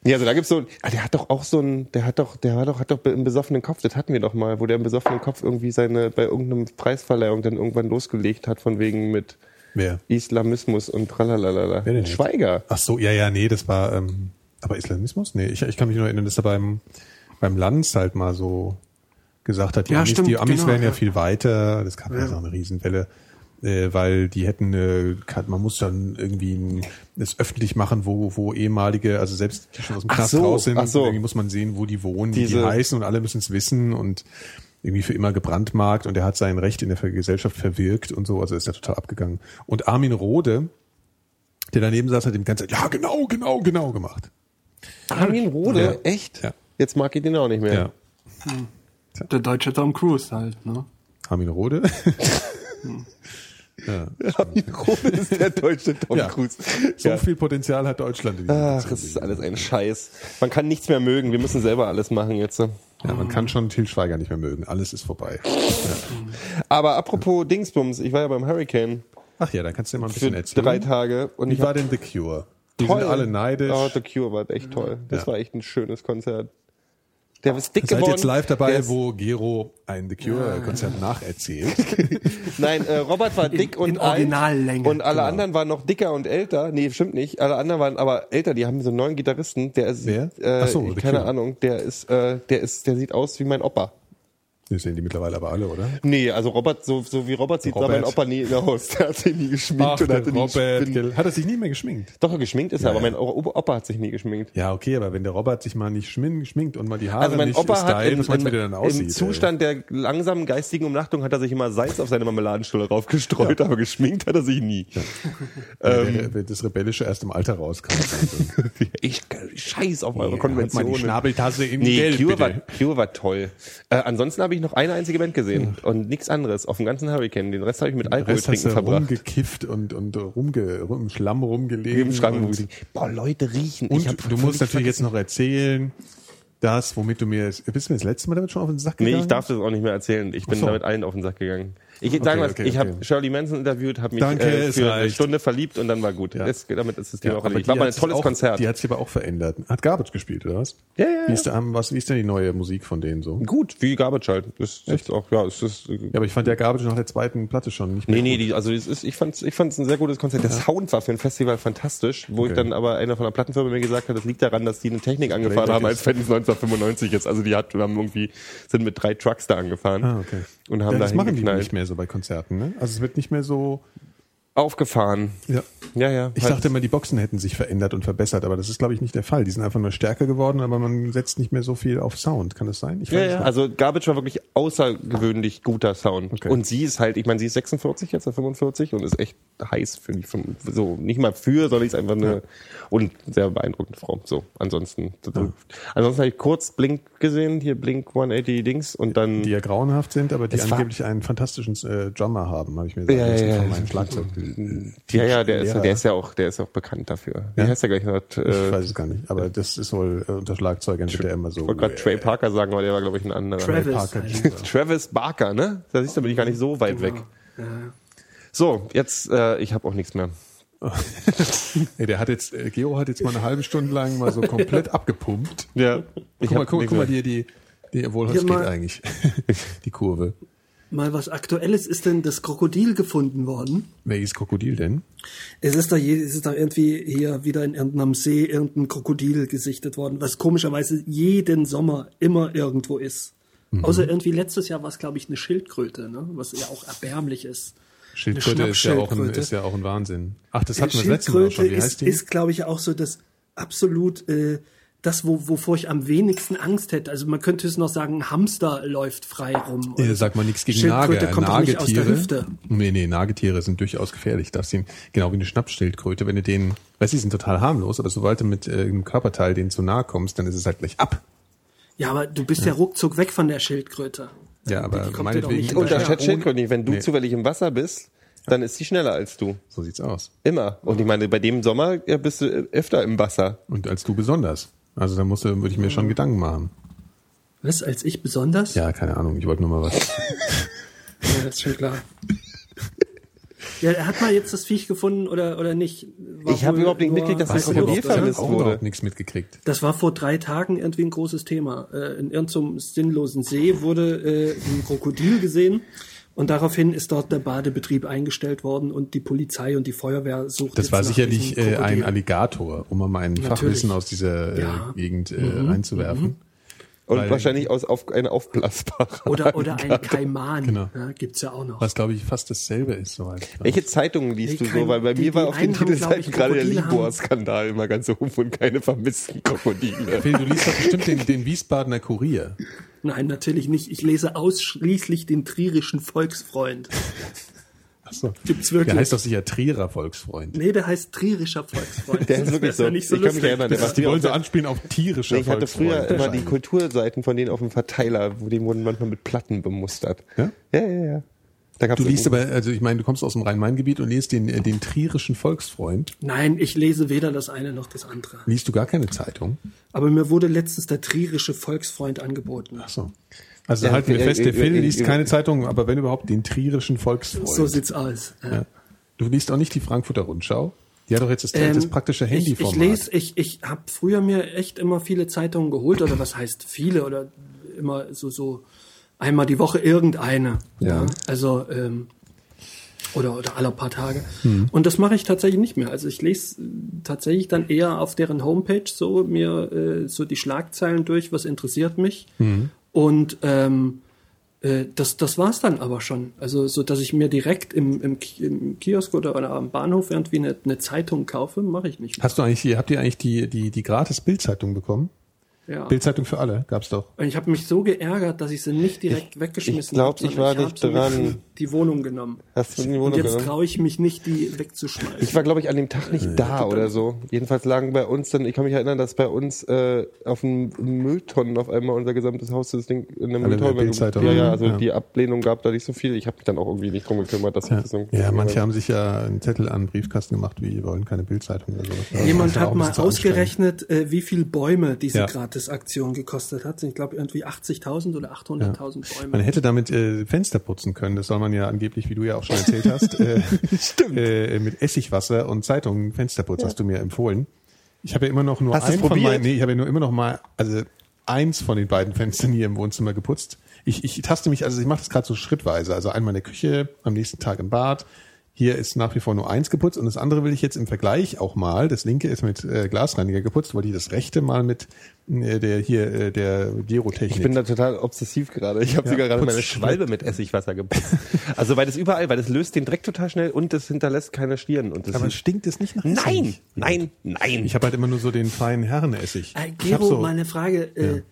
Speaker 6: Ja, also da gibt's so, ah, der hat doch auch so ein, der hat doch, der war doch, hat doch im besoffenen Kopf, das hatten wir doch mal, wo der im besoffenen Kopf irgendwie seine, bei irgendeinem Preisverleihung dann irgendwann losgelegt hat, von wegen mit
Speaker 5: Wer?
Speaker 6: Islamismus und tralalala.
Speaker 5: Wer denn jetzt?
Speaker 6: Schweiger.
Speaker 5: Ach so, ja, ja, nee, das war, ähm, aber Islamismus? Nee, ich, ich kann mich nur erinnern, dass er beim, beim Lanz halt mal so gesagt hat, die
Speaker 4: Ja,
Speaker 5: Amis,
Speaker 4: stimmt,
Speaker 5: die Amis
Speaker 4: genau,
Speaker 5: wären ja,
Speaker 4: ja.
Speaker 5: viel weiter, das gab ja, so eine Riesenwelle, äh, weil die hätten, äh, kann- man muss dann irgendwie ein, es öffentlich machen, wo, wo ehemalige, also selbst die schon aus dem
Speaker 6: Ach
Speaker 5: Knast
Speaker 6: so,
Speaker 5: raus sind,
Speaker 6: ach so.
Speaker 5: irgendwie muss man sehen, wo die wohnen, wie die
Speaker 6: Diese-
Speaker 5: heißen und alle müssen es wissen und irgendwie für immer gebrandmarkt und er hat sein Recht in der Gesellschaft verwirkt und so, also ist er total abgegangen. Und Armin Rohde, der daneben saß, hat ihm ganze Zeit, ja, genau, genau, genau gemacht.
Speaker 6: Armin Rode, echt?
Speaker 5: Ja.
Speaker 6: Jetzt mag ich den auch nicht mehr.
Speaker 5: Ja.
Speaker 4: Der deutsche Tom Cruise halt, ne?
Speaker 5: Armin Rode.
Speaker 6: Armin Rode ist der deutsche Tom
Speaker 5: Ja.
Speaker 6: Cruise.
Speaker 5: So
Speaker 6: Ja.
Speaker 5: viel Potenzial hat Deutschland in diesem
Speaker 6: Ach,
Speaker 5: Land.
Speaker 6: das ist alles ein Scheiß. Man kann nichts mehr mögen, wir müssen selber alles machen jetzt.
Speaker 5: Ja, man kann schon Til Schweiger nicht mehr mögen. Alles ist vorbei.
Speaker 6: Aber apropos Dingsbums, ich war ja beim Hurricane
Speaker 5: Ach ja, dann kannst du dir mal ein
Speaker 6: für
Speaker 5: bisschen erzählen.
Speaker 6: drei Tage und
Speaker 5: Wie
Speaker 6: ich
Speaker 5: war denn The Cure? Die sind alle neidisch.
Speaker 6: Oh, The Cure war echt toll. Das
Speaker 5: Ja.
Speaker 6: war echt ein schönes Konzert. Der ist dick
Speaker 5: Seid
Speaker 6: geworden.
Speaker 5: jetzt live dabei,
Speaker 6: Der ist,
Speaker 5: wo Gero ein The Cure-Konzert nacherzählt.
Speaker 6: Nein, äh, Robert war dick und
Speaker 4: in
Speaker 6: alt
Speaker 4: Originallänge,
Speaker 6: und
Speaker 5: Genau.
Speaker 6: alle anderen waren noch dicker und älter. Nee, stimmt nicht. Alle anderen waren aber älter. Die haben so einen neuen Gitarristen. Der ist,
Speaker 5: Wer?
Speaker 6: Äh,
Speaker 5: Ach so, The
Speaker 6: keine
Speaker 5: Cure.
Speaker 6: Ahnung. Der ist, äh, der ist, der sieht aus wie mein Opa.
Speaker 5: Das sehen die mittlerweile aber alle, oder?
Speaker 6: Nee, also Robert, so, so wie Robert sieht, sah
Speaker 5: Robert.
Speaker 6: mein Opa nie aus. Der hat sich nie geschminkt und hatte nie Spinnen.
Speaker 5: Hat er sich nie mehr geschminkt?
Speaker 6: Doch, geschminkt ist er,
Speaker 5: Ja,
Speaker 6: aber mein
Speaker 5: ja.
Speaker 6: O- Opa hat sich nie geschminkt.
Speaker 5: Ja, okay, aber wenn der Robert sich mal nicht schmin- schminkt und mal die Haare
Speaker 6: Also mein
Speaker 5: nicht
Speaker 6: Opa hat
Speaker 5: stylt,
Speaker 6: im,
Speaker 5: was meinst du, wie der
Speaker 6: im,
Speaker 5: dann aussieht?
Speaker 6: im Zustand der langsamen geistigen Umnachtung hat er sich immer Salz auf seine Marmeladenstulle raufgestreut, aber geschminkt hat er sich nie.
Speaker 5: ey?
Speaker 6: Ähm.
Speaker 5: Der- der- das Rebellische erst im Alter rauskam. Also.
Speaker 6: Ich scheiß auf eure
Speaker 5: Konvention.
Speaker 6: Konventionen.
Speaker 5: halt Schnabeltasse in
Speaker 6: Nee, Cure war, Cure war toll. Äh, ansonsten habe ich noch eine einzige Band gesehen und nichts anderes auf dem ganzen Hurricane. Den Rest habe ich mit Alkohol
Speaker 5: Rest hast du
Speaker 6: trinken verbracht.
Speaker 5: rumgekifft und, und rumge, rum, im Schlamm rumgelegen.
Speaker 6: Im Schrank, wo
Speaker 5: und,
Speaker 6: ich- Boah, Leute riechen. ich hab
Speaker 5: und du musst
Speaker 6: völlig
Speaker 5: natürlich jetzt
Speaker 6: vergessen.
Speaker 5: noch erzählen, das, womit du mir, bist du mir das letzte Mal damit schon auf den Sack gegangen?
Speaker 6: Nee, ich darf das auch nicht mehr erzählen. Ich bin
Speaker 5: so.
Speaker 6: damit allen auf den Sack gegangen. Ich sag mal,
Speaker 5: okay,
Speaker 6: ich habe
Speaker 5: okay.
Speaker 6: Shirley Manson interviewt, habe mich
Speaker 5: Danke,
Speaker 6: äh,
Speaker 5: es
Speaker 6: für eine
Speaker 5: reicht.
Speaker 6: Stunde verliebt und dann war gut.
Speaker 5: Ja.
Speaker 6: Das, damit ist das Thema
Speaker 5: Ja,
Speaker 6: auch
Speaker 5: aber
Speaker 6: erledigt.
Speaker 5: die
Speaker 6: War mal ein
Speaker 5: hat sich
Speaker 6: tolles
Speaker 5: auch,
Speaker 6: Konzert.
Speaker 5: Die hat sich aber auch verändert. Hat Garbage gespielt, oder was?
Speaker 6: Ja, ja,
Speaker 5: Wie
Speaker 6: ja.
Speaker 5: ist, da, was, wie ist denn die neue Musik von denen so?
Speaker 6: gut, wie Garbage halt. Das ist jetzt auch, ja, es ist. äh,
Speaker 5: Ja, aber ich fand ja Garbage nach der zweiten Platte schon nicht mehr.
Speaker 6: Nee, nee, die, also es ist, ich fand's, ich fand's ein sehr gutes Konzert. Der Sound war für ein Festival fantastisch, wo ich
Speaker 5: Okay.
Speaker 6: dann aber einer von der Plattenfirma mir gesagt hat, das liegt daran, dass die eine Technik angefahren
Speaker 5: Playback
Speaker 6: haben, als
Speaker 5: ist-
Speaker 6: wenn es 1995 ist. Also die hat, wir haben irgendwie, sind mit drei Trucks da angefahren
Speaker 5: Ah, okay.
Speaker 6: und haben
Speaker 5: ja,
Speaker 6: da
Speaker 5: das machen die
Speaker 6: hingeknallt.
Speaker 5: nicht mehr so bei Konzerten, ne? Also es wird nicht mehr so
Speaker 6: aufgefahren.
Speaker 5: Ja.
Speaker 6: Ja, ja.
Speaker 5: Ich
Speaker 6: halt.
Speaker 5: dachte immer, die Boxen hätten sich verändert und verbessert, aber das ist, glaube ich, nicht der Fall. Die sind einfach nur stärker geworden, aber man setzt nicht mehr so viel auf Sound. Kann das sein? Ich
Speaker 6: Ja,
Speaker 5: es
Speaker 6: ja.
Speaker 5: nicht.
Speaker 6: Also Garbage war wirklich außergewöhnlich guter Sound.
Speaker 5: Okay.
Speaker 6: Und sie ist halt, ich meine, sie ist 46 jetzt, oder 45 und ist echt heiß für die, fünf- so nicht mal für, sondern ist einfach eine und sehr beeindruckende Frau. So, ansonsten. also, Ansonsten habe ich kurz Blink gesehen, hier Blink 180 Dings und dann.
Speaker 5: die ja grauenhaft sind, aber die
Speaker 6: Es war-
Speaker 5: angeblich einen fantastischen äh, Drummer haben, habe ich mir sagen
Speaker 6: Ja, ja,
Speaker 5: lassen
Speaker 6: ja.
Speaker 5: von meinem Schlagzeug.
Speaker 6: ja, ja, der ist,
Speaker 5: Ja.
Speaker 6: der ist ja auch, der ist auch bekannt dafür. Wie
Speaker 5: Ja?
Speaker 6: heißt der gleich noch?
Speaker 5: Ich
Speaker 6: Äh,
Speaker 5: weiß es gar nicht, aber das ist wohl äh, unter Schlagzeugern wird ja immer so. äh,
Speaker 6: ich wollte gerade Trey Parker sagen, aber der war, glaube ich, ein anderer.
Speaker 4: Travis.
Speaker 5: Parker.
Speaker 4: heißt
Speaker 6: Travis Barker, ne? Da siehst du, bin ich gar nicht so weit
Speaker 5: Genau.
Speaker 6: weg.
Speaker 4: Ja.
Speaker 6: So, jetzt, äh, ich habe auch nichts mehr.
Speaker 5: Ey, der hat jetzt, äh, Geo hat jetzt mal eine halbe Stunde lang mal so komplett abgepumpt.
Speaker 6: Ja.
Speaker 5: Guck mal, guck, guck mal, die, die, die, obwohl das
Speaker 4: Hier
Speaker 5: geht
Speaker 4: mal-
Speaker 5: eigentlich. die Kurve.
Speaker 4: Mal was Aktuelles ist denn das Krokodil gefunden worden?
Speaker 5: Welches Krokodil denn?
Speaker 4: Es ist da, je, es ist da irgendwie hier wieder in irgendeinem See irgendein Krokodil gesichtet worden, was komischerweise jeden Sommer immer irgendwo ist.
Speaker 5: Mhm.
Speaker 4: Außer irgendwie letztes Jahr war es, glaube ich, eine Schildkröte, ne? was ja auch erbärmlich ist.
Speaker 5: Schildkröte
Speaker 4: Eine
Speaker 5: ist ja, auch ein,
Speaker 4: Schnappschildkröte.
Speaker 5: ist ja auch ein Wahnsinn. Ach, das
Speaker 4: Eine
Speaker 5: hatten wir das letzte Mal schon. Wie
Speaker 4: ist,
Speaker 5: heißt die?
Speaker 4: ist glaube ich, auch so das absolut, äh, das, wo, wovor ich am wenigsten Angst hätte. Also man könnte es noch sagen, ein Hamster läuft frei rum.
Speaker 5: Ja, Äh, sag mal nichts gegen
Speaker 4: Schildkröte
Speaker 5: Nagetiere.
Speaker 4: kommt doch nicht aus der
Speaker 5: Nagetiere-
Speaker 4: Hüfte.
Speaker 5: Nee, nee, Nagetiere sind durchaus gefährlich. Darfst ihn, genau wie eine Schnappschildkröte, wenn du denen, weißt du, die sind total harmlos, aber sobald du mit äh, einem Körperteil denen zu nahe kommst, dann ist es halt gleich ab.
Speaker 4: Ja, aber du bist ja ruckzuck weg von der Schildkröte.
Speaker 5: Ja, aber
Speaker 4: die kommt dir doch
Speaker 5: meinetwegen.
Speaker 4: nicht
Speaker 5: Ja,
Speaker 6: Unterschätzt
Speaker 5: ohne-
Speaker 6: Schildkröte nicht. Wenn du
Speaker 5: Nee.
Speaker 6: zufällig im Wasser bist, dann ist sie schneller als du.
Speaker 5: So sieht's aus.
Speaker 6: Immer. Und ich meine, bei dem Sommer ja, bist du äh, öfter im Wasser.
Speaker 5: Und als du besonders. Also da musst du, würde ich mir schon Gedanken machen.
Speaker 4: Was, als ich besonders?
Speaker 5: Ja, keine Ahnung, ich wollte nur mal was.
Speaker 4: Ja, das ist schon klar. Ja, hat man jetzt das Viech gefunden oder, oder nicht? War
Speaker 6: Ich hab
Speaker 4: wohl
Speaker 6: überhaupt nicht
Speaker 4: nur-
Speaker 6: mitgekriegt, dass
Speaker 4: war
Speaker 6: das
Speaker 4: wohl
Speaker 6: Krokodil
Speaker 4: oft,
Speaker 5: Ich hab
Speaker 6: vermisst
Speaker 4: ja.
Speaker 5: auch
Speaker 6: wurde.
Speaker 5: überhaupt nichts mitgekriegt.
Speaker 4: Das war vor drei Tagen irgendwie ein großes Thema. Äh, in irgendeinem sinnlosen See wurde äh, ein Krokodil gesehen und daraufhin ist dort der Badebetrieb eingestellt worden und die Polizei und die Feuerwehr sucht
Speaker 5: Das
Speaker 4: jetzt
Speaker 5: war
Speaker 4: nach
Speaker 5: sicherlich
Speaker 4: diesem
Speaker 5: äh, ein
Speaker 4: Krokodil.
Speaker 5: Alligator, um mal mein
Speaker 4: Natürlich.
Speaker 5: Fachwissen aus dieser äh,
Speaker 4: Ja. Mhm.
Speaker 5: Gegend äh, einzuwerfen.
Speaker 6: Und
Speaker 5: Weil-
Speaker 6: wahrscheinlich aus auf, eine aufblasbare.
Speaker 4: Oder, oder ein Kaiman.
Speaker 5: Genau.
Speaker 4: Ja, gibt's ja auch noch.
Speaker 5: Was, glaube ich, fast dasselbe ist soweit. ich weiß.
Speaker 6: Welche Zeitungen liest
Speaker 4: Nee,
Speaker 6: du
Speaker 4: kein-
Speaker 6: so? Weil bei
Speaker 4: die-
Speaker 6: mir war
Speaker 4: die
Speaker 6: auf den
Speaker 4: einen haben, glaub
Speaker 6: Titelseiten
Speaker 4: ich,
Speaker 6: gerade der
Speaker 4: Krokodile haben-
Speaker 6: Libor-Skandal immer ganz oben und keine vermissten Krokodile.
Speaker 5: Phil, du liest doch bestimmt den, den Wiesbadener Kurier.
Speaker 4: Nein, natürlich nicht. Ich lese ausschließlich den trierischen Volksfreund.
Speaker 5: Achso.
Speaker 4: Gibt's wirklich?
Speaker 5: Der heißt doch sicher Trierer Volksfreund.
Speaker 4: Nee, der heißt trierischer Volksfreund.
Speaker 6: Der ist
Speaker 4: Sonst
Speaker 6: wirklich
Speaker 4: wär's ja
Speaker 6: so.
Speaker 4: Nicht so
Speaker 6: ich kann mich
Speaker 4: lustig.
Speaker 6: erinnern, der war
Speaker 5: Die wollen so anspielen auf tierische
Speaker 6: Ich hatte früher
Speaker 5: Volksfreunde
Speaker 6: immer
Speaker 5: wahrscheinlich.
Speaker 6: die Kulturseiten von denen auf dem Verteiler, wo die wurden manchmal mit Platten bemustert.
Speaker 5: Ja?
Speaker 6: Ja, ja, ja. Da gab's
Speaker 5: Du liest
Speaker 6: irgendwie-
Speaker 5: aber, also ich meine, du kommst aus dem Rhein-Main-Gebiet und liest den, äh, den trierischen Volksfreund.
Speaker 4: Nein, ich lese weder das eine noch das andere.
Speaker 5: Liest du gar keine Zeitung?
Speaker 4: Aber mir wurde letztens der trierische Volksfreund angeboten.
Speaker 5: Achso. Also
Speaker 6: Ja,
Speaker 5: halten wir
Speaker 6: äh,
Speaker 5: fest, der
Speaker 6: äh,
Speaker 5: Phil
Speaker 6: äh,
Speaker 5: liest
Speaker 6: äh,
Speaker 5: keine Zeitung, aber wenn überhaupt den trierischen Volksfreund.
Speaker 4: So sieht's aus.
Speaker 5: Ja. Du liest auch nicht die Frankfurter Rundschau. Die hat doch jetzt das, halt das
Speaker 4: Ähm,
Speaker 5: praktische
Speaker 4: ich, ich
Speaker 5: Handyformat.
Speaker 4: lese, ich, ich habe früher mir echt immer viele Zeitungen geholt, oder was heißt viele, oder immer so, so einmal die Woche irgendeine.
Speaker 5: Ja.
Speaker 4: Also, ähm, oder, oder alle paar Tage.
Speaker 6: Mhm.
Speaker 4: Und das mache ich tatsächlich nicht mehr. Also ich lese äh, tatsächlich dann eher auf deren Homepage so mir äh, so die Schlagzeilen durch, was interessiert mich.
Speaker 6: Mhm.
Speaker 4: Und ähm, äh, das, das war's dann aber schon. Also, so dass ich mir direkt im, im, Ki- im Kiosk oder, oder am Bahnhof irgendwie eine, eine Zeitung kaufe, mache ich nicht.
Speaker 5: Hast du eigentlich, die- habt ihr eigentlich die, die, die gratis Bildzeitung bekommen?
Speaker 4: Ja.
Speaker 5: Bildzeitung für alle, gab's doch.
Speaker 4: Und ich habe mich so geärgert, dass ich sie nicht direkt weggeschmissen
Speaker 6: ich glaub,
Speaker 4: hab, sondern
Speaker 6: ich war
Speaker 4: hab
Speaker 6: nicht
Speaker 4: sie mit
Speaker 6: dran.
Speaker 4: in Die Wohnung genommen.
Speaker 6: Hast du die
Speaker 4: Und
Speaker 6: Wohnung
Speaker 4: jetzt
Speaker 6: genommen?
Speaker 4: traue ich mich nicht, die wegzuschmeißen.
Speaker 6: Ich war, glaube ich, an dem Tag nicht da oder so. Jedenfalls lagen bei uns dann, ich kann mich erinnern, dass bei uns äh, auf dem Mülltonnen auf einmal unser gesamtes Haus das Ding in der Mülltonne.
Speaker 5: Bildzeitung.
Speaker 6: Ja, ja, also
Speaker 5: Ja.
Speaker 6: die Ablehnung gab da nicht so viel. Ich habe mich dann auch irgendwie nicht drum gekümmert, dass ich das irgendwie-
Speaker 5: Ja, manche haben sich ja einen Zettel an den Briefkasten gemacht, wie wir wollen keine Bildzeitung oder sowas. Aber das
Speaker 4: Jemand
Speaker 5: ist ja Also auch
Speaker 4: hat
Speaker 5: ein
Speaker 4: mal
Speaker 5: bisschen zu anstrengend.
Speaker 4: ausgerechnet, äh, wie viel Bäume diese
Speaker 5: Ja.
Speaker 4: Gratisaktion gekostet hat. Ich glaube, irgendwie 80.000 oder 800.000
Speaker 5: Ja.
Speaker 4: Bäume.
Speaker 5: Man hätte damit äh, Fenster putzen können, das soll man ja angeblich, wie du ja auch schon erzählt hast, äh, Stimmt. Äh, mit Essigwasser und Zeitungen Fensterputz, hast du mir empfohlen. Ich habe ja immer noch nur
Speaker 6: Hast du's
Speaker 5: ein von
Speaker 6: probiert?
Speaker 5: meinen, nee, ich habe ja nur immer noch mal, also eins von den beiden Fenstern hier im Wohnzimmer geputzt. Ich, ich taste mich, also ich mache das gerade so schrittweise, also einmal in der Küche, am nächsten Tag im Bad, Hier ist nach wie vor nur eins geputzt und das andere will ich jetzt im Vergleich auch mal. Das linke ist mit äh, Glasreiniger geputzt, wollte ich das rechte mal mit äh, der hier äh, der Gerotechnik.
Speaker 6: Ich bin da total obsessiv gerade. Ich habe
Speaker 5: Ja,
Speaker 6: sogar gerade
Speaker 5: putz ne.
Speaker 6: meine Schwalbe mit Essigwasser geputzt. Also weil das überall, weil das löst den Dreck total schnell und das hinterlässt keine Stieren. Und das
Speaker 5: Aber stinkt es nicht nach
Speaker 6: nein,
Speaker 5: Essig?
Speaker 6: nein, nein.
Speaker 5: Ich habe halt immer nur so den feinen Herrenessig.
Speaker 4: Äh,
Speaker 5: ich hab
Speaker 4: Gero,
Speaker 5: so,
Speaker 4: mal eine Frage. Äh,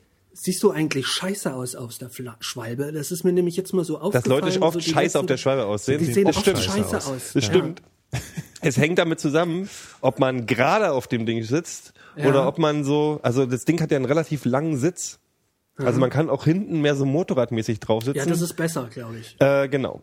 Speaker 4: Siehst du eigentlich scheiße aus aus der Fla Schwalbe? Das ist mir nämlich jetzt mal so
Speaker 6: dass
Speaker 4: aufgefallen.
Speaker 6: Leute oft
Speaker 4: so die
Speaker 6: scheiße auf
Speaker 4: letzten-
Speaker 6: der Schwalbe aussehen.
Speaker 4: Die sehen
Speaker 6: das
Speaker 4: oft
Speaker 6: stimmt.
Speaker 4: scheiße aus.
Speaker 6: Das
Speaker 4: Ja.
Speaker 6: stimmt. Es hängt damit zusammen, ob man gerade auf dem Ding sitzt oder ob man so, also das Ding hat ja einen relativ langen Sitz.
Speaker 5: Mhm.
Speaker 6: Also man kann auch hinten mehr so motorradmäßig drauf sitzen.
Speaker 4: Ja, das ist besser, glaube ich.
Speaker 6: äh, genau.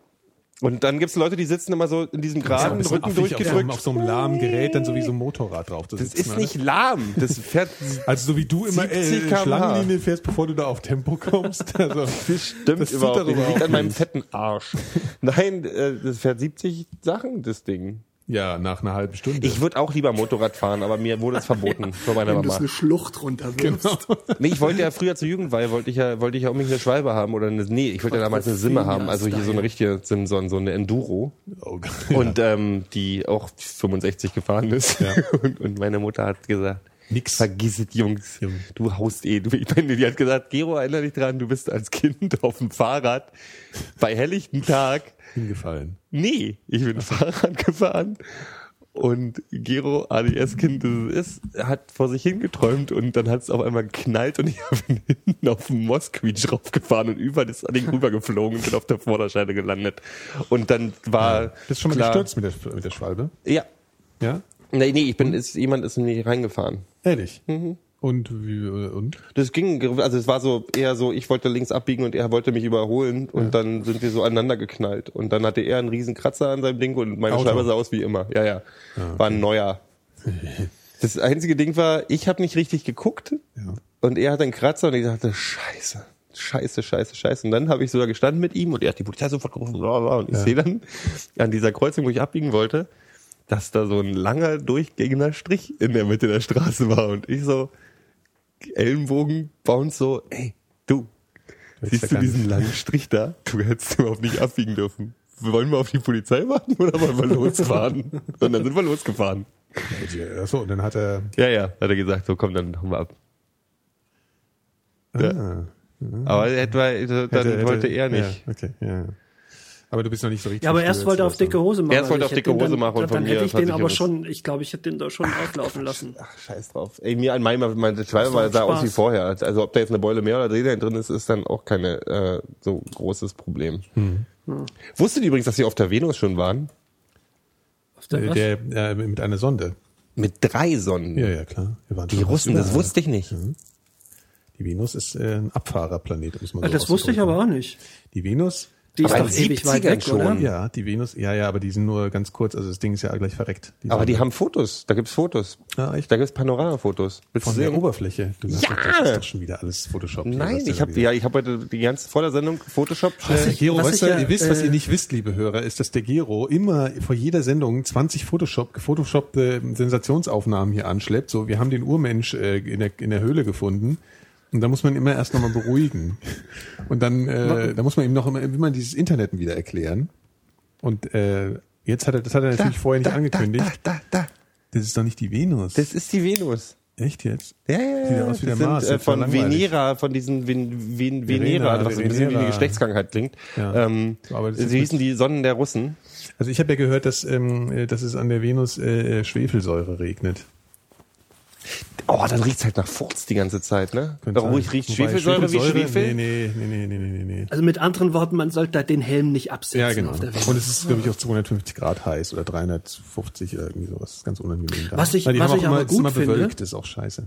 Speaker 6: Und dann gibt's Leute, die sitzen immer so in diesem
Speaker 5: Ja, ein
Speaker 6: geraden
Speaker 5: bisschen affig
Speaker 6: Rücken
Speaker 5: auf so, einem-
Speaker 6: durchgedrückt.
Speaker 5: auf so einem lahmen Gerät dann sowieso ein Motorrad drauf. zu
Speaker 6: das
Speaker 5: sitzen,
Speaker 6: ist
Speaker 5: oder?
Speaker 6: nicht lahm. Das fährt
Speaker 5: Also so wie du immer
Speaker 6: 70
Speaker 5: äh,
Speaker 6: km/h.
Speaker 5: Schlangenlinie fährst, bevor du da auf Tempo kommst. Also,
Speaker 6: Stimmt
Speaker 5: das tut
Speaker 6: das überhaupt nicht.
Speaker 5: darüber
Speaker 6: Das liegt
Speaker 5: auch
Speaker 6: an meinem
Speaker 5: nicht.
Speaker 6: fetten Arsch. Nein, äh, das fährt 70 Sachen, das Ding.
Speaker 5: Ja, nach einer halben Stunde.
Speaker 6: Ich würde auch lieber Motorrad fahren, aber mir wurde es verboten von meiner
Speaker 4: Wenn du
Speaker 6: Mama.
Speaker 4: es eine Schlucht runterwirfst.
Speaker 6: Nee, ich wollte ja früher zur Jugendweihe, wollte ich ja, wollte ich ja um mich eine Schwalbe haben oder eine, nee, ich wollte ja damals eine Simme haben, also hier so eine richtige, so ein- so ein- so eine Enduro.
Speaker 5: oh, Gott.
Speaker 6: Und ähm, die auch 65 gefahren ist.
Speaker 5: Ja.
Speaker 6: Und, und meine Mutter hat gesagt,
Speaker 5: Nix.
Speaker 6: Vergiss es, Jungs.
Speaker 5: Junge.
Speaker 6: Du haust eh. Du, ich meine, die hat gesagt, Gero, erinnere dich dran, du bist als Kind auf dem Fahrrad bei helllichten Tag
Speaker 5: hingefallen.
Speaker 6: Nee, ich bin Fahrrad gefahren und Gero, ADS-Kind, das es ist, hat vor sich hingeträumt und dann hat es auf einmal geknallt und ich bin hinten auf den Mosquitsch raufgefahren und über das Ding rübergeflogen und bin auf der Vorderscheide gelandet. Und dann war.
Speaker 5: Bist du schon mal
Speaker 6: klar-
Speaker 5: gestürzt mit der, mit der Schwalbe?
Speaker 6: Ja.
Speaker 5: Ja?
Speaker 6: Nee, nee, ich bin, ist, jemand ist in mich reingefahren.
Speaker 5: Ehrlich?
Speaker 6: Mhm.
Speaker 5: Und wie, äh, und?
Speaker 6: Das ging, also es war so eher so, ich wollte links abbiegen und er wollte mich überholen und dann sind wir so aneinander geknallt. Und dann hatte er einen riesen Kratzer an seinem Ding und meine
Speaker 5: Auto. Ah,
Speaker 6: Scheibe sah aus wie immer. Ja, ja. War ein neuer. Das einzige Ding war, ich habe nicht richtig geguckt
Speaker 5: Ja.
Speaker 6: und er hatte einen Kratzer und ich dachte, scheiße. Scheiße, scheiße, scheiße. Und dann habe ich sogar gestanden mit ihm und er hat die Polizei sofort gerufen. Bla, bla, und ich sehe dann an dieser Kreuzung, wo ich abbiegen wollte, dass da so ein langer, durchgehender Strich in der Mitte der Straße war. Und ich so, Ellenbogen bounce so, ey, du, siehst du
Speaker 5: gar
Speaker 6: diesen langen Strich da? Du hättest überhaupt nicht abbiegen dürfen. Wollen wir auf die Polizei warten oder wollen wir losfahren? und dann sind wir losgefahren.
Speaker 5: Achso, und dann hat er.
Speaker 6: Ja, ja, hat er gesagt, so komm, dann machen wir ab. Ja.
Speaker 5: ah.
Speaker 6: Aber etwa, dann
Speaker 5: hätte- hätte-
Speaker 6: wollte er nicht.
Speaker 5: Ja, okay, ja. Aber du bist noch nicht so richtig.
Speaker 4: Ja, aber erst
Speaker 5: gestürzt
Speaker 4: wollte er auf
Speaker 5: oder so.
Speaker 4: dicke Hose machen.
Speaker 6: Erst wollte er auf
Speaker 4: Ich hätte
Speaker 6: dicke
Speaker 4: ihn dann-
Speaker 6: Hose machen und
Speaker 4: Dann,
Speaker 6: von
Speaker 4: dann
Speaker 6: mir
Speaker 4: hätte ich
Speaker 6: hat
Speaker 4: den
Speaker 6: sich
Speaker 4: aber
Speaker 6: alles-
Speaker 4: schon, ich glaube, ich hätte den da schon auflaufen lassen.
Speaker 6: Ach, scheiß drauf. Ey, mir an meinem, mein Schwalbe
Speaker 4: doch
Speaker 6: war- sah
Speaker 4: Spaß.
Speaker 6: aus wie vorher. Also ob da jetzt eine Beule mehr oder weniger drin ist, ist dann auch keine äh, so großes Problem. Hm. Wusstet ihr übrigens, dass sie auf der Venus schon waren?
Speaker 4: Auf der, was?
Speaker 5: Äh, Der, äh, mit einer Sonde.
Speaker 6: Mit drei Sonnen.
Speaker 5: Ja, ja, klar. Wir waren
Speaker 6: Die
Speaker 5: schon
Speaker 6: Russen,
Speaker 5: fast
Speaker 6: das
Speaker 5: überall.
Speaker 6: wusste ich nicht.
Speaker 5: Die Venus ist äh, ein Abfahrerplanet, muss man
Speaker 4: Ah,
Speaker 5: so
Speaker 4: das wusste ich aber auch nicht.
Speaker 5: ausdrücken. Die Venus,
Speaker 4: Die ist
Speaker 6: Aber
Speaker 4: doch
Speaker 6: in den
Speaker 4: ewig weit
Speaker 6: 70ern
Speaker 4: weg, oder?
Speaker 6: schon.
Speaker 5: ja, die Venus, ja, ja, aber die sind nur ganz kurz, also das Ding ist ja gleich verreckt.
Speaker 6: Aber die
Speaker 5: Sonde.
Speaker 6: haben Fotos, da gibt's Fotos.
Speaker 5: Ah, echt?
Speaker 6: Da gibt's Panoramafotos. Willst
Speaker 5: von
Speaker 6: du
Speaker 5: der
Speaker 6: sehen?
Speaker 5: Oberfläche. Du sagst
Speaker 6: Ja!
Speaker 5: doch, das ist doch schon wieder alles Photoshop.
Speaker 6: Nein, ich habe
Speaker 5: habe
Speaker 6: ja, ich habe heute die ganze vor der Sendung Photoshop.
Speaker 5: Der
Speaker 6: schnell-
Speaker 5: Gero,
Speaker 4: was
Speaker 5: weißt
Speaker 4: ich
Speaker 5: du,
Speaker 4: ja,
Speaker 5: ihr wisst, was
Speaker 4: äh,
Speaker 5: ihr nicht wisst, liebe Hörer, ist, dass der Gero immer vor jeder Sendung 20 Photoshop, gefotoshoppte Sensationsaufnahmen hier anschleppt. So, wir haben den Urmensch äh, in, der, in der Höhle gefunden. Und da muss man ihn immer erst nochmal beruhigen. Und dann, äh, da muss man ihm noch immer, immer dieses Internet wieder erklären. Und äh, jetzt hat er, das hat er natürlich vorher nicht angekündigt.
Speaker 6: Da, da, da.
Speaker 5: Das ist doch nicht die Venus.
Speaker 6: Das ist die Venus.
Speaker 5: Echt jetzt?
Speaker 6: Ja, ja, ja.
Speaker 5: Sieht aus wie der
Speaker 6: das sind,
Speaker 5: Mars,
Speaker 6: Äh,
Speaker 5: jetzt mal
Speaker 6: von
Speaker 5: langweilig.
Speaker 6: Venera, von diesen Ven Ven Venera,
Speaker 5: Venera,
Speaker 6: was so ein bisschen wie
Speaker 5: Venera.
Speaker 6: eine Geschlechtskrankheit klingt.
Speaker 5: Ja.
Speaker 6: Ähm,
Speaker 5: Aber das ist
Speaker 6: sie hießen die Sonnen der Russen.
Speaker 5: Also ich habe ja gehört, dass, ähm, äh, dass es an der Venus äh, äh, Schwefelsäure regnet.
Speaker 6: Oh, dann riecht's halt nach Furz die ganze Zeit, ne?
Speaker 5: Könnte
Speaker 6: Da ruhig
Speaker 5: sein.
Speaker 6: riecht
Speaker 5: Wobei
Speaker 6: Schwefelsäure wie Schwefel.
Speaker 5: Nee, nee, nee, nee, nee, nee, nee.
Speaker 4: Also mit anderen Worten, man sollte da den Helm nicht absetzen
Speaker 5: Ja, genau.
Speaker 4: auf der Welt.
Speaker 5: Und es ist, glaube ich, auch 250 Grad heiß oder 350 oder irgendwie sowas. Das ist ganz unangenehm. Da.
Speaker 4: Was ich-
Speaker 5: Weil die
Speaker 4: was
Speaker 5: haben auch
Speaker 4: ich
Speaker 5: immer,
Speaker 4: aber
Speaker 5: es ist
Speaker 4: gut
Speaker 5: immer
Speaker 4: finde-
Speaker 5: bewölkt, ist auch scheiße.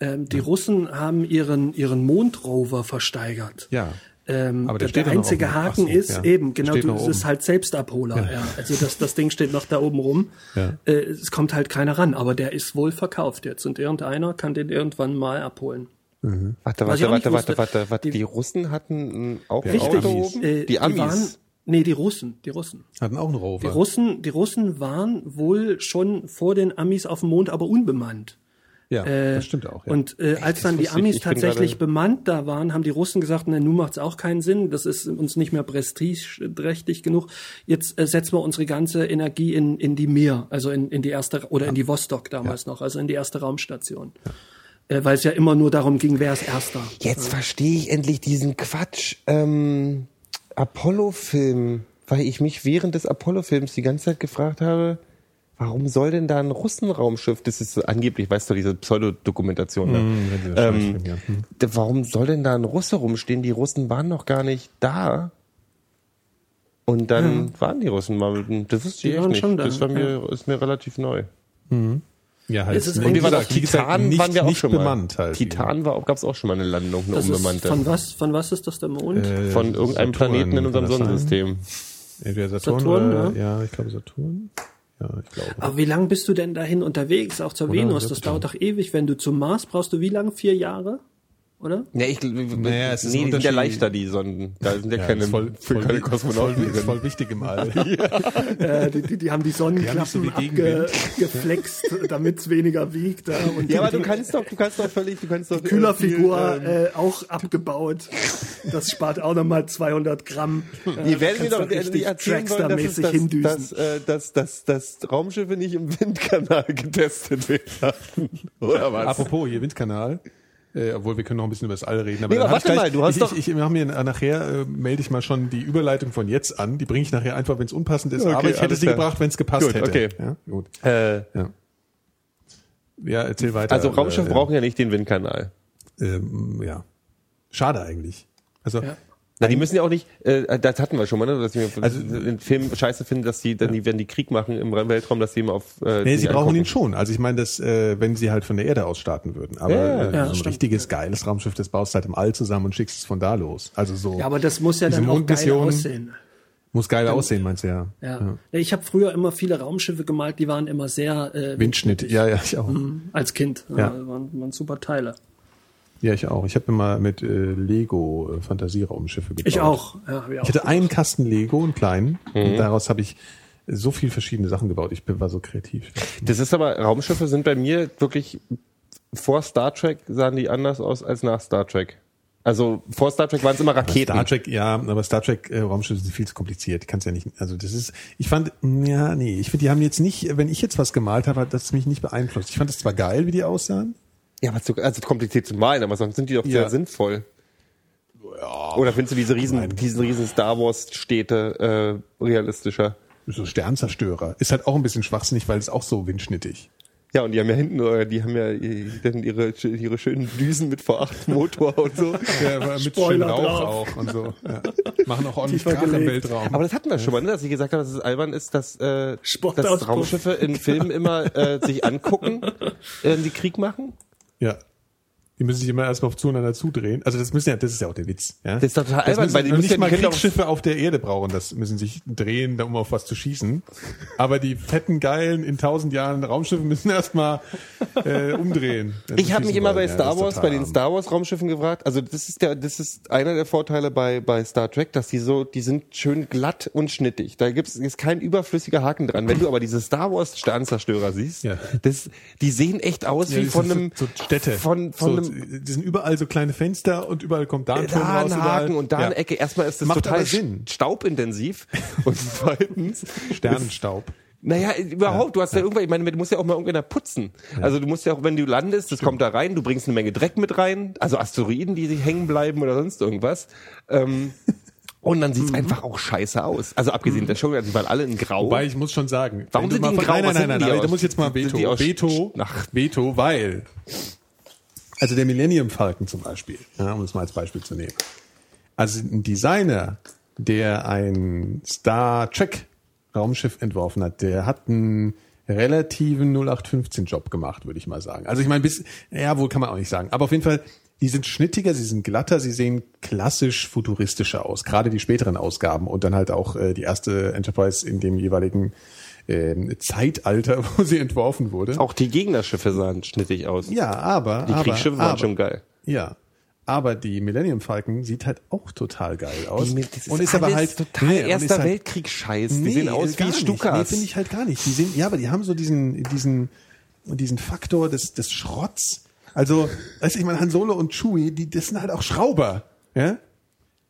Speaker 4: Ähm, die Russen haben ihren, ihren Mondrover versteigert.
Speaker 5: Ja.
Speaker 4: Ähm,
Speaker 5: Aber
Speaker 4: aber der,
Speaker 5: der steht
Speaker 4: der,
Speaker 5: doch noch
Speaker 4: einzige
Speaker 5: oben.
Speaker 4: Haken
Speaker 5: Ach so,
Speaker 4: ist
Speaker 5: ja.
Speaker 4: eben, genau,
Speaker 5: Steht
Speaker 4: du,
Speaker 5: noch
Speaker 4: es
Speaker 5: oben.
Speaker 4: ist halt Selbstabholer. Ja. Also das, das Ding steht noch da oben rum.
Speaker 5: Ja.
Speaker 4: Äh, es kommt halt keiner ran, aber der ist wohl verkauft jetzt und irgendeiner kann den irgendwann mal abholen.
Speaker 6: Warte,
Speaker 4: Was ich
Speaker 6: warte,
Speaker 4: auch nicht
Speaker 6: warte, warte,
Speaker 4: wusste,
Speaker 6: warte, warte. Die,
Speaker 4: die-
Speaker 6: Russen hatten äh, auch ein
Speaker 5: Richtig.
Speaker 6: Auto oben.
Speaker 4: Äh,
Speaker 6: die Amis.
Speaker 4: waren, nee, die Russen, die Russen.
Speaker 5: Hatten auch einen
Speaker 4: Die
Speaker 5: Rover.
Speaker 4: Russen, die Russen waren wohl schon vor den Amis auf dem Mond, aber unbemannt.
Speaker 5: Ja,
Speaker 4: Äh,
Speaker 5: das stimmt auch. Ja.
Speaker 4: Und äh, als dann die
Speaker 6: wusste ich
Speaker 4: Amis
Speaker 6: nicht. Ich bin
Speaker 4: tatsächlich
Speaker 6: gerade-
Speaker 4: bemannt da waren, haben die Russen gesagt, na, nun macht's auch keinen Sinn, das ist uns nicht mehr prestigeträchtig genug. Jetzt äh, setzen wir unsere ganze Energie in, in die Meer, also in, in die erste, oder in die Vostok damals noch, also in die erste Raumstation. Äh, Weil es ja immer nur darum ging, wer ist Erster.
Speaker 5: Mhm.
Speaker 6: Jetzt verstehe ich endlich diesen Quatsch. Ähm, Apollo-Film, weil ich mich während des Apollo-Films die ganze Zeit gefragt habe, warum soll denn da ein Russenraumschiff, das ist angeblich, weißt du, diese Pseudodokumentation, ne?
Speaker 5: wenn sie Mhm, das
Speaker 6: ähm,
Speaker 5: schreiben, ja. Hm.
Speaker 6: d- warum soll denn da ein Russe rumstehen? Die Russen waren noch gar nicht da. Und dann waren die Russen mal, mit- das wusste
Speaker 4: Die
Speaker 6: ich echt
Speaker 4: waren
Speaker 6: nicht.
Speaker 4: schon da,
Speaker 6: das war mir, ist mir relativ neu.
Speaker 5: ja, halt.
Speaker 4: es ist
Speaker 5: wie
Speaker 4: eigentlich-
Speaker 6: Wir waren
Speaker 5: gesagt,
Speaker 6: auf Titan,
Speaker 5: nicht,
Speaker 6: waren wir auch
Speaker 5: nicht
Speaker 6: schon mal.
Speaker 5: bemannt halt.
Speaker 6: Titan war, gab es auch schon mal eine Landung, eine
Speaker 4: Das ist,
Speaker 6: unbemannte.
Speaker 4: von was, von was ist das der Mond?
Speaker 5: Äh,
Speaker 6: von
Speaker 5: Saturn,
Speaker 6: irgendeinem Planeten in
Speaker 5: kann
Speaker 6: unserem
Speaker 5: das sein?
Speaker 6: Sonnensystem.
Speaker 5: Entweder Saturn,
Speaker 4: Saturn, Ah.
Speaker 5: oder, ja. ich glaube Saturn. Ja, ich glaube.
Speaker 4: Aber wie lange bist du denn dahin unterwegs, auch zur
Speaker 5: Oder
Speaker 4: Venus? Das
Speaker 5: Neptun.
Speaker 4: dauert doch ewig. Wenn du zum Mars brauchst du wie lange? Vier Jahre? Oder?
Speaker 6: Ja, ich,
Speaker 5: Naja, es ist
Speaker 6: nee,
Speaker 5: ein
Speaker 6: die sind ja
Speaker 5: Unterschied.
Speaker 6: leichter, die Sonden. Da sind ja,
Speaker 5: Ja,
Speaker 6: keine,
Speaker 5: ist voll,
Speaker 6: für
Speaker 5: voll,
Speaker 6: keine
Speaker 5: voll,
Speaker 6: Kosmonauten
Speaker 5: ist
Speaker 6: drin.
Speaker 5: voll wichtig im All.
Speaker 4: Äh, die, die, die haben die Sonnenklappen
Speaker 5: Die haben nicht so viel
Speaker 4: abge- geflext, damit es weniger wiegt. Ja, und
Speaker 6: Ja, aber
Speaker 4: die,
Speaker 6: du kannst doch, du kannst doch völlig, du kannst doch.
Speaker 4: die Kühlerfigur
Speaker 6: äh, viel,
Speaker 4: äh, auch abgebaut. Das spart auch nochmal 200 Gramm. Äh,
Speaker 6: ähm, ihr werdet mir doch nicht erzählen wollen, dass, es,
Speaker 4: Trackster-mäßig
Speaker 6: dass,
Speaker 4: hindüsen.
Speaker 6: dass, äh, dass, dass, dass Raumschiffe nicht im Windkanal getestet werden. Oder was?
Speaker 5: Apropos, hier Windkanal. Äh, obwohl, wir können noch ein bisschen über das All reden. Aber
Speaker 6: Nee,
Speaker 5: dann
Speaker 6: aber
Speaker 5: hab ich
Speaker 6: warte mal, du hast
Speaker 5: ich,
Speaker 6: doch-
Speaker 5: Ich, ich mach mir äh, nachher, äh, melde ich mal schon die Überleitung von jetzt an. Die bringe ich nachher einfach, wenn es unpassend ist.
Speaker 6: Okay,
Speaker 5: aber ich hätte
Speaker 6: alles
Speaker 5: sie
Speaker 6: klar.
Speaker 5: gebracht, wenn es gepasst
Speaker 6: Gut,
Speaker 5: hätte.
Speaker 6: okay.
Speaker 5: Ja, gut.
Speaker 6: Äh,
Speaker 5: Ja. ja, erzähl weiter.
Speaker 6: also Raumschiffe
Speaker 5: Äh,
Speaker 6: brauchen ja nicht den Windkanal.
Speaker 5: Ähm, ja. Schade eigentlich. Also,
Speaker 6: Na, die müssen ja auch nicht, äh, das hatten wir schon mal, ne? dass wir
Speaker 5: Also-
Speaker 6: den Film scheiße finden, dass die, dann die, wenn die Krieg machen im Weltraum, dass die immer auf. Äh,
Speaker 5: Nee,
Speaker 6: die
Speaker 5: sie brauchen
Speaker 6: angucken.
Speaker 5: ihn schon. Also ich meine, dass äh, wenn sie halt von der Erde aus starten würden. Aber
Speaker 6: Ja,
Speaker 5: äh,
Speaker 6: ja,
Speaker 5: so ein
Speaker 4: stimmt.
Speaker 5: richtiges geiles Raumschiff, das baust du halt im All zusammen und schickst es von da los. Also so
Speaker 4: ja, aber das muss ja
Speaker 5: diese
Speaker 4: dann auch geil
Speaker 5: Mondmission
Speaker 4: aussehen.
Speaker 5: muss geil aussehen, meinst du ja.
Speaker 4: Ja. Ich habe früher immer viele Raumschiffe gemalt, die waren immer sehr äh,
Speaker 5: Windschnitt, ja, Mhm. ja, ich auch.
Speaker 4: als Kind. Ja.
Speaker 5: Ja.
Speaker 4: waren, waren super Teile.
Speaker 5: Ja, ich auch. Ich habe immer mit äh, Lego äh, Fantasieraumschiffe gebaut.
Speaker 4: Ich auch. Ja, hab ich auch.
Speaker 5: Ich hatte einen Kasten Lego, einen kleinen,
Speaker 4: Mhm.
Speaker 5: und daraus habe ich so viel verschiedene Sachen gebaut. Ich bin, war so kreativ.
Speaker 6: Das ist aber, Raumschiffe sind bei mir wirklich, vor Star Trek sahen die anders aus als nach Star Trek. Also vor Star Trek waren es immer Raketen.
Speaker 5: Star Trek, ja, aber Star Trek äh, Raumschiffe sind viel zu kompliziert. Kannst ja nicht, also das ist, ich fand, ja, nee, ich finde, die haben jetzt nicht, wenn ich jetzt was gemalt habe, hat das mich nicht beeinflusst. Ich fand es zwar geil, wie die aussahen.
Speaker 6: Ja, aber zu, also kompliziert zu malen, aber sonst sind die doch sehr
Speaker 5: Ja.
Speaker 6: sinnvoll. Oder findest du diese riesen, diesen riesen Star Wars Städte äh, realistischer?
Speaker 5: So Sternzerstörer. Ist halt auch ein bisschen schwachsinnig, weil es auch so windschnittig.
Speaker 6: Ja, und die haben ja hinten, äh, die haben ja äh, dann ihre, ihre schönen Düsen mit V8 Motor und so.
Speaker 5: Ja, mit
Speaker 4: Spoiler drauf.
Speaker 5: auch und so. Ja. Machen auch ordentlich
Speaker 4: Tiefer
Speaker 5: Krach im
Speaker 4: gelegt.
Speaker 5: Weltraum.
Speaker 6: Aber das hatten wir schon mal, ne? dass ich gesagt habe, dass es albern ist, dass, äh, dass
Speaker 4: Sportauspuff.
Speaker 6: Raumschiffe in Filmen immer äh, sich angucken, äh, die Krieg machen.
Speaker 5: Ja. Die müssen sich immer erstmal zueinander zudrehen. Also das müssen ja, das ist ja auch der Witz. Ja?
Speaker 6: Das ist total albern,
Speaker 5: müssen,
Speaker 6: weil die
Speaker 5: noch
Speaker 6: müssen
Speaker 5: nicht
Speaker 6: ja die
Speaker 5: mal
Speaker 6: Kinder auf-
Speaker 5: Kriegsschiffe auf der Erde brauchen, das müssen sich drehen, um auf was zu schießen. Aber die fetten, geilen, in tausend Jahren Raumschiffe müssen erstmal äh, umdrehen. wenn sie
Speaker 6: Ich habe mich
Speaker 5: schießen
Speaker 6: immer
Speaker 5: wollen.
Speaker 6: bei
Speaker 5: Ja, das
Speaker 6: Star
Speaker 5: ist
Speaker 6: Wars,
Speaker 5: total
Speaker 6: bei den
Speaker 5: arm.
Speaker 6: Star Wars Raumschiffen gefragt. Also das ist der, das ist einer der Vorteile bei bei Star Trek, dass die so, die sind schön glatt und schnittig. Da gibt's ist kein überflüssiger Haken dran. Wenn du aber diese Star Wars Sternzerstörer siehst,
Speaker 5: Ja.
Speaker 6: das, die sehen echt aus
Speaker 5: Ja,
Speaker 6: wie
Speaker 5: das
Speaker 6: von
Speaker 5: sind
Speaker 6: einem
Speaker 5: so, so Städte.
Speaker 6: von von
Speaker 5: so,
Speaker 6: einem Äh,
Speaker 5: die sind überall so kleine Fenster und überall kommt da ein Turm
Speaker 6: da
Speaker 5: raus.
Speaker 6: ein
Speaker 5: überall-
Speaker 6: Haken und da
Speaker 5: Ja.
Speaker 6: eine Ecke. Erstmal ist das
Speaker 5: Macht
Speaker 6: total
Speaker 5: aber Sinn.
Speaker 6: staubintensiv und zweitens ist-
Speaker 5: Sternenstaub.
Speaker 6: Naja, überhaupt, du hast ja, irgendwann, ich meine, du musst ja auch mal irgendwann da putzen. Also du musst ja auch, wenn du landest, das kommt da rein, du bringst eine Menge Dreck mit rein, also Asteroiden, die sich hängen bleiben oder sonst irgendwas. Ähm, und dann
Speaker 5: Mhm.
Speaker 6: sieht's einfach auch scheiße aus. Also abgesehen der Show, die waren alle in Grau.
Speaker 5: Wobei ich muss schon sagen, wenn
Speaker 6: Warum
Speaker 5: du
Speaker 6: sind
Speaker 5: mal
Speaker 6: die in
Speaker 5: von-
Speaker 6: Grau?
Speaker 5: Nein,
Speaker 6: Was
Speaker 5: nein,
Speaker 6: sind
Speaker 5: nein,
Speaker 6: die
Speaker 5: nein,
Speaker 6: aus-
Speaker 5: da muss ich jetzt mal
Speaker 6: sind
Speaker 5: Veto.
Speaker 6: die aus-
Speaker 5: Veto,
Speaker 6: Ach.
Speaker 5: Veto, weil. Also der Millennium Falcon zum Beispiel, ja, um das mal als Beispiel zu nehmen. Also ein Designer, der ein Star Trek Raumschiff entworfen hat, der hat einen relativen 0815-Job gemacht, würde ich mal sagen. Also ich meine, bis, ja, wohl kann man auch nicht sagen. Aber auf jeden Fall, die sind schnittiger, sie sind glatter, sie sehen klassisch futuristischer aus. Gerade die späteren Ausgaben und dann halt auch äh, die erste Enterprise in dem jeweiligen ähm, Zeitalter, wo sie entworfen wurde.
Speaker 6: auch die Gegnerschiffe sahen schnittig aus.
Speaker 5: Ja, aber.
Speaker 6: Die
Speaker 5: aber,
Speaker 6: Kriegsschiffe waren
Speaker 5: aber,
Speaker 6: schon geil.
Speaker 5: Ja. Aber die Millennium Falcon sieht halt auch total geil aus.
Speaker 6: Die- das
Speaker 5: und ist aber
Speaker 6: alles
Speaker 5: halt
Speaker 6: total
Speaker 5: nee, und ist
Speaker 6: erster
Speaker 5: halt-
Speaker 6: Weltkrieg Scheiß. Die sehen aus
Speaker 5: gar
Speaker 6: wie
Speaker 5: nicht.
Speaker 6: Stukas.
Speaker 5: Nee, finde ich halt gar nicht. Die sehen, ja, aber die haben so diesen, diesen und diesen Faktor des, des Schrotts. Also, also ich meine, Han Solo und Chewie, die, das sind halt auch Schrauber. Ja?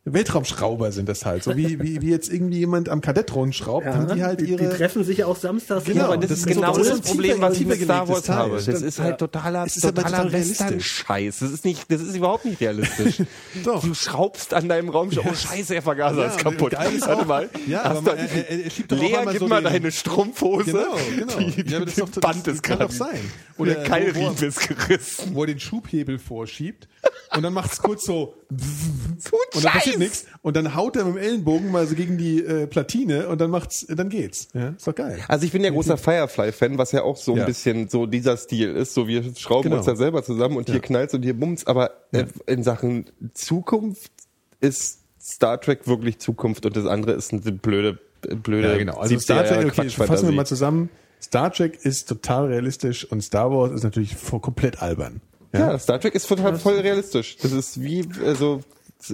Speaker 5: Weltraumschrauber sind das halt. So wie, wie, wie jetzt irgendwie jemand am Kadetron schraubt, haben die halt
Speaker 4: die, die
Speaker 5: ihre.
Speaker 4: treffen sich auch samstags.
Speaker 5: Genau,
Speaker 4: hier,
Speaker 6: aber
Speaker 4: aber
Speaker 5: das
Speaker 6: das, ist
Speaker 5: ist so-
Speaker 6: genau
Speaker 5: das ist
Speaker 6: das
Speaker 5: ein
Speaker 6: Problem,
Speaker 5: tiefer-
Speaker 6: was ich
Speaker 5: tiefer
Speaker 6: mit Star
Speaker 5: gelegtes
Speaker 6: Wars
Speaker 5: Teil.
Speaker 6: habe. Das
Speaker 5: Stimmt,
Speaker 6: ist
Speaker 5: ja.
Speaker 6: halt totaler,
Speaker 5: Es äh, ist aber
Speaker 6: totaler
Speaker 5: total realistisch.
Speaker 6: Western-Scheiß. Das ist nicht, das ist überhaupt nicht realistisch.
Speaker 5: Doch.
Speaker 6: Du schraubst an deinem Raumschiff. Oh Scheiße, der Vergaser
Speaker 5: Ja,
Speaker 6: ist kaputt.
Speaker 5: geil ist
Speaker 6: Warte
Speaker 5: auch-
Speaker 6: mal.
Speaker 5: Ja,
Speaker 6: Hast
Speaker 5: aber man-
Speaker 6: du-
Speaker 5: er- er- er schiebt doch auch
Speaker 6: Lea,
Speaker 5: einmal
Speaker 6: gib
Speaker 5: so
Speaker 6: mal
Speaker 5: den-
Speaker 6: deine Strumpfhose.
Speaker 5: Genau, genau.
Speaker 6: Die, die,
Speaker 5: Ja, aber das ist doch- das-
Speaker 6: Band
Speaker 5: das
Speaker 6: ist
Speaker 5: kann
Speaker 6: gerade.
Speaker 5: doch sein.
Speaker 6: Oder
Speaker 5: Ja,
Speaker 6: Keilriemen
Speaker 5: wo- wo-
Speaker 6: ist gerissen.
Speaker 5: wo er den Schubhebel vorschiebt und dann macht's kurz so
Speaker 6: So ein
Speaker 5: und dann
Speaker 6: Scheiß.
Speaker 5: passiert nichts und dann haut er mit dem Ellenbogen mal so gegen die äh, Platine und dann macht's dann geht's ja, ist doch geil
Speaker 6: Also ich bin ja großer Firefly-Fan, was ja auch so ein
Speaker 5: Ja.
Speaker 6: bisschen so dieser Stil ist. So wir schrauben
Speaker 5: Genau.
Speaker 6: uns da selber zusammen und hier knallt's und hier bums. Aber äh, in Sachen Zukunft ist Star Trek wirklich Zukunft und das andere ist eine blöde, äh, blöde.
Speaker 5: Ja, genau. Also Star
Speaker 6: 70er
Speaker 5: Trek, okay, fassen wir
Speaker 6: Quatschfantasie.
Speaker 5: mal zusammen. Star Trek ist total realistisch und Star Wars ist natürlich voll, komplett albern.
Speaker 6: Ja, Star Trek ist total voll realistisch. Das ist wie also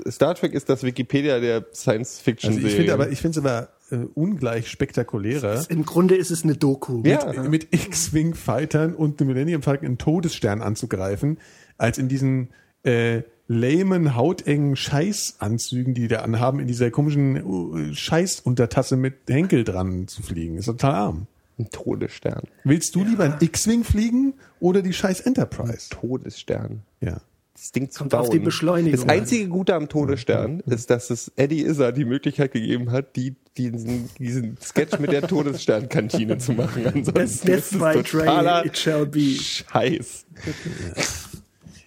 Speaker 6: Star Trek ist das Wikipedia der Science Fiction.
Speaker 5: Also ich finde aber, ich finde es aber äh, ungleich spektakulärer.
Speaker 4: Im Grunde ist es eine Doku. äh,
Speaker 6: ja,
Speaker 5: mit, mit X-Wing-Fightern und dem Millennium Falcon einen Todesstern anzugreifen, als in diesen äh, lamen, hautengen Scheißanzügen, die die da anhaben, in dieser komischen uh, Scheißuntertasse mit Henkel dran zu fliegen. Ist total arm.
Speaker 6: ein Todesstern,
Speaker 5: Willst du lieber ein X-Wing fliegen oder die scheiß Enterprise?
Speaker 6: Todesstern.
Speaker 5: Ja.
Speaker 6: das Ding zu
Speaker 4: Kommt
Speaker 6: bauen.
Speaker 4: auf die Beschleunigung Mhm.
Speaker 6: Das einzige Gute am Todesstern ist, dass es Eddie Izzard die Möglichkeit gegeben hat, die, diesen, diesen Sketch mit der Todessternkantine zu machen. Ansonsten
Speaker 4: Death
Speaker 6: ist es
Speaker 4: by train,
Speaker 6: totaler
Speaker 4: it shall be.
Speaker 6: Scheiß.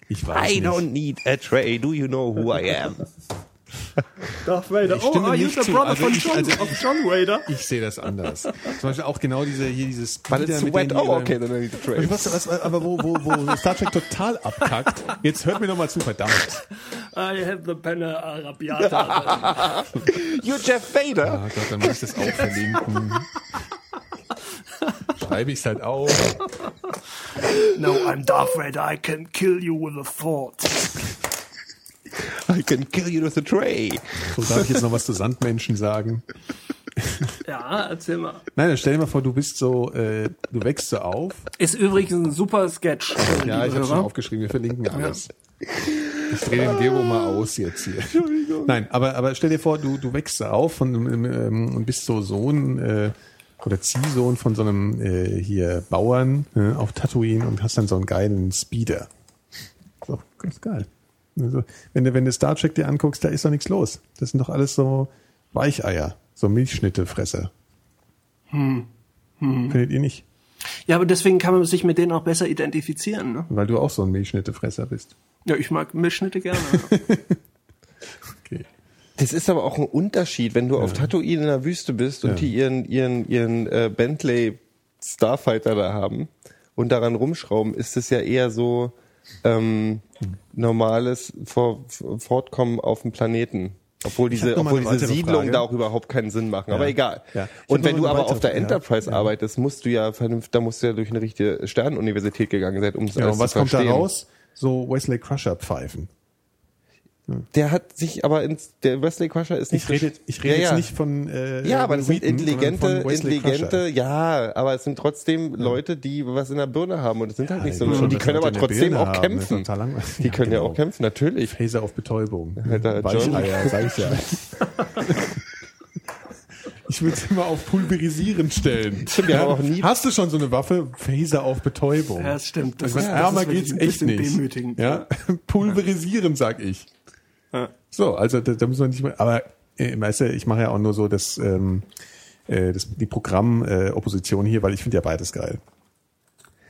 Speaker 5: Ich weiß
Speaker 6: I
Speaker 5: nicht.
Speaker 6: don't need a tray. Do you know who I am?
Speaker 4: Darth Vader. Oh,
Speaker 5: Ich stimme nicht zu. Also ich- also ich-
Speaker 4: of John Vader?
Speaker 5: Ich sehe das anders. Zum Beispiel auch genau diese hier dieses
Speaker 6: But it's wet. Oh, okay, then I need a tray.
Speaker 5: Was, was, aber wo, wo, wo Star Trek total abkackt, jetzt hört mir noch mal zu, verdammt.
Speaker 4: I have the Penne Arabiata.
Speaker 6: You Jeff Vader?
Speaker 5: Ah Gott, dann muss ich das auch verlinken. Schreibe ich es halt auf.
Speaker 4: no, I'm Darth Vader. I can kill you with a thought.
Speaker 6: I can kill you with a tray.
Speaker 5: So darf ich jetzt noch was zu Sandmenschen sagen.
Speaker 4: Ja, erzähl mal.
Speaker 5: Nein, dann stell dir mal vor, du bist so, äh, du wächst so auf.
Speaker 4: Ist übrigens ein super Sketch.
Speaker 5: Ja, ich habe schon aufgeschrieben, wir verlinken alles. Ich drehe den Gero mal aus jetzt hier. Nein, aber, aber stell dir vor, du, du wächst da auf und, ähm, und bist so Sohn äh, oder Ziehsohn von so einem äh, hier Bauern äh, auf Tatooine und hast dann so einen geilen Speeder. So, ganz geil. Also, wenn, du, wenn du Star Trek dir anguckst, da ist doch nichts los. Das sind doch alles so Weicheier, so Milchschnittefresser. Hm. Findet ihr nicht?
Speaker 4: Ja, aber deswegen kann man sich mit denen auch besser identifizieren. Ne?
Speaker 5: Weil du auch so ein Milchschnittefresser bist.
Speaker 4: Ja, ich mag Milchschnitte gerne.
Speaker 5: Okay.
Speaker 6: Das ist aber auch ein Unterschied, wenn du auf Tatooine in der Wüste bist und
Speaker 5: Ja.
Speaker 6: die ihren, ihren, ihren äh, Bentley Starfighter da haben und daran rumschrauben, ist es ja eher so ähm,
Speaker 5: Hm.
Speaker 6: normales Vor Fortkommen auf dem Planeten. Obwohl diese,
Speaker 5: hab noch mal
Speaker 6: obwohl
Speaker 5: eine
Speaker 6: diese
Speaker 5: weitere
Speaker 6: Siedlungen
Speaker 5: Frage.
Speaker 6: da auch überhaupt keinen Sinn machen, aber egal.
Speaker 5: Ja. Ich hab
Speaker 6: Und wenn
Speaker 5: noch
Speaker 6: du
Speaker 5: eine
Speaker 6: aber auf
Speaker 5: weitere-
Speaker 6: der
Speaker 5: ja.
Speaker 6: Enterprise
Speaker 5: Ja.
Speaker 6: arbeitest, musst du ja vernünftig, da musst du ja durch eine richtige Sternenuniversität gegangen sein, um es
Speaker 5: Ja, und
Speaker 6: alles
Speaker 5: Genau, was
Speaker 6: zu
Speaker 5: kommt da
Speaker 6: verstehen.
Speaker 5: raus? So Wesley Crusher Pfeifen.
Speaker 6: Der hat sich aber ins, der Wesley Crusher ist nicht
Speaker 5: Ich rede, ich rede
Speaker 6: Ja,
Speaker 5: jetzt
Speaker 6: ja.
Speaker 5: nicht von äh,
Speaker 6: Ja, aber das sind
Speaker 5: Wheaton, sondern
Speaker 6: intelligente,
Speaker 5: von Wesley
Speaker 6: intelligente,
Speaker 5: Crusher.
Speaker 6: ja, aber es sind trotzdem Leute, die was in der Birne haben und es sind halt nicht so
Speaker 5: die
Speaker 6: Menschen.
Speaker 5: schon
Speaker 6: Die
Speaker 5: was
Speaker 6: können aber
Speaker 5: in der
Speaker 6: trotzdem
Speaker 5: Birne
Speaker 6: auch
Speaker 5: haben, das ist
Speaker 6: kämpfen.
Speaker 5: ne? total langweilig.
Speaker 6: Die
Speaker 5: Ja,
Speaker 6: können ja
Speaker 5: genau.
Speaker 6: auch kämpfen, natürlich.
Speaker 5: Phaser auf Betäubung.
Speaker 6: Alter, John.
Speaker 5: Weicheier, sag ich ja. Ich würde es immer auf Pulverisieren stellen.
Speaker 6: Stimmt, wir haben auch nie-
Speaker 5: Hast du schon so eine Waffe? Phaser auf Betäubung.
Speaker 4: Ja, das stimmt.
Speaker 5: Das
Speaker 4: Das
Speaker 5: ich meine,
Speaker 4: ist- das
Speaker 5: ärmer
Speaker 4: ist
Speaker 5: geht's
Speaker 4: wirklich ein
Speaker 5: echt
Speaker 4: bisschen
Speaker 5: nicht.
Speaker 4: demütigend.
Speaker 5: Ja? Pulverisieren, sag ich. So, also da, da müssen wir nicht mehr. Aber äh, weißt du, ich mache ja auch nur so das, ähm, äh, das die Programm-Opposition äh, Opposition hier, weil ich finde ja beides geil.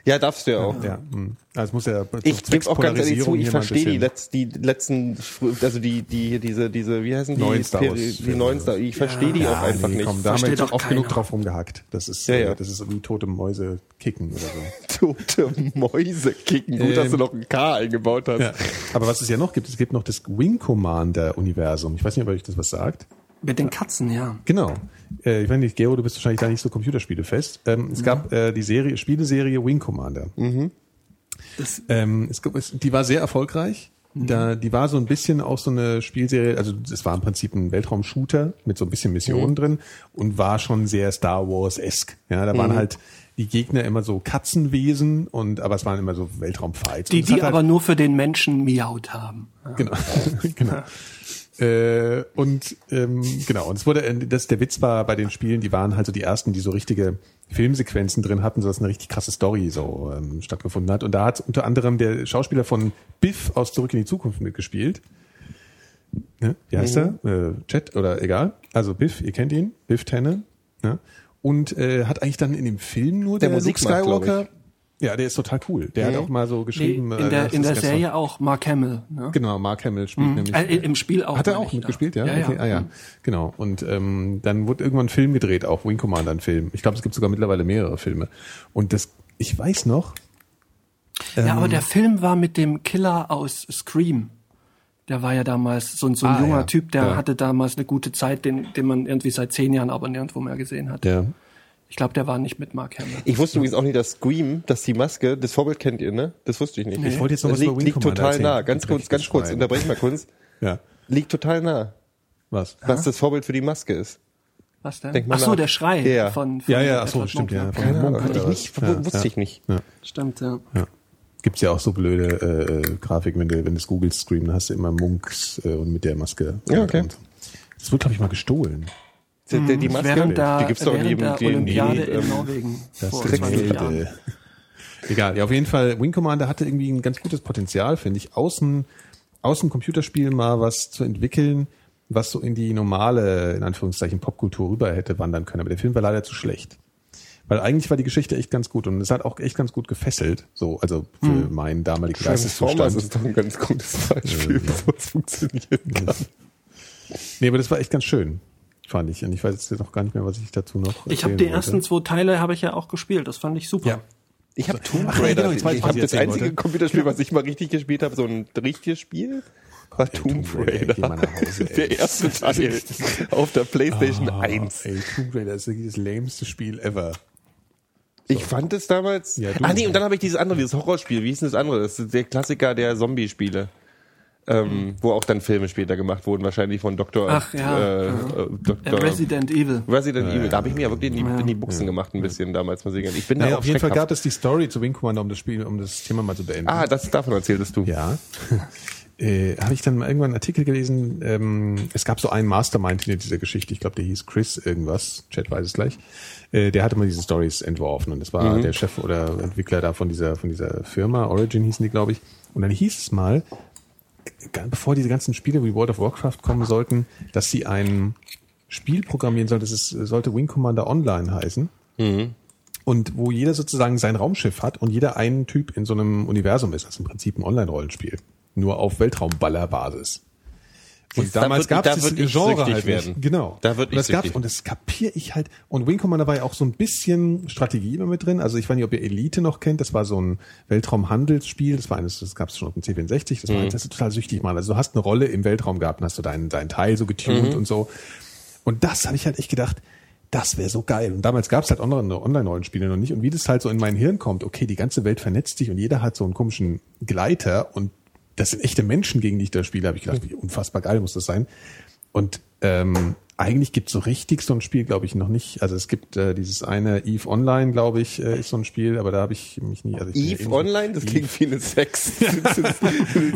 Speaker 6: Ja, darfst du ja auch.
Speaker 5: Ja, mh. also es muss ja
Speaker 6: Ich gebe auch ganz ehrlich zu, ich verstehe die,
Speaker 5: letzte.
Speaker 6: letz, die letzten, Fr- also die, die, diese, diese, wie heißen die?
Speaker 5: Neuen Star Wars.
Speaker 6: Peri- Die neuen Star Ich verstehe die auch einfach
Speaker 5: nee,
Speaker 6: nicht.
Speaker 5: Komm, da haben wir
Speaker 4: Versteht
Speaker 5: jetzt
Speaker 4: doch
Speaker 5: oft
Speaker 4: keiner.
Speaker 5: genug drauf rumgehackt. Das ist,
Speaker 6: Ja,
Speaker 5: äh,
Speaker 6: ja.
Speaker 5: das ist wie tote Mäuse kicken oder so.
Speaker 6: Tote Mäuse kicken. Gut, dass du
Speaker 5: Ähm.
Speaker 6: noch ein K eingebaut hast.
Speaker 5: Aber was es ja noch gibt, es gibt noch das Wing Commander Universum. Ich weiß nicht, ob euch das was sagt.
Speaker 4: Mit den Katzen, ja.
Speaker 5: Genau. Äh, ich weiß nicht, Gero, du bist wahrscheinlich da nicht so computerspielefest. Ähm, es gab äh, die Serie, Spieleserie Wing Commander.
Speaker 4: Das, Mhm.
Speaker 5: Ähm, es, gab- es, die war sehr erfolgreich. Da, die war so ein bisschen auch so eine Spielserie, also es war im Prinzip ein Weltraum-Shooter mit so ein bisschen Missionen drin und war schon sehr Star Wars-esk. Ja, da waren halt die Gegner immer so Katzenwesen und aber es waren immer so Weltraumfights.
Speaker 4: Die,
Speaker 5: Und es hat
Speaker 4: die
Speaker 5: halt-
Speaker 4: aber nur für den Menschen miaut haben.
Speaker 5: genau. genau. Äh, und ähm, genau, und es wurde, äh, das, der Witz war bei den Spielen, die waren halt so die ersten, die so richtige Filmsequenzen drin hatten, sodass eine richtig krasse Story so ähm, stattgefunden hat. Und da hat unter anderem der Schauspieler von Biff aus Zurück in die Zukunft mitgespielt. Ne? Wie heißt
Speaker 4: Mhm.
Speaker 5: er? Äh, Chat oder egal. Also Biff, ihr kennt ihn, Biff Tenne. Ne? Und äh, hat eigentlich dann in dem Film nur
Speaker 6: Der
Speaker 5: der, Luke
Speaker 6: Musikmann, glaub
Speaker 5: Skywalker. Ja, der ist total cool. Der hat auch mal so
Speaker 4: Nee,
Speaker 5: geschrieben. äh,
Speaker 4: in der,
Speaker 5: das
Speaker 4: in
Speaker 5: ist
Speaker 4: der
Speaker 5: ganz
Speaker 4: Serie auch Mark Hamill. Ne?
Speaker 5: Genau, Mark Hamill spielt nämlich.
Speaker 4: Äh, Im Spiel auch.
Speaker 5: hat er
Speaker 4: meine
Speaker 5: auch
Speaker 4: ich,
Speaker 5: mitgespielt, ja?
Speaker 4: Ja, ja. Mhm.
Speaker 5: Okay, ah, ja. Genau. Und ähm, dann wurde irgendwann ein Film gedreht, auch Wing Commander ein Film. Ich glaube, es gibt sogar mittlerweile mehrere Filme. Und das, ich weiß noch,
Speaker 4: Ja,
Speaker 5: Ähm.
Speaker 4: aber der Film war mit dem Killer aus Scream. Der war ja damals so ein, so ein
Speaker 5: Ah,
Speaker 4: junger
Speaker 5: ja.
Speaker 4: Typ, der
Speaker 5: Ja.
Speaker 4: hatte damals eine gute Zeit, den, den man irgendwie seit zehn Jahren aber nirgendwo mehr gesehen hat.
Speaker 5: der
Speaker 4: Ich glaube, der war nicht mit Mark Hamill.
Speaker 6: Ich wusste übrigens auch nicht, dass Scream, dass die Maske, das Vorbild kennt ihr, ne? Das wusste ich nicht.
Speaker 5: Ich wollte jetzt noch was
Speaker 6: das liegt,
Speaker 5: über Wing
Speaker 6: liegt
Speaker 5: Commander
Speaker 6: total nah.
Speaker 5: erzählen.
Speaker 6: Ganz
Speaker 5: Jetzt
Speaker 6: kurz,
Speaker 5: krieg
Speaker 6: ganz
Speaker 5: ich
Speaker 6: kurz,
Speaker 5: Schwein.
Speaker 6: unterbrech mal kurz.
Speaker 5: ja,
Speaker 6: Liegt total nah,
Speaker 5: was?
Speaker 6: was das Vorbild für die Maske ist.
Speaker 4: Was denn?
Speaker 6: Denk mal
Speaker 4: Ach so,
Speaker 6: nach.
Speaker 4: der Schrei
Speaker 6: Ja.
Speaker 4: von, von
Speaker 5: Ja, ja, ach so,
Speaker 4: Edward
Speaker 5: stimmt, ja.
Speaker 4: Norton.
Speaker 5: Von Monk
Speaker 6: Hatte ich
Speaker 5: oder
Speaker 6: nicht,
Speaker 5: was?
Speaker 6: w-
Speaker 5: Ja,
Speaker 6: wusste
Speaker 5: ja.
Speaker 6: ich nicht.
Speaker 4: Stimmt, ja.
Speaker 5: Ja. Gibt's ja auch so blöde äh, äh, Grafiken, wenn du, wenn du es googelst, Scream, dann hast du immer Munks äh, und mit der Maske.
Speaker 6: Ja, okay.
Speaker 5: Und Das wurde, glaube ich, mal gestohlen.
Speaker 6: Die, die, die Maske,
Speaker 4: Mhm. Während der,
Speaker 6: die gibt's doch in
Speaker 4: während
Speaker 6: jedem,
Speaker 4: der
Speaker 6: jedem
Speaker 4: Olympiade
Speaker 6: jedem,
Speaker 4: in
Speaker 6: ähm,
Speaker 4: Norwegen vor
Speaker 5: ist
Speaker 4: 20
Speaker 5: richtig
Speaker 4: Jahren.
Speaker 5: wild, ey. Egal, ja, auf jeden Fall, Wing Commander hatte irgendwie ein ganz gutes Potenzial, finde ich, außen, außen Computerspiel mal was zu entwickeln, was so in die normale, in Anführungszeichen, Popkultur rüber hätte wandern können. Aber der Film war leider zu schlecht. Weil eigentlich war die Geschichte echt ganz gut und es hat auch echt ganz gut gefesselt, so, also für
Speaker 4: Hm.
Speaker 5: meinen damaligen
Speaker 6: Transformers
Speaker 5: Geisteszustand.
Speaker 4: Also
Speaker 6: ist doch ein ganz gutes Beispiel, wo es funktioniert.
Speaker 5: Nee, aber das war echt ganz schön, fand ich. Und ich weiß jetzt noch gar nicht mehr, was ich dazu noch
Speaker 4: Ich habe
Speaker 5: erzählen
Speaker 4: die
Speaker 5: wollte.
Speaker 4: ersten zwei Teile habe ich ja auch gespielt. Das fand ich super.
Speaker 5: Ja.
Speaker 6: Ich habe Tomb
Speaker 5: Ach, ja,
Speaker 6: Raider.
Speaker 5: genau, jetzt weiß ich,
Speaker 6: ich
Speaker 5: was
Speaker 6: habe
Speaker 5: ich
Speaker 6: das
Speaker 5: erzählen
Speaker 6: einzige
Speaker 5: wollte.
Speaker 6: Computerspiel, was ich mal richtig gespielt habe, so ein richtiges Spiel, war Tomb
Speaker 5: Tomb Raider,
Speaker 6: Raider.
Speaker 5: geh mal nach Hause, ey.
Speaker 6: der erste Teil auf der PlayStation 1.
Speaker 5: Ah, Ey, Tomb Raider ist wirklich das lämste Spiel ever.
Speaker 6: Ich fand es damals.
Speaker 5: Ja, du.
Speaker 6: ah nee, und dann habe ich dieses andere, dieses Horrorspiel. Wie hieß denn das andere? Das ist der Klassiker der Zombie-Spiele. Ähm, Wo auch dann Filme später gemacht wurden, wahrscheinlich von Dr.
Speaker 4: Ach, ja.
Speaker 6: äh, äh,
Speaker 4: Äh,
Speaker 6: Dr.
Speaker 4: Resident Evil.
Speaker 6: Resident Evil. Da habe ich mir ja wirklich in die, in die Buchsen gemacht ein bisschen damals, muss ich sagen. Ich bin
Speaker 5: Naja,
Speaker 6: da auch
Speaker 5: auf jeden Fall
Speaker 6: schreckhaft.
Speaker 5: gab es die Story zu Wing Commander, um das Spiel, um das Thema mal zu beenden.
Speaker 6: Ah, das, davon erzähltest du.
Speaker 5: Ja. äh, Habe ich dann mal irgendwann einen Artikel gelesen. Ähm, es gab so einen Mastermind hinter dieser Geschichte. Ich glaube, der hieß Chris irgendwas. Chat weiß es gleich. Äh, der hatte mal diese Stories entworfen und das war der Chef oder Entwickler da von dieser von dieser Firma Origin hießen die, glaube ich. Und dann hieß es mal, ganz bevor diese ganzen Spiele wie World of Warcraft kommen sollten, dass sie ein Spiel programmieren sollten. Das ist, sollte Wing Commander Online heißen und wo jeder sozusagen sein Raumschiff hat und jeder ein Typ in so einem Universum ist. Das ist im Prinzip ein Online-Rollenspiel. Nur auf Weltraumballerbasis. Und
Speaker 6: Da
Speaker 5: damals
Speaker 6: würd-
Speaker 5: gab
Speaker 6: da
Speaker 5: es
Speaker 6: würd
Speaker 5: dieses
Speaker 6: ich
Speaker 5: Genre
Speaker 6: süchtig
Speaker 5: halt
Speaker 6: werden.
Speaker 5: nicht. Genau.
Speaker 6: Da würd
Speaker 5: und
Speaker 6: ich
Speaker 5: das gab's,
Speaker 6: süchtig.
Speaker 5: Und das kapiere ich halt. Und Wing Commander war ja auch so ein bisschen Strategie immer mit drin. Also ich weiß nicht, ob ihr Elite noch kennt. Das war so ein Weltraumhandelsspiel. Das war eines, das gab's schon auf dem C64.
Speaker 6: Mhm.
Speaker 5: Das war eins, das du total süchtig machen. Also du hast eine Rolle im Weltraum gehabt und hast du deinen, deinen Teil so getuned
Speaker 6: Mhm.
Speaker 5: und so. Und das habe ich halt echt gedacht, das wäre so geil. Und damals gab es halt andere Online-Rollenspiele noch nicht. Und wie das halt so in mein Hirn kommt, okay, die ganze Welt vernetzt sich und jeder hat so einen komischen Gleiter und das sind echte Menschen, gegen die ich da spiele, habe ich gedacht, wie unfassbar geil muss das sein. Und ähm, eigentlich gibt es so richtig so ein Spiel, glaube ich, noch nicht. Also es gibt äh, dieses eine Eve Online, glaube ich, äh, ist so ein Spiel, aber da habe ich mich nie. Also ich bin ja eh
Speaker 6: Eve
Speaker 5: nicht-
Speaker 6: Online, das klingt wie eine Sex. Das ist-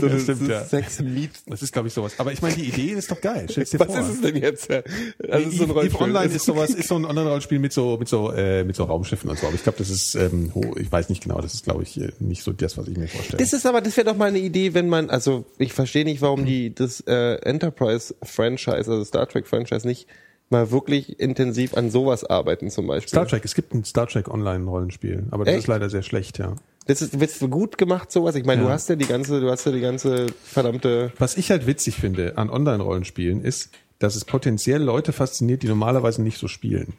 Speaker 6: das
Speaker 5: stimmt, ja.
Speaker 6: ist Sex Meet.
Speaker 5: Das ist, glaube ich, sowas. Aber ich meine, die Idee ist doch geil. Stell's dir
Speaker 6: Was
Speaker 5: vor.
Speaker 6: ist es denn jetzt? Das ist so ein
Speaker 5: Eve, Eve
Speaker 6: Rollenspiel.
Speaker 5: Äh, Online ist sowas, ist so ein Online-Rollenspiel mit so, mit so, äh, mit so Raumschiffen und so. Aber ich glaube, das ist, ähm, ho- ich weiß nicht genau, das ist, glaube ich, äh, nicht so das, was ich mir vorstelle.
Speaker 6: Das ist aber, das wäre doch mal eine Idee, wenn man, also ich verstehe nicht, warum die das äh, Enterprise-Franchise, also Star Trek-Franchise nicht mal wirklich intensiv an sowas arbeiten zum Beispiel.
Speaker 5: Star Trek, es gibt ein Star Trek Online-Rollenspiel, aber das
Speaker 6: Echt?
Speaker 5: ist leider sehr schlecht, ja.
Speaker 6: Das ist, wird's gut gemacht sowas. Ich meine, du hast ja die ganze, du hast ja die ganze verdammte.
Speaker 5: Was ich halt witzig finde an Online-Rollenspielen ist, dass es potenziell Leute fasziniert, die normalerweise nicht so spielen.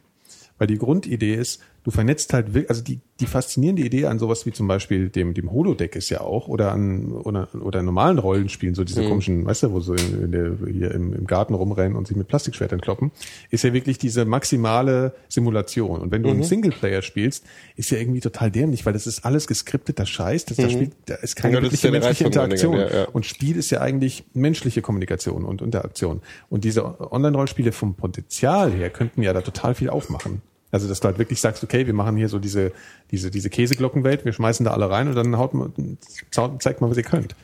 Speaker 5: Weil die Grundidee ist, du vernetzt halt wirklich, also die, die faszinierende Idee an sowas wie zum Beispiel dem, dem Holodeck ist ja auch, oder an oder, oder normalen Rollenspielen, so
Speaker 6: Mhm.
Speaker 5: diese komischen, weißt du, wo so in, in der, hier im, im Garten rumrennen und sich mit Plastikschwertern kloppen, ist ja wirklich diese maximale Simulation. Und wenn
Speaker 6: Mhm.
Speaker 5: du einen Singleplayer spielst, ist ja irgendwie total dämlich, weil das ist alles geskripteter Scheiß, das, da spielt, da ist keine
Speaker 6: Mhm. Ja, das ist
Speaker 5: wirkliche
Speaker 6: ja der
Speaker 5: menschliche
Speaker 6: Reiz von
Speaker 5: Interaktion.
Speaker 6: Rollenspielen, ja, ja.
Speaker 5: Und Spiel ist ja eigentlich menschliche Kommunikation und Interaktion. Und diese Online-Rollspiele vom Potenzial her könnten ja da total viel aufmachen. Also, dass du halt wirklich sagst, okay, wir machen hier so diese, diese, diese Käseglockenwelt, wir schmeißen da alle rein und dann haut man, zau- zeigt mal, was ihr könnt.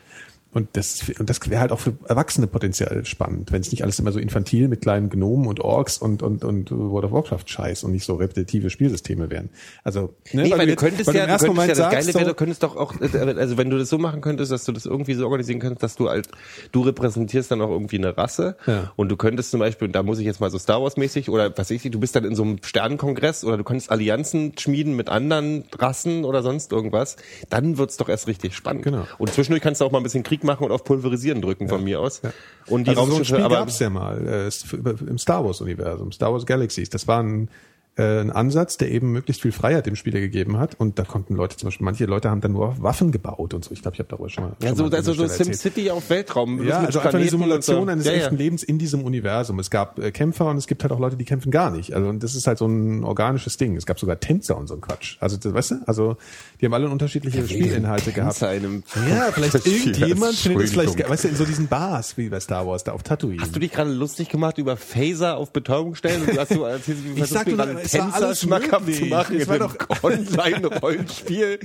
Speaker 5: Und das, und das wäre halt auch für Erwachsene potenziell spannend, wenn es nicht alles immer so infantil mit kleinen Gnomen und Orks und, und, und World of Warcraft-Scheiß und nicht so repetitive Spielsysteme wären. Also, ne,
Speaker 6: Nee, weil, du
Speaker 5: jetzt-
Speaker 6: könntest
Speaker 5: weil du
Speaker 6: ja,
Speaker 5: im
Speaker 6: du
Speaker 5: ersten
Speaker 6: könntest
Speaker 5: Moment
Speaker 6: ja das
Speaker 5: sagst,
Speaker 6: Geile wäre,
Speaker 5: so-
Speaker 6: du könntest doch auch, äh, also wenn du das so machen könntest, dass du das irgendwie so organisieren könntest, dass du halt, du repräsentierst dann auch irgendwie eine Rasse
Speaker 5: Ja.
Speaker 6: und du könntest zum Beispiel, und da muss ich jetzt mal so Star Wars mäßig oder was weiß ich, du bist dann in so einem Sternenkongress oder du könntest Allianzen schmieden mit anderen Rassen oder sonst irgendwas, dann wird's doch erst richtig spannend.
Speaker 5: Genau.
Speaker 6: Und zwischendurch kannst du auch mal ein bisschen Krieg machen und auf Pulverisieren drücken von mir aus. Und die
Speaker 5: also so ein
Speaker 6: Raumschiffe,
Speaker 5: Spiel
Speaker 6: aber
Speaker 5: gab es ja mal äh, s- für- im Star Wars Universum, Star Wars Galaxies. Das war ein, äh, ein Ansatz, der eben möglichst viel Freiheit dem Spieler gegeben hat. Und da konnten Leute zum Beispiel, manche Leute haben dann nur Waffen gebaut und so. Ich glaube, ich habe darüber schon mal.
Speaker 6: ja,
Speaker 5: schon
Speaker 6: so,
Speaker 5: mal an
Speaker 6: also so
Speaker 5: dieser Stelle erzählt.
Speaker 6: SimCity auf Weltraum.
Speaker 5: Ja,
Speaker 6: mit
Speaker 5: also einfach eine
Speaker 6: Planeten und
Speaker 5: Simulation
Speaker 6: so.
Speaker 5: eines
Speaker 6: Ja, ja.
Speaker 5: echten Lebens in diesem Universum. Es gab äh, Kämpfer und es gibt halt auch Leute, die kämpfen gar nicht. Also und das ist halt so ein organisches Ding. Es gab sogar Tänzer und so ein Quatsch. Also das, weißt du, also die haben alle unterschiedliche Spielinhalte gehabt.
Speaker 6: Tänzer in einem-
Speaker 5: ja, vielleicht irgendjemand findet es vielleicht,
Speaker 6: Entschuldigung.
Speaker 5: ge- weißt du, in so diesen Bars wie bei Star Wars da auf Tatooine.
Speaker 6: Hast du dich gerade lustig gemacht über Phaser auf Betäubung stellen? Und du hast so erzählt, wie
Speaker 5: Ich sag
Speaker 6: versuchst du
Speaker 5: nur,
Speaker 6: gerade
Speaker 5: es war
Speaker 6: Tänzer
Speaker 5: alles
Speaker 6: schmackhaft
Speaker 5: möglich.
Speaker 6: zu machen
Speaker 5: Es
Speaker 6: in
Speaker 5: war
Speaker 6: einem Online-Rollenspiel.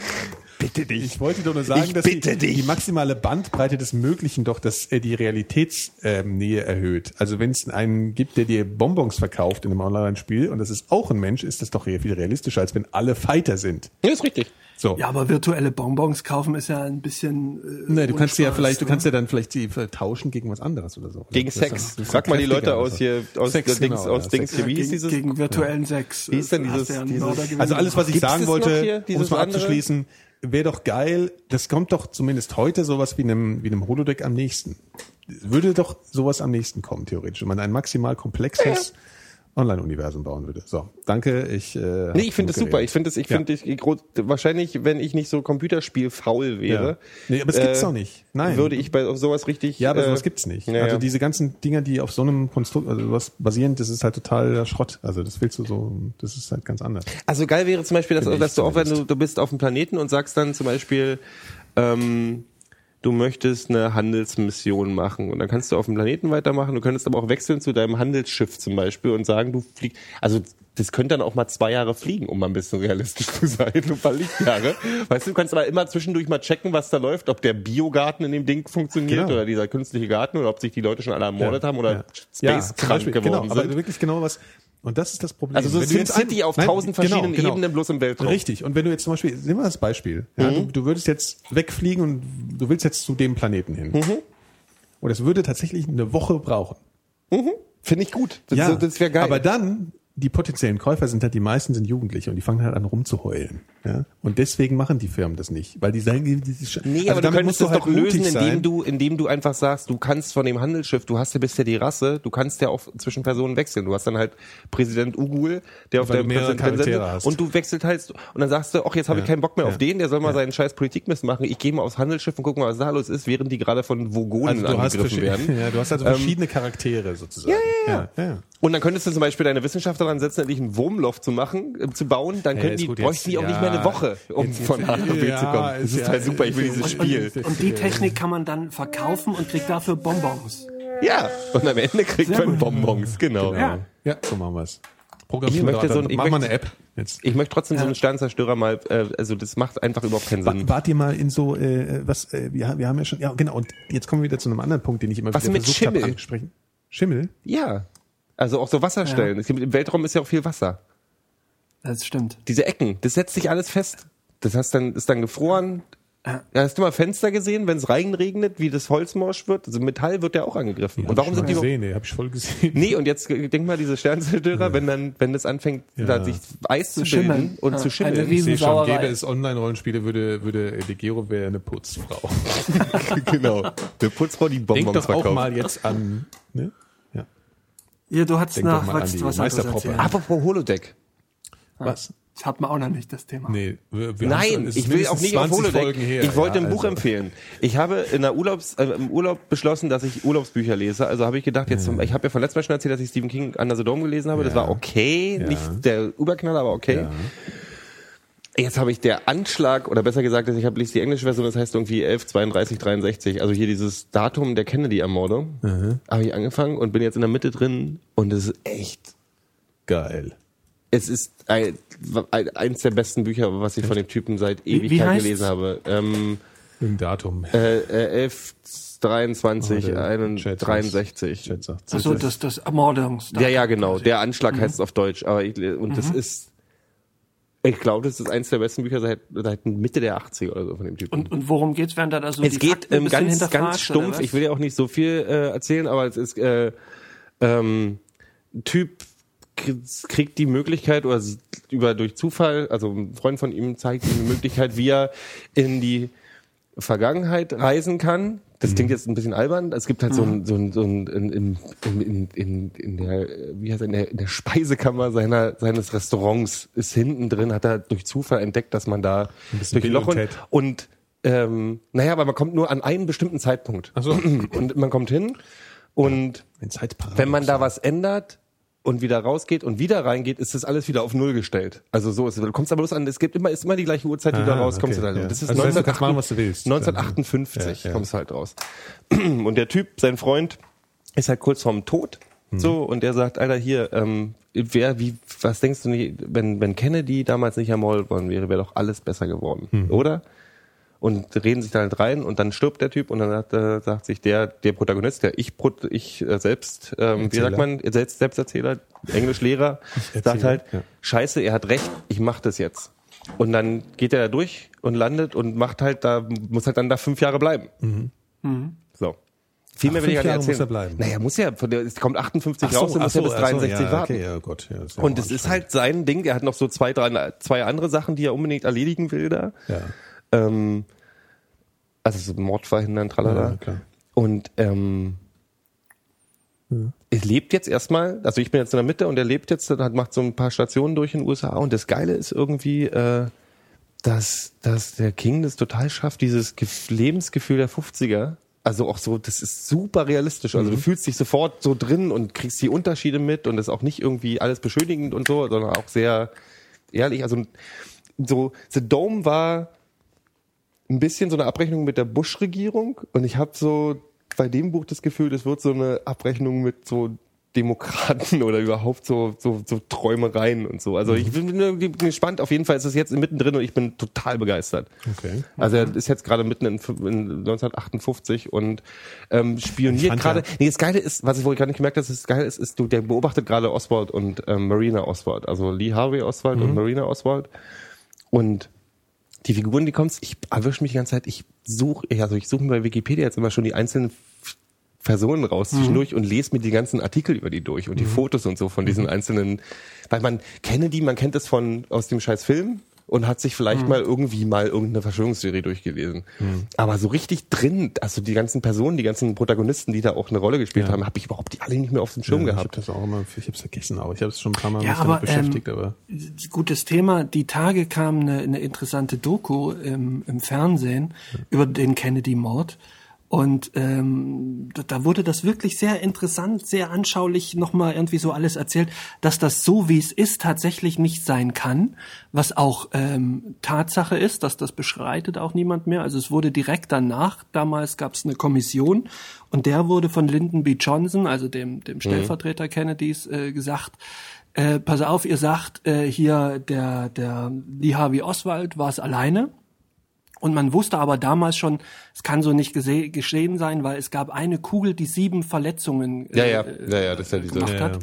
Speaker 6: Bitte dich.
Speaker 5: ich wollte doch nur sagen,
Speaker 6: Ich
Speaker 5: dass
Speaker 6: bitte
Speaker 5: die,
Speaker 6: dich.
Speaker 5: die maximale Bandbreite des Möglichen doch dass äh, die Realitätsnähe ähm, erhöht. Also wenn es einen gibt, der dir Bonbons verkauft in einem Online-Spiel und das ist auch ein Mensch, ist das doch re- viel realistischer, als wenn alle Fighter sind.
Speaker 6: Ja, ist richtig.
Speaker 5: So.
Speaker 4: Ja, aber virtuelle Bonbons kaufen ist ja ein bisschen. Äh,
Speaker 5: Nee, du kannst sie ja
Speaker 4: Unspaß,
Speaker 5: vielleicht, du
Speaker 4: ne?
Speaker 5: kannst ja dann vielleicht sie vertauschen gegen was anderes oder so.
Speaker 6: Gegen
Speaker 5: Das ist
Speaker 6: Sex.
Speaker 5: dann- das ist
Speaker 6: Frag
Speaker 5: dann
Speaker 6: mal die
Speaker 5: kräftiger
Speaker 6: Leute
Speaker 5: oder
Speaker 6: aus
Speaker 5: so.
Speaker 6: hier, aus
Speaker 5: Sex,
Speaker 6: der Dings,
Speaker 5: genau,
Speaker 6: aus
Speaker 5: ja,
Speaker 6: Dings,
Speaker 5: Sex.
Speaker 6: hier, wie hieß
Speaker 4: gegen,
Speaker 6: dieses?
Speaker 4: Gegen virtuellen Sex.
Speaker 6: Wie hieß denn
Speaker 4: Hast
Speaker 6: dieses-
Speaker 4: du ja einen
Speaker 6: dieses-
Speaker 4: Mörder gewesen.
Speaker 5: Also alles, was ich
Speaker 6: Hm. Gibt's
Speaker 5: sagen
Speaker 6: das noch hier,
Speaker 5: wollte, um es
Speaker 6: dieses
Speaker 5: mal
Speaker 6: andere?
Speaker 5: abzuschließen, wäre doch geil, das kommt doch zumindest heute sowas wie einem, wie einem Holodeck am nächsten. Würde doch sowas am nächsten kommen, theoretisch, wenn man ein maximal komplexes Online-Universum bauen würde. So, danke. Ich, äh, hab
Speaker 6: Nee, ich finde
Speaker 5: genug
Speaker 6: das super.
Speaker 5: geredet.
Speaker 6: Ich finde das, ich
Speaker 5: Ja.
Speaker 6: finde, ich, gro- wahrscheinlich, wenn ich nicht so Computerspiel-faul
Speaker 5: ja.
Speaker 6: wäre, äh,
Speaker 5: Nee, aber es gibt's doch nicht. Nein.
Speaker 6: würde ich bei, auf sowas richtig,
Speaker 5: ja, aber
Speaker 6: äh,
Speaker 5: sowas gibt's nicht.
Speaker 6: ja,
Speaker 5: also
Speaker 6: ja.
Speaker 5: diese ganzen Dinger, die auf so einem Konstrukt, also was basierend, das ist halt totaler Schrott. Also das willst du so, das ist halt ganz anders.
Speaker 6: Also geil wäre zum Beispiel, dass,
Speaker 5: Finde ich
Speaker 6: dass du auch, wenn du,
Speaker 5: zumindest.
Speaker 6: du bist auf dem Planeten und sagst dann zum Beispiel, ähm, du möchtest eine Handelsmission machen und dann kannst du auf dem Planeten weitermachen. Du könntest aber auch wechseln zu deinem Handelsschiff zum Beispiel und sagen, du fliegst, also das könnte dann auch mal zwei Jahre fliegen, um mal ein bisschen realistisch zu sein, ein paar Lichtjahre. Weißt du, du kannst aber immer zwischendurch mal checken, was da läuft, ob der Biogarten in dem Ding funktioniert
Speaker 5: Genau.
Speaker 6: oder dieser künstliche Garten oder ob sich die Leute schon alle ermordet haben oder
Speaker 5: Ja,
Speaker 6: space
Speaker 5: zum
Speaker 6: krank
Speaker 5: Beispiel,
Speaker 6: geworden
Speaker 5: genau,
Speaker 6: sind.
Speaker 5: aber wirklich genau was. Und das ist das Problem.
Speaker 6: Also so
Speaker 5: Wenn du jetzt
Speaker 6: SimCity
Speaker 5: ein-
Speaker 6: auf tausend verschiedenen Ebenen, bloß im Weltraum.
Speaker 5: genau.
Speaker 6: Mhm.
Speaker 5: Richtig. Und wenn du jetzt zum Beispiel, nehmen wir das Beispiel, ja, du, du würdest jetzt wegfliegen und du willst jetzt zu dem Planeten hin.
Speaker 6: Mhm.
Speaker 5: Und es würde tatsächlich eine Woche brauchen.
Speaker 6: Finde ich gut. Das, das wäre geil.
Speaker 5: Aber dann, die potenziellen Käufer sind halt, die meisten sind Jugendliche und die fangen halt an rumzuheulen. Ja? Und deswegen machen die Firmen das nicht, weil die also sagen, das ist
Speaker 6: Nee, aber du könntest das
Speaker 5: halt
Speaker 6: doch lösen, indem du, indem du einfach sagst, du kannst von dem Handelsschiff, du hast ja bisher die Rasse, du kannst ja auch zwischen Personen wechseln. Du hast dann halt Präsident Ugul, der auf
Speaker 5: Weil
Speaker 6: der
Speaker 5: du mehrere
Speaker 6: Präsident-
Speaker 5: Charaktere
Speaker 6: Präsident-
Speaker 5: hast.
Speaker 6: und du wechselt halt und dann sagst du, ach, jetzt habe ich
Speaker 5: Ja.
Speaker 6: keinen Bock mehr auf
Speaker 5: Ja.
Speaker 6: den, der soll mal seinen scheiß Politikmist machen. Ich gehe mal aufs Handelsschiff und guck mal, was da los ist, während die gerade von Vogonen
Speaker 5: also du hast,
Speaker 6: angegriffen werden.
Speaker 5: verschiedene- ja, du hast also verschiedene Charaktere sozusagen. Ja, ja, ja.
Speaker 6: Und dann könntest du zum Beispiel deine Wissenschaftler dran setzen, endlich ein Wurmloch zu machen, äh, zu bauen, dann können
Speaker 5: ist
Speaker 6: die,
Speaker 5: gut,
Speaker 6: bräuchten
Speaker 5: jetzt-
Speaker 6: die auch nicht mehr eine
Speaker 5: ja,
Speaker 6: Woche, um
Speaker 5: jetzt-
Speaker 6: von A nach B
Speaker 5: ja,
Speaker 6: zu kommen. Das
Speaker 5: ist
Speaker 6: ist
Speaker 5: ja-
Speaker 6: halt super, ich will
Speaker 5: ist-
Speaker 6: dieses
Speaker 5: ist-
Speaker 6: Spiel.
Speaker 5: ist-
Speaker 4: Und die Technik kann man dann verkaufen und kriegt dafür Bonbons.
Speaker 6: Ja, und am Ende kriegt man Bonbons, genau.
Speaker 4: Ja.
Speaker 5: Ja, so machen wir es.
Speaker 6: Ich
Speaker 5: Programmieren
Speaker 6: möchte so ein- ich
Speaker 5: Mach mal
Speaker 6: möchte-
Speaker 5: eine App. Jetzt.
Speaker 6: Ich möchte trotzdem so einen Sternzerstörer mal, äh, also das macht einfach überhaupt keinen
Speaker 5: Wa-
Speaker 6: Sinn.
Speaker 5: Wart ihr mal in so, äh, was, äh, wir, ha- wir haben ja schon, ja genau, und jetzt kommen wir wieder zu einem anderen Punkt, den ich immer
Speaker 6: Was
Speaker 5: wieder
Speaker 6: mit
Speaker 5: versucht habe
Speaker 6: Schimmel?
Speaker 5: anzusprechen. Schimmel?
Speaker 6: Ja. Also auch so Wasserstellen. Es gibt, Im Weltraum ist ja auch viel Wasser.
Speaker 4: Das stimmt.
Speaker 6: Diese Ecken, das setzt sich alles fest. Das hast dann, ist dann gefroren. Ja, hast du mal Fenster gesehen, wenn es reinregnet, wie das Holzmorsch wird? Also Metall wird ja auch angegriffen. und warum sind die noch,
Speaker 5: gesehen? Nee, hab ich voll gesehen.
Speaker 6: Nee, und jetzt äh, denk mal, diese Sternzerstörer, wenn dann, wenn das anfängt, da sich Eis zu, bilden
Speaker 4: schimmeln.
Speaker 6: und
Speaker 4: Ja,
Speaker 6: zu
Speaker 4: eine
Speaker 6: schimmeln.
Speaker 4: Riesen-
Speaker 5: Ich sehe schon,
Speaker 4: Sauerei.
Speaker 5: gäbe es Online-Rollenspiele, würde, würde Legero wäre eine Putzfrau.
Speaker 6: genau. Der Putzfrau die
Speaker 5: Denk
Speaker 6: Bonbons
Speaker 5: doch auch
Speaker 6: verkauft.
Speaker 5: mal jetzt an, ne? Ja.
Speaker 4: Ja, du hattest
Speaker 5: Denk doch
Speaker 4: nach
Speaker 5: mal an
Speaker 4: was,
Speaker 5: die
Speaker 4: was anderes
Speaker 5: Meisterproppe.
Speaker 4: erzählt.
Speaker 6: Apropos Holodeck.
Speaker 5: Was?
Speaker 4: Das hat man auch noch nicht, das Thema.
Speaker 5: Nee, wir, wir
Speaker 6: Nein,
Speaker 5: haben's- es
Speaker 6: ich
Speaker 5: ist
Speaker 6: will auch
Speaker 5: mindestens
Speaker 6: nicht auf
Speaker 5: 20
Speaker 6: Holodeck.
Speaker 5: Folgen her,
Speaker 6: ich wollte
Speaker 5: ja,
Speaker 6: ein Buch
Speaker 5: also.
Speaker 6: empfehlen. Ich habe in der Urlaubs, äh, im Urlaub beschlossen, dass ich Urlaubsbücher lese. Also habe ich gedacht, jetzt, zum- ich habe ja von letztem Mal schon erzählt, dass ich Stephen King Under the Dome gelesen habe. Das
Speaker 5: Hm. Ja.
Speaker 6: war okay,
Speaker 5: Ja.
Speaker 6: nicht der Überknaller, aber okay. Jetzt habe ich der Anschlag, oder besser gesagt, ich habe lese die englische Version, das heißt irgendwie 11, 32, 63, also hier dieses Datum der Kennedy-Ermordung,
Speaker 5: Mhm.
Speaker 6: habe ich angefangen und bin jetzt in der Mitte drin und es ist echt,
Speaker 5: Geil.
Speaker 6: es ist ein, ein, eins der besten Bücher, was ich von dem Typen seit
Speaker 4: wie
Speaker 6: Ewigkeit
Speaker 4: heißt's?
Speaker 6: gelesen habe. Ähm,
Speaker 5: Im Datum.
Speaker 6: äh, äh, 11, 23,
Speaker 5: Oh, der Chat
Speaker 6: 63.
Speaker 5: Chat sagt's.
Speaker 4: Also das, das Ermordungsdatum.
Speaker 6: Ja, ja, genau. Der Anschlag
Speaker 4: mhm.
Speaker 6: heißt es auf Deutsch. Aber ich, le- und das ist, ich glaube, das ist eins der besten Bücher seit, seit Mitte der 80er oder so von dem Typen.
Speaker 4: Und, und worum geht's, wenn da da so
Speaker 6: es
Speaker 4: die
Speaker 6: geht
Speaker 4: Fakten ein
Speaker 6: ähm,
Speaker 4: bisschen
Speaker 6: ganz,
Speaker 4: hinterfragt,
Speaker 6: ganz
Speaker 4: oder
Speaker 6: stumpf.
Speaker 4: was?
Speaker 6: Ich will ja auch nicht so viel äh, erzählen, aber es ist äh, ähm, Typ k- kriegt die Möglichkeit oder sie- über durch Zufall, also ein Freund von ihm zeigt ihm die Möglichkeit, wie er in die Vergangenheit reisen kann.
Speaker 5: Mhm.
Speaker 6: Das klingt jetzt ein bisschen albern. Es gibt halt so ein, so ein, so ein in, in, in, in, in der, äh, wie heißt er, in der, in der Speisekammer seiner, seines Restaurants ist hinten drin, hat er durch Zufall entdeckt, dass man da
Speaker 5: bisschen Bill
Speaker 6: durch Loch
Speaker 5: und
Speaker 6: und,
Speaker 5: Ted.
Speaker 6: und ähm, naja, aber man kommt nur an einen bestimmten Zeitpunkt.
Speaker 5: Ach so.
Speaker 6: Und man kommt hin und
Speaker 5: Ein Zeitparadox.
Speaker 6: wenn man da was ändert und wieder rausgeht und wieder reingeht, ist das alles wieder auf Null gestellt. Also so ist es. Du kommst aber bloß an, es gibt immer, ist immer die gleiche Uhrzeit, die du da
Speaker 5: Ah,
Speaker 6: rauskommst.
Speaker 5: okay,
Speaker 6: und dann-
Speaker 5: ja.
Speaker 6: Das ist
Speaker 5: Also das heißt, du
Speaker 6: 1958,
Speaker 5: kannst machen, was du willst.
Speaker 6: 1958
Speaker 5: Ja, ja.
Speaker 6: kommst du halt raus. Und der Typ, sein Freund, ist halt kurz vorm Tod.
Speaker 5: Hm.
Speaker 6: So, und der sagt, Alter, hier, ähm, wer, wie, was denkst du nicht, wenn, wenn Kennedy damals nicht ermordet worden wäre, wäre doch alles besser geworden,
Speaker 5: Hm.
Speaker 6: oder? und reden sich da halt rein und dann stirbt der Typ und dann sagt, äh, sagt sich der, der Protagonist, der ich, Pro- ich äh, selbst, ähm, wie
Speaker 5: Erzähler.
Speaker 6: sagt man, selbst, Selbsterzähler, Englischlehrer, sagt
Speaker 5: Erzähler,
Speaker 6: halt,
Speaker 5: ja.
Speaker 6: scheiße, er hat recht, ich mach das jetzt. Und dann geht er da durch und landet und macht halt da, muss halt dann da fünf Jahre bleiben.
Speaker 5: Mhm.
Speaker 6: So. Viel
Speaker 5: Ach,
Speaker 6: mehr will ich
Speaker 5: fünf
Speaker 6: gar nicht
Speaker 5: Jahre muss
Speaker 6: erzählen.
Speaker 5: er bleiben.
Speaker 6: Naja, muss ja, von der, es kommt 58
Speaker 5: Ach so,
Speaker 6: raus, dann
Speaker 5: ach
Speaker 6: muss er
Speaker 5: so,
Speaker 6: bis
Speaker 5: ach so,
Speaker 6: 63
Speaker 5: ja, Oh,
Speaker 6: warten.
Speaker 5: Okay, ja, Gott, ja, ist ja
Speaker 6: Und
Speaker 5: auch
Speaker 6: es ist
Speaker 5: anstrengend.
Speaker 6: halt sein Ding, er hat noch so zwei, drei, zwei andere Sachen, die er unbedingt erledigen will da.
Speaker 5: Ja.
Speaker 6: Ähm, also so Mord verhindern, tralala.
Speaker 5: Ja, klar.
Speaker 6: und ähm, er lebt jetzt erstmal, also ich bin jetzt in der Mitte und er lebt jetzt, hat, macht so ein paar Stationen durch in den USA und das Geile ist irgendwie, äh, dass, dass der King das total schafft, dieses Gef- Lebensgefühl der 50er. Also auch so, das ist super realistisch. Also du
Speaker 5: Mhm.
Speaker 6: fühlst dich sofort so drin und kriegst die Unterschiede mit und das ist auch nicht irgendwie alles beschönigend und so, sondern auch sehr ehrlich. Also so, The Dome war ein bisschen so eine Abrechnung mit der Bush-Regierung und ich habe so bei dem Buch das Gefühl, das wird so eine Abrechnung mit so Demokraten oder überhaupt so, so, so Träumereien und so. Also ich bin irgendwie gespannt. Auf jeden Fall ist es jetzt mittendrin und ich bin total begeistert.
Speaker 5: Okay.
Speaker 6: Also er ist jetzt gerade mitten in, fün- in 1958 und ähm, spioniert
Speaker 5: fand
Speaker 6: gerade.
Speaker 5: ja-
Speaker 6: Nee, das Geile ist, was ich wohl gar nicht gemerkt habe, dass das Geile ist, ist, du, der beobachtet gerade Oswald und ähm, Marina Oswald. Also Lee Harvey Oswald
Speaker 5: Mhm.
Speaker 6: und Marina Oswald. Und die Figuren, die kommst, ich erwische mich die ganze Zeit, ich suche, also ich suche mir bei Wikipedia jetzt immer schon die einzelnen F- Personen raus zwischendurch und lese mir die ganzen Artikel über die durch und die Fotos und so von diesen einzelnen, weil man kenne die, man kennt es von aus dem scheiß Film und hat sich vielleicht mal irgendwie mal irgendeine Verschwörungstheorie durchgelesen. Aber so richtig drin, also die ganzen Personen, die ganzen Protagonisten, die da auch eine Rolle gespielt haben, habe ich überhaupt die alle nicht mehr auf dem Schirm
Speaker 5: Ja, ich habe
Speaker 6: gehabt.
Speaker 5: das auch immer, ich habe es vergessen, aber ich habe es schon ein paar Mal
Speaker 4: Ja,
Speaker 5: mich
Speaker 4: aber, ähm,
Speaker 5: damit beschäftigt, aber
Speaker 4: Gutes Thema. Die Tage kam eine, eine interessante Doku im, im Fernsehen über den Kennedy-Mord. Und ähm, da, da wurde das wirklich sehr interessant, sehr anschaulich nochmal irgendwie so alles erzählt, dass das so, wie es ist, tatsächlich nicht sein kann, was auch ähm, Tatsache ist, dass das beschreitet auch niemand mehr. Also es wurde direkt danach, damals gab es eine Kommission und der wurde von Lyndon B. Johnson, also dem, dem Stellvertreter Kennedys, äh, gesagt, äh, pass auf, ihr sagt, äh, hier der, der Lee Harvey Oswald war es alleine. Und man wusste aber damals schon, es kann so nicht gese- geschehen sein, weil es gab eine Kugel, die sieben Verletzungen äh,
Speaker 6: Ja, ja, ja, ja, das ist ja diese
Speaker 4: gemacht hat.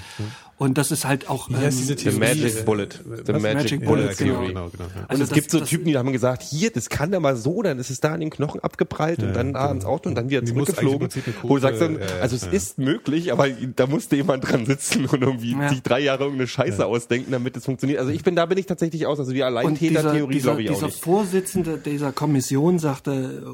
Speaker 4: Und das ist halt auch ähm,
Speaker 6: The Magic Bullet. The
Speaker 5: Was?
Speaker 6: Magic,
Speaker 4: Magic
Speaker 6: Bullet
Speaker 4: Bullet,
Speaker 6: Theory.
Speaker 4: genau.
Speaker 5: genau, genau. Ja.
Speaker 6: Und
Speaker 4: Also
Speaker 6: es
Speaker 4: das-
Speaker 6: gibt so
Speaker 4: das-
Speaker 6: Typen, die haben gesagt, hier, das kann da mal so, dann ist es da an den Knochen abgeprallt und dann da ans Auto genau. und dann wieder
Speaker 5: Die muss
Speaker 6: zurückgeflogen.
Speaker 5: eigentlich im Prinzip eine
Speaker 6: Wo du sagst dann,
Speaker 5: Quote, äh,
Speaker 6: also es
Speaker 5: ja.
Speaker 6: ist möglich, aber da musste jemand dran sitzen und irgendwie
Speaker 4: Ja.
Speaker 6: sich drei Jahre irgendeine Scheiße ausdenken, damit es funktioniert. Also ich bin, da bin ich tatsächlich aus. Also die Alleintäter-Theorie
Speaker 4: dieser,
Speaker 6: glaube ich
Speaker 4: dieser
Speaker 6: auch nicht.
Speaker 4: Vorsitzende dieser Kommission sagte,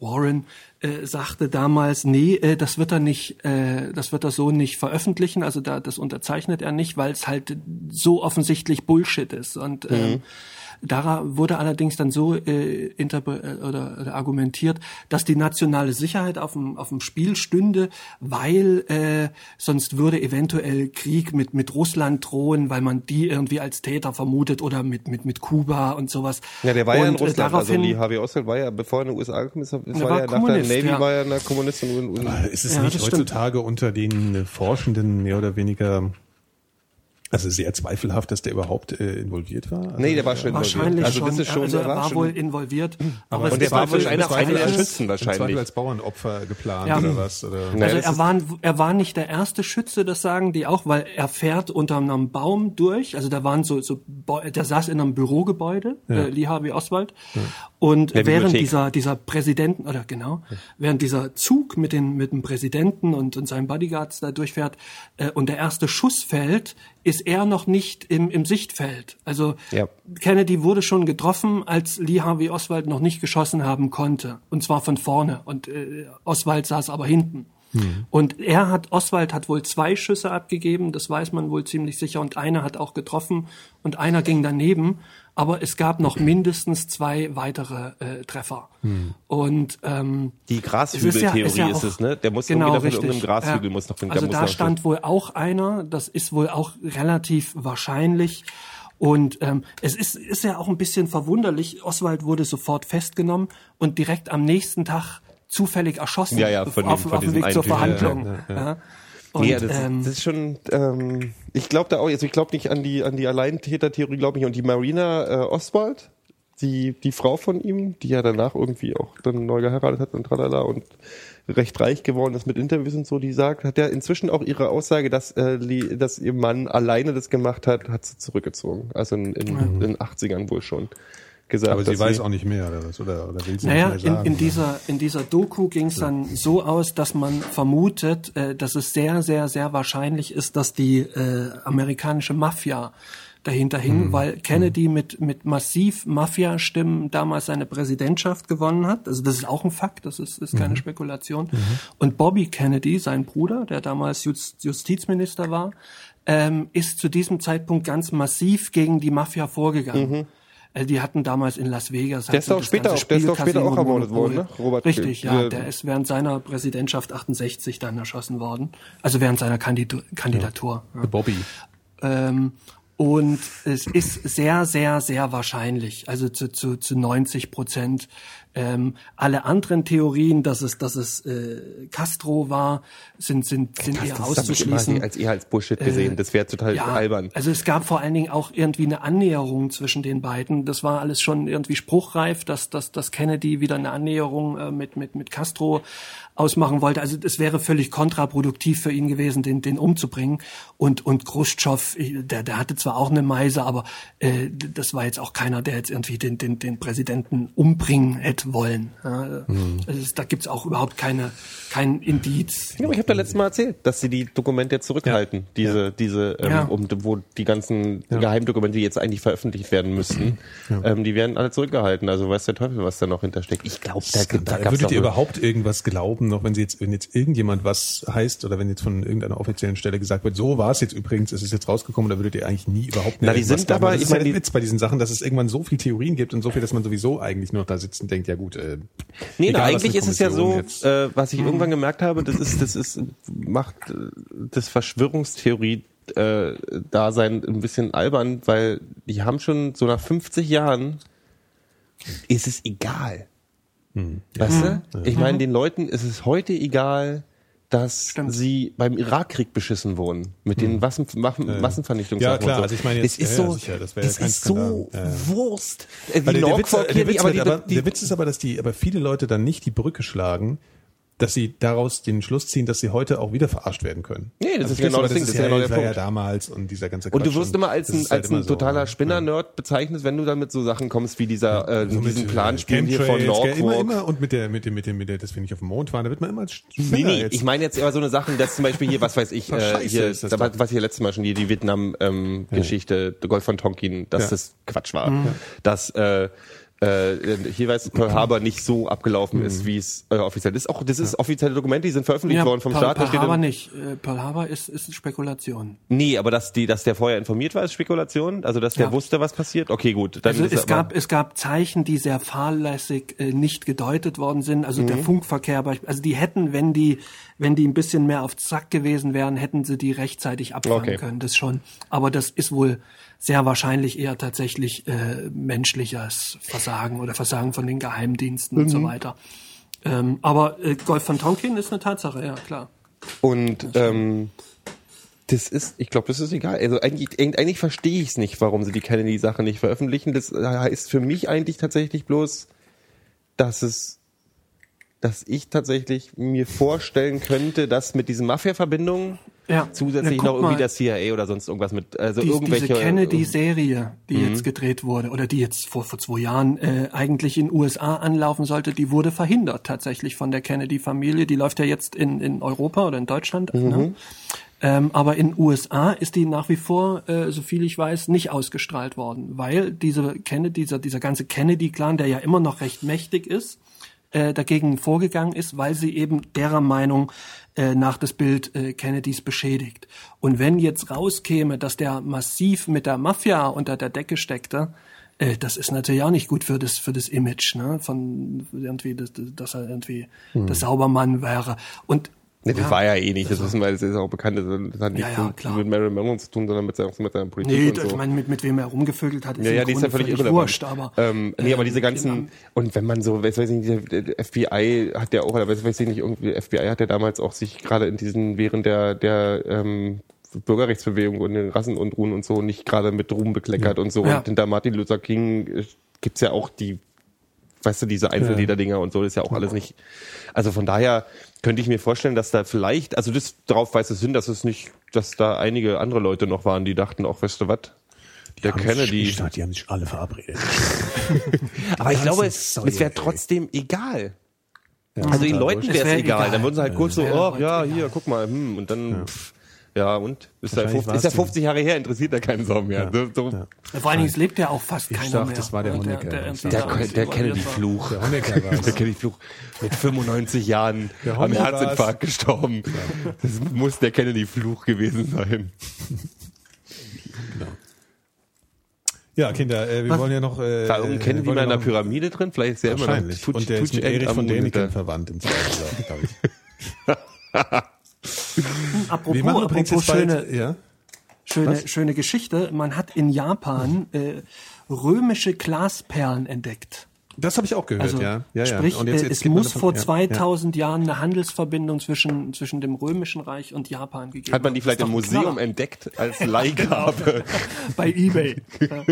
Speaker 4: Warren äh, sagte damals, nee, äh, das wird er nicht, äh, das wird er so nicht veröffentlichen, also da das unterzeichnet er nicht, weil es halt so offensichtlich Bullshit ist. Und ähm, Dara wurde allerdings dann so äh, interpre- äh, oder, oder argumentiert, dass die nationale Sicherheit auf dem, auf dem Spiel stünde, weil äh, sonst würde eventuell Krieg mit, mit Russland drohen, weil man die irgendwie als Täter vermutet oder mit, mit, mit Kuba und sowas.
Speaker 6: Ja, der war ja in
Speaker 4: Und, äh,
Speaker 6: Russland. Also
Speaker 4: daraufhin-
Speaker 6: Lee Harvey Oswald war ja, bevor er in den USA gekommen ist, das
Speaker 4: Er war
Speaker 6: war, ja nach der
Speaker 4: Kommunist,
Speaker 6: Navy,
Speaker 4: ja.
Speaker 6: war ja eine Kommunistin. Und, und
Speaker 5: Ist es
Speaker 4: Ja,
Speaker 5: nicht
Speaker 4: das stimmt.
Speaker 5: heutzutage unter den äh, Forschenden mehr oder weniger, also sehr zweifelhaft, dass der überhaupt äh, involviert war? Also,
Speaker 6: nee, der war schon involviert.
Speaker 4: Wahrscheinlich
Speaker 6: also
Speaker 4: schon.
Speaker 6: wissen schon,
Speaker 4: also
Speaker 6: der
Speaker 4: er
Speaker 6: war,
Speaker 4: war,
Speaker 6: schon,
Speaker 4: wohl involviert. Aber,
Speaker 6: Und
Speaker 4: es
Speaker 6: der
Speaker 4: ist
Speaker 6: war
Speaker 4: wohl-
Speaker 6: wahrscheinlich
Speaker 4: es
Speaker 6: einer
Speaker 4: ist-
Speaker 6: der Schützen
Speaker 5: Im Zweifel
Speaker 6: wahrscheinlich.
Speaker 5: als Bauernopfer geplant
Speaker 4: Ja.
Speaker 5: oder was? Oder?
Speaker 6: Ja,
Speaker 4: Also
Speaker 6: das
Speaker 4: er
Speaker 6: ist-
Speaker 4: war, er war nicht der erste Schütze, das sagen die auch, weil er fährt unter einem Baum durch. Also da waren so, so Bäu- der saß in einem Bürogebäude, äh, Lee Harvey Oswald. Und
Speaker 6: Der
Speaker 4: während
Speaker 6: Bibliothek.
Speaker 4: dieser, dieser Präsidenten, oder genau, während dieser Zug mit, den, mit dem Präsidenten und, und seinen Bodyguards da durchfährt äh, und der erste Schuss fällt, ist er noch nicht im, im Sichtfeld. Also
Speaker 6: Ja.
Speaker 4: Kennedy wurde schon getroffen, als Lee Harvey Oswald noch nicht geschossen haben konnte. Und zwar von vorne. Und äh, Oswald saß aber hinten. Und er hat, Oswald hat wohl zwei Schüsse abgegeben, das weiß man wohl ziemlich sicher. Und einer hat auch getroffen und einer ging daneben. Aber es gab noch mindestens zwei weitere äh, Treffer. Und ähm,
Speaker 6: Die
Speaker 4: Grashügel-Theorie
Speaker 6: Grashügel-Theorie ist, es, ne? Der muss
Speaker 4: genau,
Speaker 6: irgendwie
Speaker 4: richtig.
Speaker 6: davon irgendeinem Grashügel
Speaker 4: Ja.
Speaker 6: muss noch
Speaker 4: Also
Speaker 6: muss
Speaker 4: da
Speaker 6: noch-
Speaker 4: stand wohl auch einer, das ist wohl auch relativ wahrscheinlich. Und ähm, es ist, ist ja auch ein bisschen verwunderlich, Oswald wurde sofort festgenommen und direkt am nächsten Tag zufällig erschossen
Speaker 6: Ja, ja, von dem-
Speaker 4: auf,
Speaker 6: von
Speaker 4: auf dem
Speaker 6: diesem
Speaker 4: Weg
Speaker 6: einen
Speaker 4: zur
Speaker 6: Typen.
Speaker 4: Verhandlung. Ja, Und,
Speaker 6: ja, das,
Speaker 4: ähm,
Speaker 6: das ist schon. Ähm, ich glaube da auch. Also ich glaube nicht an die an die Alleintätertheorie, glaube ich. Und die Marina äh, Oswald, die die Frau von ihm, die ja danach irgendwie auch dann neu geheiratet hat und tralala und recht reich geworden ist mit Interviews und so, die sagt, hat ja inzwischen auch ihre Aussage, dass äh, Lee, dass ihr Mann alleine das gemacht hat, hat sie zurückgezogen. Also in, in, in den 80ern wohl schon gesagt.
Speaker 5: Aber sie
Speaker 6: dass
Speaker 5: weiß auch nicht mehr oder was? Oder, oder will sie
Speaker 4: Naja,
Speaker 5: nicht mehr sagen?
Speaker 4: in, in,
Speaker 5: ne?
Speaker 4: dieser, in dieser Doku ging es dann so aus, dass man vermutet, äh, dass es sehr, sehr, sehr wahrscheinlich ist, dass die äh, amerikanische Mafia dahinter hing,
Speaker 5: Mhm.
Speaker 4: weil Kennedy mit, mit massiv Mafia-Stimmen damals seine Präsidentschaft gewonnen hat. Also das ist auch ein Fakt, das ist, ist
Speaker 5: Mhm.
Speaker 4: keine Spekulation. Und Bobby Kennedy, sein Bruder, der damals Jus- Justizminister war, ähm, ist zu diesem Zeitpunkt ganz massiv gegen die Mafia vorgegangen.
Speaker 5: Mhm.
Speaker 4: Also die hatten damals in Las Vegas
Speaker 6: Der ist
Speaker 4: also
Speaker 6: doch
Speaker 4: das
Speaker 6: später
Speaker 4: ganze
Speaker 6: auch- der ist doch
Speaker 4: Spielcasino-
Speaker 6: später auch ermordet worden, ne? Robert-
Speaker 4: Richtig, ja.
Speaker 6: äh,
Speaker 4: Der ist während seiner Präsidentschaft 68 dann erschossen worden. Also während seiner Kandidu- Kandidatur. Ja.
Speaker 5: Bobby.
Speaker 4: Ähm, und es ist sehr, sehr, sehr wahrscheinlich, also zu, zu, zu 90 Prozent. Ähm, alle anderen Theorien, dass es, dass es äh, Castro war, sind, sind, sind eher
Speaker 6: Das habe ich immer
Speaker 4: auszuschließen. Äh,
Speaker 6: als eher als Bullshit gesehen. das wäre total halt albern.
Speaker 4: Also es gab vor allen Dingen auch irgendwie eine Annäherung zwischen den beiden. Das war alles schon irgendwie spruchreif, dass, dass, dass Kennedy wieder eine Annäherung äh, mit, mit, mit Castro ausmachen wollte. Also es wäre völlig kontraproduktiv für ihn gewesen, den, den umzubringen. Und, und Khrushchev, äh, der, der hatte zwar auch eine Meise, aber äh, das war jetzt auch keiner, der jetzt irgendwie den, den, den Präsidenten umbringen hätte wollen. Ja,
Speaker 6: Mhm.
Speaker 4: also es, da gibt's auch überhaupt keine, kein Indiz.
Speaker 6: Ja, aber ich habe da letztes Mal erzählt, dass sie die Dokumente jetzt zurückhalten, diese, diese, ähm,
Speaker 4: Ja.
Speaker 6: um, wo die ganzen Geheimdokumente, die jetzt eigentlich veröffentlicht werden müssten, ähm, die werden alle zurückgehalten. Also weiß der Teufel, was da noch hintersteckt. Ich glaube, da, da
Speaker 5: Skandal.
Speaker 6: gab's
Speaker 5: Würdet
Speaker 6: doch
Speaker 5: ihr
Speaker 6: wohl-
Speaker 5: überhaupt irgendwas glauben, noch wenn sie jetzt, wenn jetzt irgendjemand was heißt oder wenn jetzt von irgendeiner offiziellen Stelle gesagt wird, so war es jetzt übrigens, es ist jetzt rausgekommen, da würdet ihr eigentlich nie überhaupt
Speaker 6: Na, die
Speaker 5: irgendwas
Speaker 6: sind
Speaker 5: glauben.
Speaker 6: aber-
Speaker 5: das
Speaker 6: ich
Speaker 5: ist ja
Speaker 6: meine,
Speaker 5: der
Speaker 6: die-
Speaker 5: Witz bei diesen Sachen, dass es irgendwann so viel Theorien gibt und so viel, dass man sowieso eigentlich nur noch da sitzt und denkt, ja gut, äh,
Speaker 6: Nee,
Speaker 5: egal, was
Speaker 6: eigentlich
Speaker 5: eine
Speaker 6: ist es ja
Speaker 5: Kommission
Speaker 6: so,
Speaker 5: jetzt- Hm.
Speaker 6: äh, was ich irgendwann gemerkt habe, das ist, das ist, macht äh, das Verschwörungstheorie äh, Dasein ein bisschen albern, weil die haben schon so nach 50 Jahren ist es egal.
Speaker 5: Hm.
Speaker 6: Weißt du? Ich meine, den Leuten ist es heute egal, dass sie beim Irakkrieg beschissen wurden. Mit den Waffen, Waffen, Massenvernichtungswaffen.
Speaker 5: Hm. Ja, klar,
Speaker 6: und so.
Speaker 5: also ich meine
Speaker 6: es
Speaker 5: jetzt-
Speaker 6: ist
Speaker 5: ja, ja,
Speaker 6: so,
Speaker 5: sicher, das wäre ja
Speaker 6: es
Speaker 5: kein
Speaker 6: ist
Speaker 5: Skandal.
Speaker 6: so
Speaker 5: Ja, ja.
Speaker 6: Wurst. Äh,
Speaker 5: Weil
Speaker 6: die
Speaker 5: der, der, Witz,
Speaker 6: Norfolk
Speaker 5: der,
Speaker 6: hier,
Speaker 5: Witz
Speaker 6: aber
Speaker 5: wird
Speaker 6: die,
Speaker 5: aber,
Speaker 6: die,
Speaker 5: der Witz ist aber, dass die, aber viele Leute dann nicht die Brücke schlagen, dass sie daraus den Schluss ziehen, dass sie heute auch wieder verarscht werden können. Also
Speaker 6: Nee, das ist
Speaker 5: verstehst
Speaker 6: genau
Speaker 5: du,
Speaker 6: das Ding,
Speaker 5: ist
Speaker 6: das ist
Speaker 5: ja,
Speaker 6: genau der
Speaker 5: das war ja
Speaker 6: Punkt.
Speaker 5: damals und dieser ganze
Speaker 6: Und du
Speaker 5: Quatsch
Speaker 6: wirst immer als
Speaker 5: das
Speaker 6: ein,
Speaker 5: ist halt
Speaker 6: als
Speaker 5: immer
Speaker 6: ein
Speaker 5: so.
Speaker 6: totaler Spinner-Nerd bezeichnet, wenn du dann mit so Sachen kommst wie dieser, äh,
Speaker 5: So mit,
Speaker 6: diesen
Speaker 5: äh,
Speaker 6: Planspielen hier von
Speaker 5: Chemtrails, gell, Immer,
Speaker 6: Norfolk.
Speaker 5: immer, und mit der, mit dem, mit dem, mit der, dass wir nicht auf dem Mond waren, da wird man immer als Spinner
Speaker 6: Nee, nee,
Speaker 5: jetzt.
Speaker 6: ich meine jetzt eher so eine Sachen, dass zum Beispiel hier, was weiß ich,
Speaker 5: Was
Speaker 6: äh,
Speaker 5: Scheiße
Speaker 6: hier,
Speaker 5: ist das
Speaker 6: da war-
Speaker 5: doch.
Speaker 6: was hier letztes Mal schon, die, die Vietnam-Geschichte, ähm, Geschichte, der Golf von Tonkin, dass
Speaker 5: Ja.
Speaker 6: das Quatsch war. Dass äh, äh, jeweils Pearl Harbor nicht so abgelaufen
Speaker 5: Mhm.
Speaker 6: ist, wie es äh, offiziell ist. Auch das ist offizielle Dokumente, die sind veröffentlicht worden vom
Speaker 4: Pearl,
Speaker 6: Staat. da
Speaker 4: Pearl
Speaker 6: steht
Speaker 4: Harbor
Speaker 6: dann-
Speaker 4: nicht. Äh, Pearl Harbor ist, ist Spekulation.
Speaker 6: Nee, aber dass, die, dass der vorher informiert war, ist Spekulation. Also, dass der
Speaker 4: Ja.
Speaker 6: wusste, was passiert. Okay, gut. Dann
Speaker 4: Also
Speaker 6: ist
Speaker 4: es
Speaker 6: aber-
Speaker 4: gab, es gab Zeichen, die sehr fahrlässig äh, nicht gedeutet worden sind. Also
Speaker 6: Mhm.
Speaker 4: der Funkverkehr, beisp- also die hätten, wenn die, wenn die ein bisschen mehr auf Zack gewesen wären, hätten sie die rechtzeitig abfangen
Speaker 6: Okay.
Speaker 4: können, das schon. Aber das ist wohl sehr wahrscheinlich eher tatsächlich äh, menschliches Versagen oder Versagen von den Geheimdiensten und
Speaker 6: Mhm.
Speaker 4: so weiter. Ähm, aber äh, Golf von Tonkin ist eine Tatsache, ja klar.
Speaker 6: Und ähm, das ist, ich glaube, das ist egal. Also eigentlich, eig- eigentlich verstehe ich es nicht, warum sie die Kennedy-Sache nicht veröffentlichen. Das äh, heißt für mich eigentlich tatsächlich bloß, dass es, dass ich tatsächlich mir vorstellen könnte, dass mit diesen Mafia-Verbindungen
Speaker 4: Ja.
Speaker 6: zusätzlich
Speaker 4: Na,
Speaker 6: noch
Speaker 4: guck
Speaker 6: irgendwie
Speaker 4: mal.
Speaker 6: der CIA oder sonst irgendwas mit, also
Speaker 4: die,
Speaker 6: irgendwelche. äh, Mhm.
Speaker 4: diese Kennedy-Serie, die jetzt gedreht wurde oder die jetzt vor, vor zwei Jahren äh, eigentlich in USA anlaufen sollte, die wurde verhindert tatsächlich von der Kennedy-Familie. Die läuft ja jetzt in, in Europa oder in Deutschland.
Speaker 6: Mhm.
Speaker 4: Ne? Ähm, aber in USA ist die nach wie vor, äh, so viel ich weiß, nicht ausgestrahlt worden, weil diese Kennedy, dieser, dieser ganze Kennedy-Clan, der ja immer noch recht mächtig ist, äh, dagegen vorgegangen ist, weil sie eben derer Meinung äh, nach das Bild äh, Kennedys beschädigt. Und wenn jetzt rauskäme, dass der massiv mit der Mafia unter der Decke steckte, äh, das ist natürlich auch nicht gut für das für das Image, ne? Von irgendwie, dass, dass er irgendwie
Speaker 6: Hm.
Speaker 4: der Saubermann wäre. Und
Speaker 6: Ne, das war ja eh nicht, das wissen wir, das ist auch bekannt, das hat nichts
Speaker 4: ja, klar.
Speaker 6: mit Marilyn Monroe zu tun, sondern mit, seiner- mit seiner Politik
Speaker 4: Nee,
Speaker 6: und so.
Speaker 4: ich meine, mit, mit wem er rumgevögelt hat, ist
Speaker 6: Ja,
Speaker 4: im
Speaker 6: ja, die ist ja
Speaker 4: Grunde
Speaker 6: völlig irrelevant.
Speaker 4: wurscht, aber.
Speaker 6: ähm, nee, aber
Speaker 4: äh,
Speaker 6: diese ganzen, und wenn man so, weiß, weiß ich nicht, der FBI hat ja auch, oder weiß, weiß ich nicht, irgendwie, FBI hat ja damals auch sich gerade in diesen, während der, der, ähm, Bürgerrechtsbewegung und den Rassenunruhen und so nicht gerade mit Ruhm bekleckert und so.
Speaker 4: Ja.
Speaker 6: Und hinter Martin Luther King äh, gibt's ja auch die, weißt du, diese Einzelliederdinger und so, das ist ja auch alles nicht, also von daher könnte ich mir vorstellen, dass da vielleicht, also das, darauf weist es hin, dass es nicht, dass da einige andere Leute noch waren, die dachten auch, weißt du was, der Kennedy.
Speaker 5: Die, die haben sich alle verabredet.
Speaker 6: Aber ich
Speaker 5: ganzen
Speaker 6: glaube, es,
Speaker 5: Säue,
Speaker 6: es wäre
Speaker 5: ey.
Speaker 6: trotzdem egal. also den Leuten
Speaker 4: wurscht.
Speaker 6: wäre
Speaker 4: Es
Speaker 6: es
Speaker 4: wär
Speaker 6: egal.
Speaker 4: egal.
Speaker 6: Dann würden sie halt kurz so,
Speaker 4: wär
Speaker 6: oh
Speaker 4: heute
Speaker 6: ja,
Speaker 4: egal.
Speaker 6: hier, guck mal, hm, und dann, ja, pff, ja und? Ist ja
Speaker 5: Wahrscheinlich
Speaker 6: 50, ist ja
Speaker 5: war's dann.
Speaker 6: 50 Jahre her, interessiert da keinen Sau mehr. So, so.
Speaker 4: Vor allen Dingen, es lebt ja auch fast keiner
Speaker 5: sag,
Speaker 4: mehr.
Speaker 5: das war der Honecker.
Speaker 4: irgendwie
Speaker 5: Der-
Speaker 4: da
Speaker 6: Der,
Speaker 4: alles
Speaker 6: der
Speaker 4: involviert war.
Speaker 6: Kennedy-Fluch.
Speaker 5: Der Honecker war's.
Speaker 6: Der Kennedy-Fluch. Mit 95 Jahren
Speaker 5: Der
Speaker 6: am
Speaker 5: Honecker
Speaker 6: Herzinfarkt gestorben. Das muss der Kennedy-Fluch gewesen sein.
Speaker 5: Ja, Kinder, äh, wir wollen ja noch. Äh,
Speaker 6: Da oben kennen
Speaker 5: wir
Speaker 6: die
Speaker 5: wollen
Speaker 6: mal in
Speaker 5: ja
Speaker 6: der
Speaker 5: noch-
Speaker 6: Pyramide drin, vielleicht ist der immer ne? noch
Speaker 5: Wahrscheinlich.
Speaker 6: Tutsch-
Speaker 5: Und der ist
Speaker 6: Tutsch
Speaker 5: mit Erich
Speaker 6: End am
Speaker 5: von
Speaker 6: Monitor.
Speaker 5: Däniken verwandt im Zweifel, glaube ich.
Speaker 4: Apropos,
Speaker 5: Wir machen übrigens
Speaker 4: apropos
Speaker 5: jetzt bald-
Speaker 4: schöne,
Speaker 5: ja?
Speaker 4: schöne, schöne Geschichte. Man hat in Japan äh, römische Glasperlen entdeckt.
Speaker 5: Das habe ich auch gehört,
Speaker 4: Also
Speaker 5: ja. ja, ja.
Speaker 4: sprich,
Speaker 5: Und
Speaker 4: äh,
Speaker 5: jetzt- jetzt
Speaker 4: es
Speaker 5: geht man
Speaker 4: muss
Speaker 5: davon-
Speaker 4: vor
Speaker 5: ja,
Speaker 4: 2000 Jahren eine Handelsverbindung zwischen, zwischen dem Römischen Reich und Japan gegeben.
Speaker 6: Hat man die
Speaker 4: Das ist
Speaker 6: vielleicht im
Speaker 4: doch
Speaker 6: Museum
Speaker 4: klar.
Speaker 6: entdeckt als Leihgabe?
Speaker 4: Bei Ebay. Ja.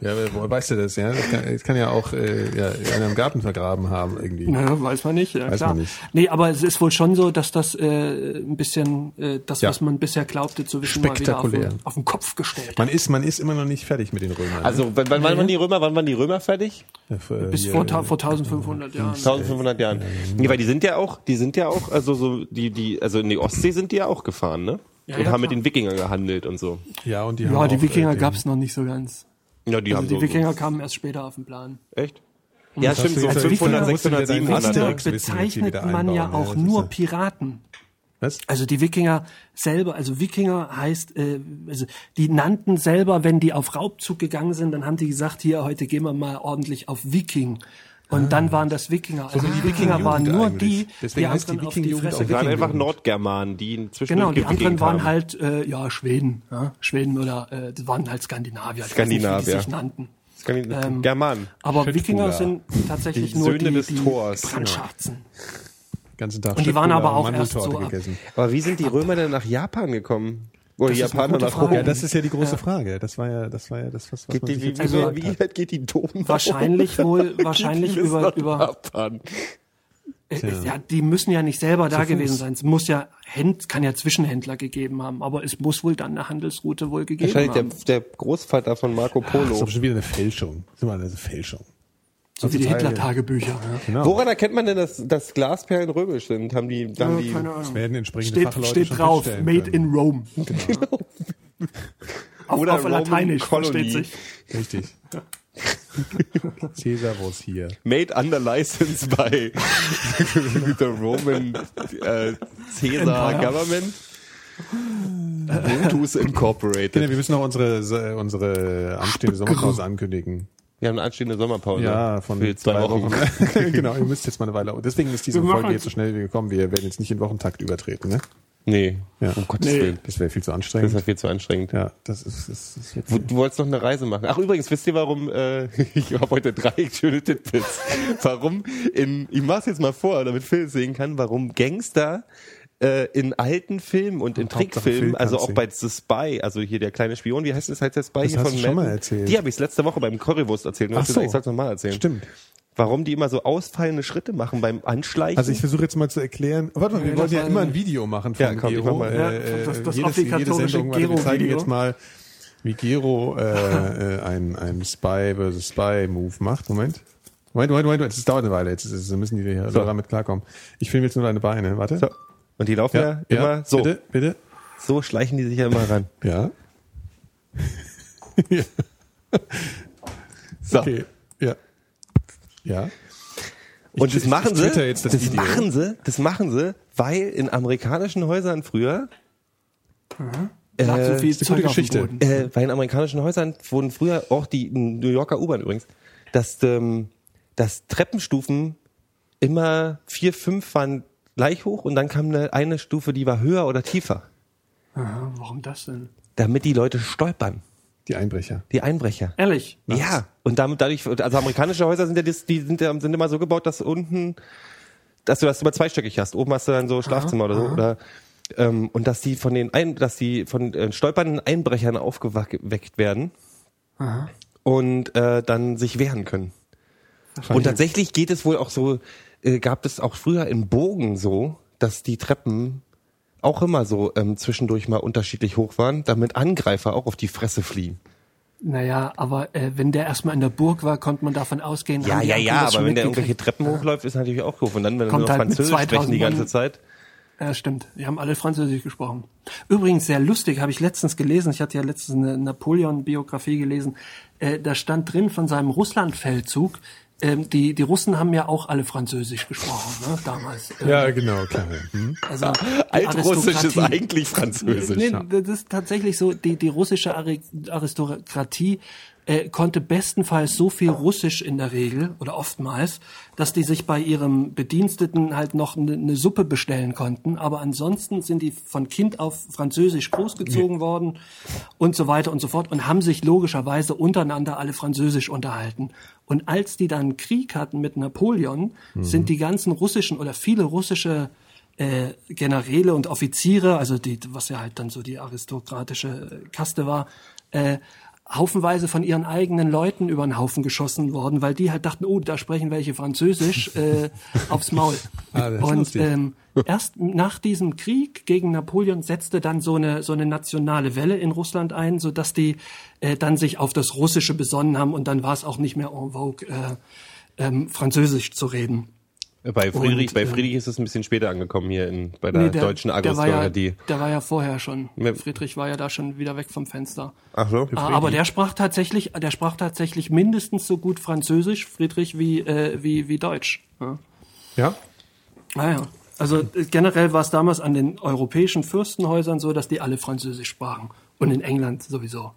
Speaker 5: Ja, aber woher weißt du das, ja? Das kann, das kann ja auch äh, ja, einer im Garten vergraben haben irgendwie.
Speaker 4: Naja, weiß man nicht. Ja,
Speaker 5: Weiß
Speaker 4: klar.
Speaker 5: man nicht.
Speaker 4: Nee, aber es ist wohl schon so, dass das äh, ein bisschen, äh, das,
Speaker 5: Ja.
Speaker 4: was man bisher glaubte zu wissen, mal wieder auf
Speaker 5: Spektakulär.
Speaker 4: den, auf den Kopf gestellt.
Speaker 5: Man ist, man ist immer noch nicht fertig mit den Römern.
Speaker 6: Also, wann, wann waren die Römer, wann waren die Römer fertig?
Speaker 5: Ja, für,
Speaker 4: Bis
Speaker 5: hier,
Speaker 4: vor,
Speaker 5: äh,
Speaker 4: ta- vor 1500 Jahren.
Speaker 6: 1500 Jahren. Nee, weil die sind ja auch, die sind ja auch, also so, die, die, also in die Ostsee sind die ja auch gefahren, ne?
Speaker 4: Ja,
Speaker 6: und
Speaker 4: ja,
Speaker 6: haben mit
Speaker 4: klar.
Speaker 6: den Wikingern gehandelt und so.
Speaker 5: Ja, und die
Speaker 4: Ja,
Speaker 5: haben
Speaker 4: die
Speaker 5: auch,
Speaker 4: Wikinger
Speaker 5: äh, den-
Speaker 4: gab's noch nicht so ganz.
Speaker 6: Ja, die
Speaker 4: Also
Speaker 6: haben
Speaker 4: die
Speaker 6: so,
Speaker 4: Wikinger kamen erst später auf den Plan.
Speaker 6: Echt? Ja,
Speaker 5: Das
Speaker 6: stimmt, so
Speaker 5: hast du jetzt-
Speaker 6: 500,
Speaker 5: musst du wieder
Speaker 6: 600,
Speaker 5: deinen
Speaker 6: 700.
Speaker 5: Wikinger-
Speaker 6: ne?
Speaker 5: Wissen, die
Speaker 4: bezeichnet
Speaker 5: wieder
Speaker 4: man ja
Speaker 5: einbauen, ne?
Speaker 4: auch
Speaker 5: Das ist
Speaker 4: nur
Speaker 5: ja-
Speaker 4: Piraten.
Speaker 5: Was?
Speaker 4: Also die Wikinger selber, also Wikinger heißt, äh, also die nannten selber, wenn die auf Raubzug gegangen sind, dann haben die gesagt, hier, heute gehen wir mal ordentlich auf Wiking. Und dann waren das Wikinger. Also die Wikinger waren
Speaker 5: Wikingerjugend
Speaker 4: nur
Speaker 5: eigentlich.
Speaker 4: die, die
Speaker 5: Deswegen heißt die
Speaker 4: anderen auf die
Speaker 5: Wikingerjugend
Speaker 4: Fresse
Speaker 5: auch
Speaker 6: Das waren
Speaker 4: gekriegt
Speaker 6: einfach Nordgermanen, die zwischendurch
Speaker 4: Genau, die anderen
Speaker 6: gewikingt
Speaker 4: waren
Speaker 6: haben.
Speaker 4: halt, äh, ja, Schweden. Ja? Schweden oder, äh, das waren halt Skandinavier. Ich weiß nicht, wie
Speaker 6: Skandinavier.
Speaker 4: Die sich nannten.
Speaker 6: Das kann ich-
Speaker 4: ähm,
Speaker 6: Germanen.
Speaker 4: Aber
Speaker 6: Schildfuder.
Speaker 4: Wikinger sind tatsächlich
Speaker 6: Die
Speaker 4: nur
Speaker 6: Söhne
Speaker 4: die,
Speaker 6: des
Speaker 4: die
Speaker 6: Thors, ja.
Speaker 4: Brandscharzen.
Speaker 5: den ganzen Tag
Speaker 4: Und die waren
Speaker 5: Schöttbullar
Speaker 4: aber auch
Speaker 5: und
Speaker 4: erst
Speaker 5: Mandeltorte
Speaker 4: so ab-
Speaker 5: gegessen.
Speaker 6: Aber wie sind die Römer denn nach Japan gekommen? Oder die
Speaker 4: Das ist eine
Speaker 6: Japaner
Speaker 4: gute
Speaker 6: nach
Speaker 4: Frage.
Speaker 5: Ja,
Speaker 6: Rom?
Speaker 5: das ist ja die große Frage. Das war ja, das war ja das, was, was
Speaker 6: Geht
Speaker 5: man
Speaker 6: die,
Speaker 5: sich
Speaker 6: wie,
Speaker 5: jetzt
Speaker 4: Also-
Speaker 6: wie, wie, wie weit geht die Dom?
Speaker 4: Wahrscheinlich wohl, wahrscheinlich
Speaker 6: Geht die bis
Speaker 4: über,
Speaker 6: nach
Speaker 4: über,
Speaker 6: Japan?
Speaker 4: äh, ja, die müssen ja nicht selber da gewesen sein. Es muss ja, Händ, kann ja Zwischenhändler gegeben haben, aber es muss wohl dann eine Handelsroute wohl gegeben
Speaker 6: Wahrscheinlich der,
Speaker 4: haben.
Speaker 6: der Großvater von Marco
Speaker 5: Das ist
Speaker 6: Polo.
Speaker 5: doch schon wieder eine Fälschung. Das ist immer eine Fälschung.
Speaker 4: so wie die
Speaker 5: total-
Speaker 4: Hitler-Tagebücher. Ja.
Speaker 5: Genau.
Speaker 6: Woran erkennt man denn, dass, dass Glasperlen römisch sind? Haben die, haben die
Speaker 4: Keine Ahnung.
Speaker 5: werden entsprechende
Speaker 4: Steht,
Speaker 5: Fachleute schon
Speaker 4: steht drauf,
Speaker 5: feststellen
Speaker 4: made
Speaker 5: können.
Speaker 4: in Rome. Auf,
Speaker 6: Oder
Speaker 4: auf
Speaker 6: Roman
Speaker 4: Lateinisch,
Speaker 6: Genau. Colony.
Speaker 4: versteht sich.
Speaker 5: Richtig. Caesar was hier.
Speaker 6: Made under license by the Roman äh, Caesar Government. Brutus
Speaker 5: Kinder,
Speaker 6: Incorporated.
Speaker 5: wir müssen noch unsere, unsere anstehende Sommerpause ankündigen.
Speaker 6: Wir haben eine anstehende Sommerpause.
Speaker 5: Ja, von
Speaker 6: Für zwei Wochen.
Speaker 5: genau, ihr müsst jetzt mal eine Weile. Deswegen ist diese
Speaker 4: Wir machen
Speaker 5: Folge jetzt
Speaker 4: jetzt-
Speaker 5: so schnell wie gekommen. Wir werden jetzt nicht in Wochentakt übertreten, ne?
Speaker 6: Nee,
Speaker 5: Ja.
Speaker 6: um Gottes
Speaker 4: Nee.
Speaker 6: Willen.
Speaker 5: Das wäre viel zu
Speaker 6: Das ist
Speaker 5: anstrengend.
Speaker 6: halt viel zu anstrengend.
Speaker 5: Ja, das ist, das ist jetzt
Speaker 6: Du wolltest noch eine Reise machen. Ach übrigens, wisst ihr warum? Äh, ich habe heute drei schöne Titbits. Warum? In, ich mach's jetzt mal vor, damit Phil es sehen kann, warum Gangster äh, in alten Filmen und in
Speaker 5: Hauptsache Phil
Speaker 6: Trickfilmen,
Speaker 5: kann's
Speaker 6: also auch
Speaker 5: sehen.
Speaker 6: bei The Spy, also hier der kleine Spion, wie heißt das heißt der Spy
Speaker 5: Das
Speaker 6: hier
Speaker 5: hast
Speaker 6: von
Speaker 5: du schon
Speaker 6: Mad
Speaker 5: mal
Speaker 6: Men?
Speaker 5: erzählt.
Speaker 6: Die habe ich letzte Woche beim Currywurst erzählt. Und
Speaker 5: Ach
Speaker 6: hast gesagt,
Speaker 5: so.
Speaker 6: ich soll's nochmal erzählen.
Speaker 5: Stimmt.
Speaker 6: Warum die immer so ausfallende Schritte machen beim Anschleichen.
Speaker 5: Also ich versuche jetzt mal zu erklären. Oh, Warte mal, wir wollten ja
Speaker 4: war
Speaker 5: immer
Speaker 4: ein-
Speaker 5: ein Video machen von
Speaker 6: Ja, komm, ich
Speaker 5: Gero.
Speaker 6: mach mal.
Speaker 4: Ja,
Speaker 5: Äh,
Speaker 4: das- das
Speaker 5: jedes, jede
Speaker 4: obligatorische
Speaker 5: Sendung, warte, wir
Speaker 4: Gero-Video.
Speaker 5: zeigen jetzt mal, wie Gero äh, äh, ein, ein Spy versus Spy Move macht. Moment. Moment, Moment, Moment, Moment. das dauert eine Weile. Jetzt ist es- müssen die hier so. damit klarkommen. Ich filme jetzt nur deine Beine. Warte.
Speaker 6: so. Und die laufen ja, immer so.
Speaker 5: Bitte, bitte.
Speaker 6: So schleichen die sich ja immer ran.
Speaker 5: Ja.
Speaker 6: So.
Speaker 5: Okay. Ja. Ja.
Speaker 6: Und das
Speaker 5: ich-
Speaker 6: machen
Speaker 5: ich
Speaker 6: sie,
Speaker 5: twitter jetzt das
Speaker 6: das,
Speaker 5: Video.
Speaker 6: machen sie, das machen sie, weil in amerikanischen Häusern früher,
Speaker 4: Lag so viel Zeug
Speaker 5: ist eine gute
Speaker 4: auf dem
Speaker 5: Geschichte.
Speaker 4: Boden.
Speaker 6: äh, bei in amerikanischen Häusern wurden früher auch die New Yorker U-Bahn übrigens, dass, ähm, dass Treppenstufen immer vier, fünf waren gleich hoch und dann kam eine, eine Stufe, die war höher oder tiefer,
Speaker 4: Aha, warum das denn?
Speaker 6: damit die Leute stolpern,
Speaker 5: Die Einbrecher.
Speaker 6: die Einbrecher.
Speaker 4: Ehrlich?
Speaker 6: Ja, und damit dadurch, also amerikanische Häuser sind ja dis- die sind, ja- sind immer so gebaut, dass unten, dass du das immer zweistöckig hast. Oben hast du dann so Schlafzimmer oder so. Oder, ähm, und dass die von den ein, dass die von äh, stolpernden Einbrechern aufgeweckt werden und äh, dann sich wehren können. Und tatsächlich geht es wohl auch so, äh, gab es auch früher in Bogen so, dass die Treppen auch immer so ähm, zwischendurch mal unterschiedlich hoch waren, damit Angreifer auch auf die Fresse fliehen.
Speaker 4: Naja, aber äh, wenn der erstmal in der Burg war, konnte man davon ausgehen,
Speaker 6: Ja,
Speaker 4: haben die
Speaker 6: ja,
Speaker 4: anderen
Speaker 6: ja,
Speaker 4: das schon
Speaker 6: aber wenn der irgendwelche
Speaker 4: mitgekriegt.
Speaker 6: Treppen hochläuft, ist natürlich auch doof. Und dann, wenn
Speaker 4: Kommt
Speaker 6: wir
Speaker 4: halt mit
Speaker 6: Französisch sprechen die
Speaker 4: 2000
Speaker 6: ganze
Speaker 4: Mann.
Speaker 6: Zeit.
Speaker 4: Ja, stimmt. Die haben alle Französisch gesprochen. Übrigens, sehr lustig, habe ich letztens gelesen. Ich hatte ja letztens eine Napoleon-Biografie gelesen. Äh, da stand drin von seinem Russland-Feldzug. Ähm, die, die Russen haben ja auch alle Französisch gesprochen, ne, damals. Ähm,
Speaker 5: Ja, genau, klar. Hm.
Speaker 4: also die
Speaker 6: Altrussisch ist
Speaker 4: Aristokratie.
Speaker 6: eigentlich Französisch.
Speaker 4: Äh, Nee, das ist tatsächlich so, die, die russische Ari- Aristokratie äh, konnte bestenfalls so viel Russisch in der Regel oder oftmals, dass die sich bei ihrem Bediensteten halt noch eine eine Suppe bestellen konnten. Aber ansonsten sind die von Kind auf Französisch großgezogen worden und so weiter und so fort und haben sich logischerweise untereinander alle Französisch unterhalten. Und als die dann Krieg hatten mit Napoleon, sind die ganzen russischen oder viele russische äh, Generäle und Offiziere, also die, was ja halt dann so die aristokratische äh, Kaste war, äh, haufenweise von ihren eigenen Leuten über den Haufen geschossen worden, weil die halt dachten, oh, da sprechen welche Französisch äh, aufs Maul.
Speaker 5: Ah, das ist
Speaker 4: und
Speaker 5: lustig.
Speaker 4: ähm, erst nach diesem Krieg gegen Napoleon setzte dann so eine so eine nationale Welle in Russland ein, so dass die äh, dann sich auf das Russische besonnen haben und dann war es auch nicht mehr en vogue, äh, ähm, Französisch zu reden.
Speaker 6: Bei Friedrich,
Speaker 4: Und,
Speaker 6: bei
Speaker 4: äh,
Speaker 6: Friedrich ist es ein bisschen später angekommen hier in, bei ähm, der,
Speaker 4: Nee,
Speaker 6: deutschen
Speaker 4: der war ja,
Speaker 6: Agrostronomie.
Speaker 4: Der war ja vorher schon.
Speaker 6: Ja.
Speaker 4: Friedrich war ja da schon wieder weg vom Fenster.
Speaker 6: Ach so?
Speaker 4: Ah, aber der sprach tatsächlich, der sprach tatsächlich mindestens so gut Französisch, Friedrich, wie, äh, wie, wie Deutsch. Ja.
Speaker 5: Ja?
Speaker 4: Naja. Also äh, generell war es damals an den europäischen Fürstenhäusern so, dass die alle Französisch sprachen. Und in England sowieso.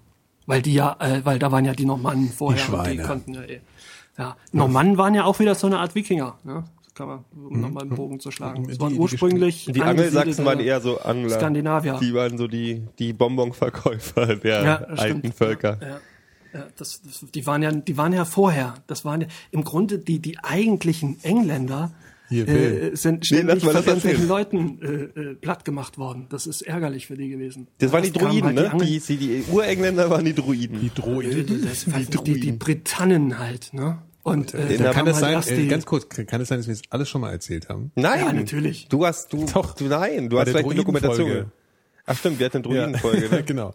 Speaker 4: Weil die ja, äh, weil da waren ja die Normannen vorher
Speaker 5: Die
Speaker 4: und die
Speaker 5: Schweine.
Speaker 4: konnten ja eh. Ja. Normannen waren ja auch wieder so eine Art Wikinger, ne? Kann man, um nochmal einen Bogen zu schlagen. Es waren ursprünglich.
Speaker 6: Die Angelsachsen
Speaker 4: angesiedelte-
Speaker 6: waren eher so Angler.
Speaker 4: Skandinavier.
Speaker 6: Die waren so die, die Bonbonverkäufer der
Speaker 4: Ja, das
Speaker 6: alten
Speaker 4: stimmt.
Speaker 6: Völker.
Speaker 4: Ja, ja, das, das, die waren ja, die waren ja vorher. Das waren ja, im Grunde die die eigentlichen Engländer
Speaker 5: Hier,
Speaker 4: äh,
Speaker 5: Bill.
Speaker 4: sind
Speaker 6: lass
Speaker 4: ständig
Speaker 6: mal
Speaker 4: von
Speaker 6: das
Speaker 4: irgendwelchen Leuten äh, äh, platt gemacht worden. Das ist ärgerlich für die gewesen.
Speaker 6: Das waren die
Speaker 4: kamen
Speaker 6: Druiden,
Speaker 4: halt
Speaker 6: ne?
Speaker 4: Angel-
Speaker 6: Die, die, die Urengländer waren die Druiden.
Speaker 5: Drohende.
Speaker 4: Äh, das waren die, die Britannen halt, ne? Und äh, da
Speaker 6: Da
Speaker 5: Kann
Speaker 4: kam
Speaker 5: es
Speaker 4: halt
Speaker 5: sein,
Speaker 4: erst
Speaker 5: äh,
Speaker 4: die,
Speaker 5: ganz kurz, kann es sein, dass wir das alles schon mal erzählt haben?
Speaker 6: Nein.
Speaker 4: Ja, natürlich.
Speaker 6: Du hast, du,
Speaker 5: Doch.
Speaker 6: du nein, du
Speaker 5: Bei
Speaker 6: hast
Speaker 5: der
Speaker 6: vielleicht eine Dokumentation.
Speaker 5: Druidenfolge.
Speaker 6: Ach stimmt, wir hatten eine Druidenfolge, ne?
Speaker 5: genau.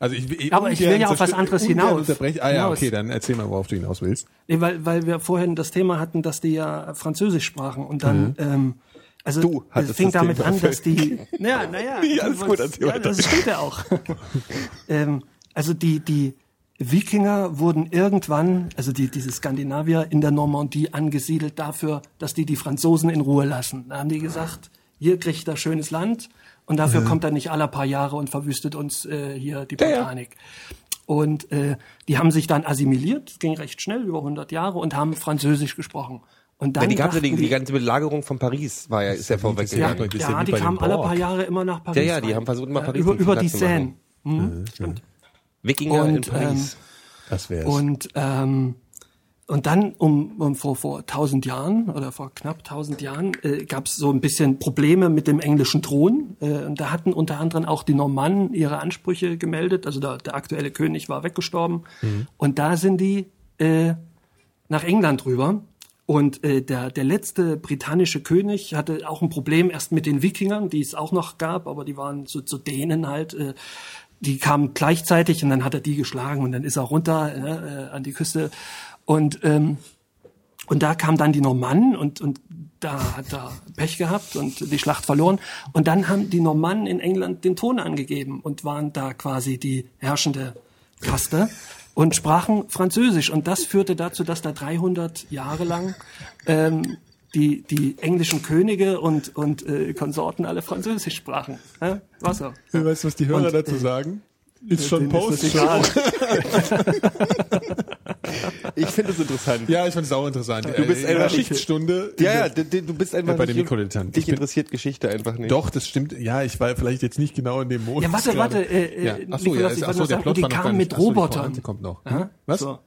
Speaker 5: Also ich, will-
Speaker 4: Aber ich will
Speaker 5: ungern
Speaker 4: ja auf was
Speaker 5: zerstö-
Speaker 4: anderes
Speaker 5: ungern
Speaker 4: hinaus.
Speaker 5: Unterbrechen. Ah ja,
Speaker 4: Hinaus.
Speaker 5: okay, dann erzähl mal, worauf du hinaus willst.
Speaker 4: nee, weil weil wir vorhin das Thema hatten, dass die ja Französisch sprachen und dann ähm, also
Speaker 6: Mhm. Du hattest
Speaker 4: es fing
Speaker 6: das
Speaker 4: damit
Speaker 6: Thema
Speaker 4: an, dass die naja, naja,
Speaker 6: Nee,
Speaker 4: du
Speaker 6: alles gut,
Speaker 4: wolltest-
Speaker 6: erzähl
Speaker 4: ja,
Speaker 6: weiter.
Speaker 4: das steht ja auch. ähm, also die die Wikinger wurden irgendwann, also die, diese Skandinavier in der Normandie angesiedelt dafür, dass die die Franzosen in Ruhe lassen. Da haben die gesagt, hier kriegt er schönes Land und dafür
Speaker 6: Mhm.
Speaker 4: kommt er nicht alle paar Jahre und verwüstet uns äh, hier die Botanik. Und äh, die haben sich dann assimiliert, ging recht schnell, über 100 Jahre, und haben Französisch gesprochen. Und dann
Speaker 6: Ja, die gab ja die,
Speaker 4: dachten
Speaker 6: die ganze Belagerung von Paris, war ja, ist ja
Speaker 4: ja,
Speaker 6: vorweggegangen.
Speaker 5: das ist ja
Speaker 4: ja,
Speaker 5: wie
Speaker 4: die
Speaker 5: bei den
Speaker 4: kamen alle
Speaker 5: Borg.
Speaker 4: paar Jahre immer nach Paris.
Speaker 6: Ja, ja, die
Speaker 4: rein.
Speaker 6: haben versucht, immer Paris
Speaker 4: über,
Speaker 6: zum
Speaker 4: über
Speaker 6: Platz
Speaker 4: die
Speaker 6: zu machen.
Speaker 4: Seine. Mhm, stimmt.
Speaker 6: Wikinger halt in
Speaker 4: Und,
Speaker 6: Paris.
Speaker 5: Das wär's.
Speaker 4: Und, ähm, und dann um, um vor, vor 1000 Jahren oder vor knapp 1000 Jahren äh, gab es so ein bisschen Probleme mit dem englischen Thron. Äh, und da hatten unter anderem auch die Normannen ihre Ansprüche gemeldet. Also der, der aktuelle König war weggestorben. Und da sind die äh, nach England rüber. Und äh, der, der letzte britannische König hatte auch ein Problem erst mit den Wikingern, die es auch noch gab, aber die waren so zu denen halt. Äh, die kamen gleichzeitig und dann hat er die geschlagen und dann ist er runter äh, äh, an die Küste. Und ähm, und da kamen dann die Normannen und, und da hat er Pech gehabt und die Schlacht verloren. Und dann haben die Normannen in England den Ton angegeben und waren da quasi die herrschende Kaste und sprachen Französisch. Und das führte dazu, dass da 300 Jahre lang ähm, die, die englischen Könige und, und äh, Konsorten alle Französisch sprachen. Ja, war so.
Speaker 7: Du weißt, was die Hörer
Speaker 5: äh,
Speaker 7: dazu sagen? Ist schon Post.
Speaker 6: Ich finde es interessant.
Speaker 7: Ja, ich fand es auch interessant.
Speaker 6: Du bist
Speaker 7: Äh, in der
Speaker 6: einfach-
Speaker 7: Schichtstunde.
Speaker 6: Ja, ja, du, du bist einfach
Speaker 5: Ja, bei den
Speaker 6: nicht-
Speaker 5: Mikrodilettanten. Ich
Speaker 6: Dich
Speaker 5: bin-
Speaker 6: interessiert Geschichte einfach nicht.
Speaker 5: Doch, das stimmt. Ja, ich war vielleicht jetzt nicht genau in dem Modus.
Speaker 4: Ja, warte,
Speaker 5: gerade.
Speaker 4: warte. Äh,
Speaker 5: ja.
Speaker 4: äh,
Speaker 5: Ach
Speaker 4: Nikolas, ich
Speaker 5: so, ja, ist,
Speaker 4: wollte
Speaker 5: ach so,
Speaker 4: noch
Speaker 5: der
Speaker 4: sagen, oh,
Speaker 5: Plot
Speaker 4: die
Speaker 5: war noch
Speaker 4: kamen
Speaker 5: gar nicht.
Speaker 4: mit
Speaker 5: Ach so, die
Speaker 4: Robotern.
Speaker 5: Pointe kommt noch.
Speaker 4: Ja?
Speaker 5: Was?
Speaker 4: So.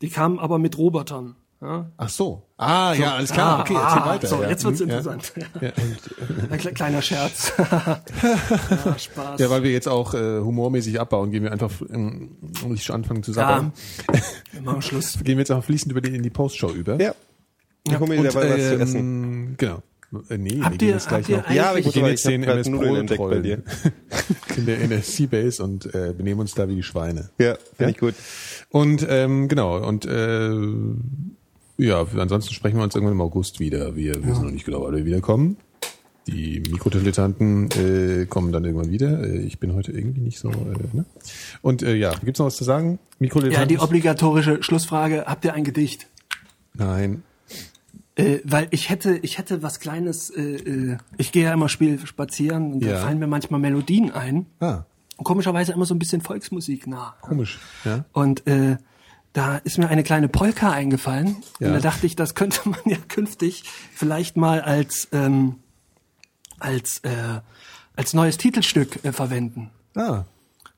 Speaker 4: Die kamen aber mit Robotern. Ja?
Speaker 5: Ach so. Ah, ja, alles klar. okay, erzähl
Speaker 4: ah,
Speaker 5: weiter.
Speaker 4: So,
Speaker 5: ja.
Speaker 4: jetzt wird's
Speaker 5: Hm,
Speaker 4: interessant. Ein kle- kleiner Scherz. ja, Spaß.
Speaker 5: Ja. ja, weil wir jetzt auch äh, humormäßig abbauen, gehen wir einfach, ähm, um nicht schon anfangen zu
Speaker 4: Ja.
Speaker 5: sagen,
Speaker 4: Dann machen wir Schluss.
Speaker 5: gehen wir jetzt einfach fließend über die, in die Postshow über.
Speaker 6: Ja. Ich hole mir dabei was zu essen.
Speaker 5: ähm, genau. Äh, nee, wir
Speaker 4: Habt
Speaker 5: gehen
Speaker 4: ihr-
Speaker 5: jetzt gleich
Speaker 4: habt ihr
Speaker 5: noch.
Speaker 4: eigentlich- Ja, aber ich
Speaker 5: wir gehen
Speaker 6: muss-
Speaker 5: jetzt
Speaker 6: ich hab
Speaker 5: den
Speaker 6: grad
Speaker 5: MS
Speaker 6: Nudeln
Speaker 5: Pro
Speaker 6: entdeckt bei
Speaker 5: trollen. in der NSC-Base und äh, benehmen uns da wie die Schweine.
Speaker 6: Ja, finde ich gut.
Speaker 5: Und ähm, genau, und äh, ja, ansonsten sprechen wir uns irgendwann im August wieder. Wir wissen noch nicht genau, wann wir wiederkommen. Die Mikrodilettanten äh, kommen dann irgendwann wieder. Äh, ich bin heute irgendwie nicht so. Äh, ne? Und äh, ja, gibt's noch was zu sagen?
Speaker 4: Ja, die
Speaker 5: Mikrodilettanten?
Speaker 4: obligatorische Schlussfrage. Habt ihr ein Gedicht?
Speaker 5: Nein.
Speaker 4: Äh, weil ich hätte, ich hätte was Kleines. Äh, äh, ich gehe ja immer Spiel spazieren und
Speaker 5: Ja.
Speaker 4: da fallen mir manchmal Melodien ein.
Speaker 5: Ah,
Speaker 4: Und komischerweise immer so ein bisschen Volksmusik nah.
Speaker 5: komisch. Ja.
Speaker 4: Und äh, da ist mir eine kleine Polka eingefallen.
Speaker 5: Ja.
Speaker 4: Und da dachte ich, das könnte man ja künftig vielleicht mal als, ähm, als, äh, als neues Titelstück äh, verwenden.
Speaker 5: Ah.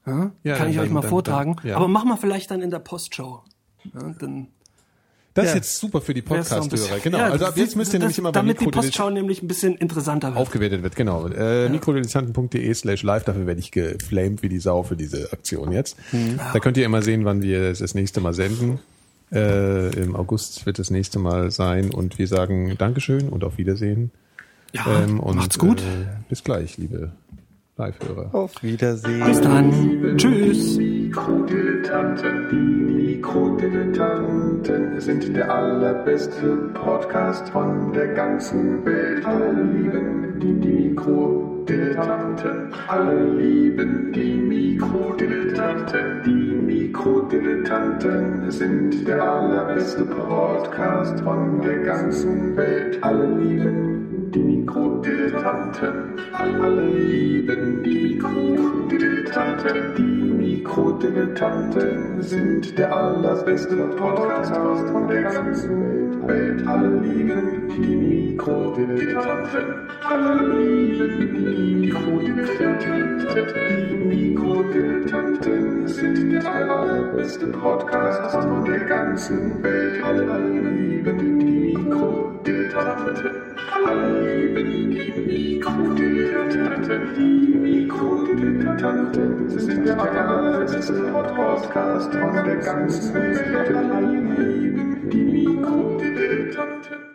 Speaker 4: Ja?
Speaker 5: Ja,
Speaker 4: Kann ich
Speaker 5: dann-
Speaker 4: euch mal
Speaker 5: dann-
Speaker 4: vortragen.
Speaker 5: dann- ja.
Speaker 4: Aber machen wir vielleicht dann in der Postshow. Ja, dann
Speaker 5: Das ist jetzt super für die
Speaker 4: wär's noch ein bisschen-
Speaker 5: Podcast-Hörer. Genau.
Speaker 4: Ja,
Speaker 5: also ab
Speaker 4: das-
Speaker 5: jetzt müsst ihr
Speaker 4: das-
Speaker 5: nämlich immer bei
Speaker 4: Damit die
Speaker 5: Mikrodilettanten
Speaker 4: Postschau nämlich ein bisschen interessanter wird.
Speaker 5: aufgewertet wird, genau. Äh, mikrodilettanten.de slash live, dafür werde ich geflamed wie die Sau für diese Aktion jetzt.
Speaker 4: Mhm.
Speaker 5: Da könnt ihr immer sehen, wann wir es das nächste Mal senden. Äh, Im August wird das nächste Mal sein und wir sagen Dankeschön und auf Wiedersehen.
Speaker 4: Ja,
Speaker 5: Ähm, und,
Speaker 4: Ah, macht's gut.
Speaker 5: Äh, bis gleich, liebe Live-Hörer.
Speaker 6: Auf Wiedersehen.
Speaker 4: Bis dann. Tschüss.
Speaker 2: Mikrodilettanten, die Mikrodilettanten sind der allerbeste Podcast von der ganzen Welt. Alle lieben die, die Mikrodilettanten. Alle lieben die Mikrodilettanten. Die Mikrodilettanten sind der allerbeste Podcast von der ganzen Welt. Alle lieben die Mikrodilettanten. Alle lieben die Mikrodilettanten. Die Mikrodilettanten sind der allerbeste Podcast von der ganzen Welt. Alle lieben die Mikrodilettanten. Alle lieben die Mikrodilettanten. Die Mikrodilettanten sind der allerbeste Podcast von der ganzen Welt. Alle lieben die Mikrodilettanten. Alle lieben die Mikrodilettanten. Die Mikrodilettanten sind der allerbeste Podcast von der ganzen Welt. Alle lieben die Mikrodilettanten.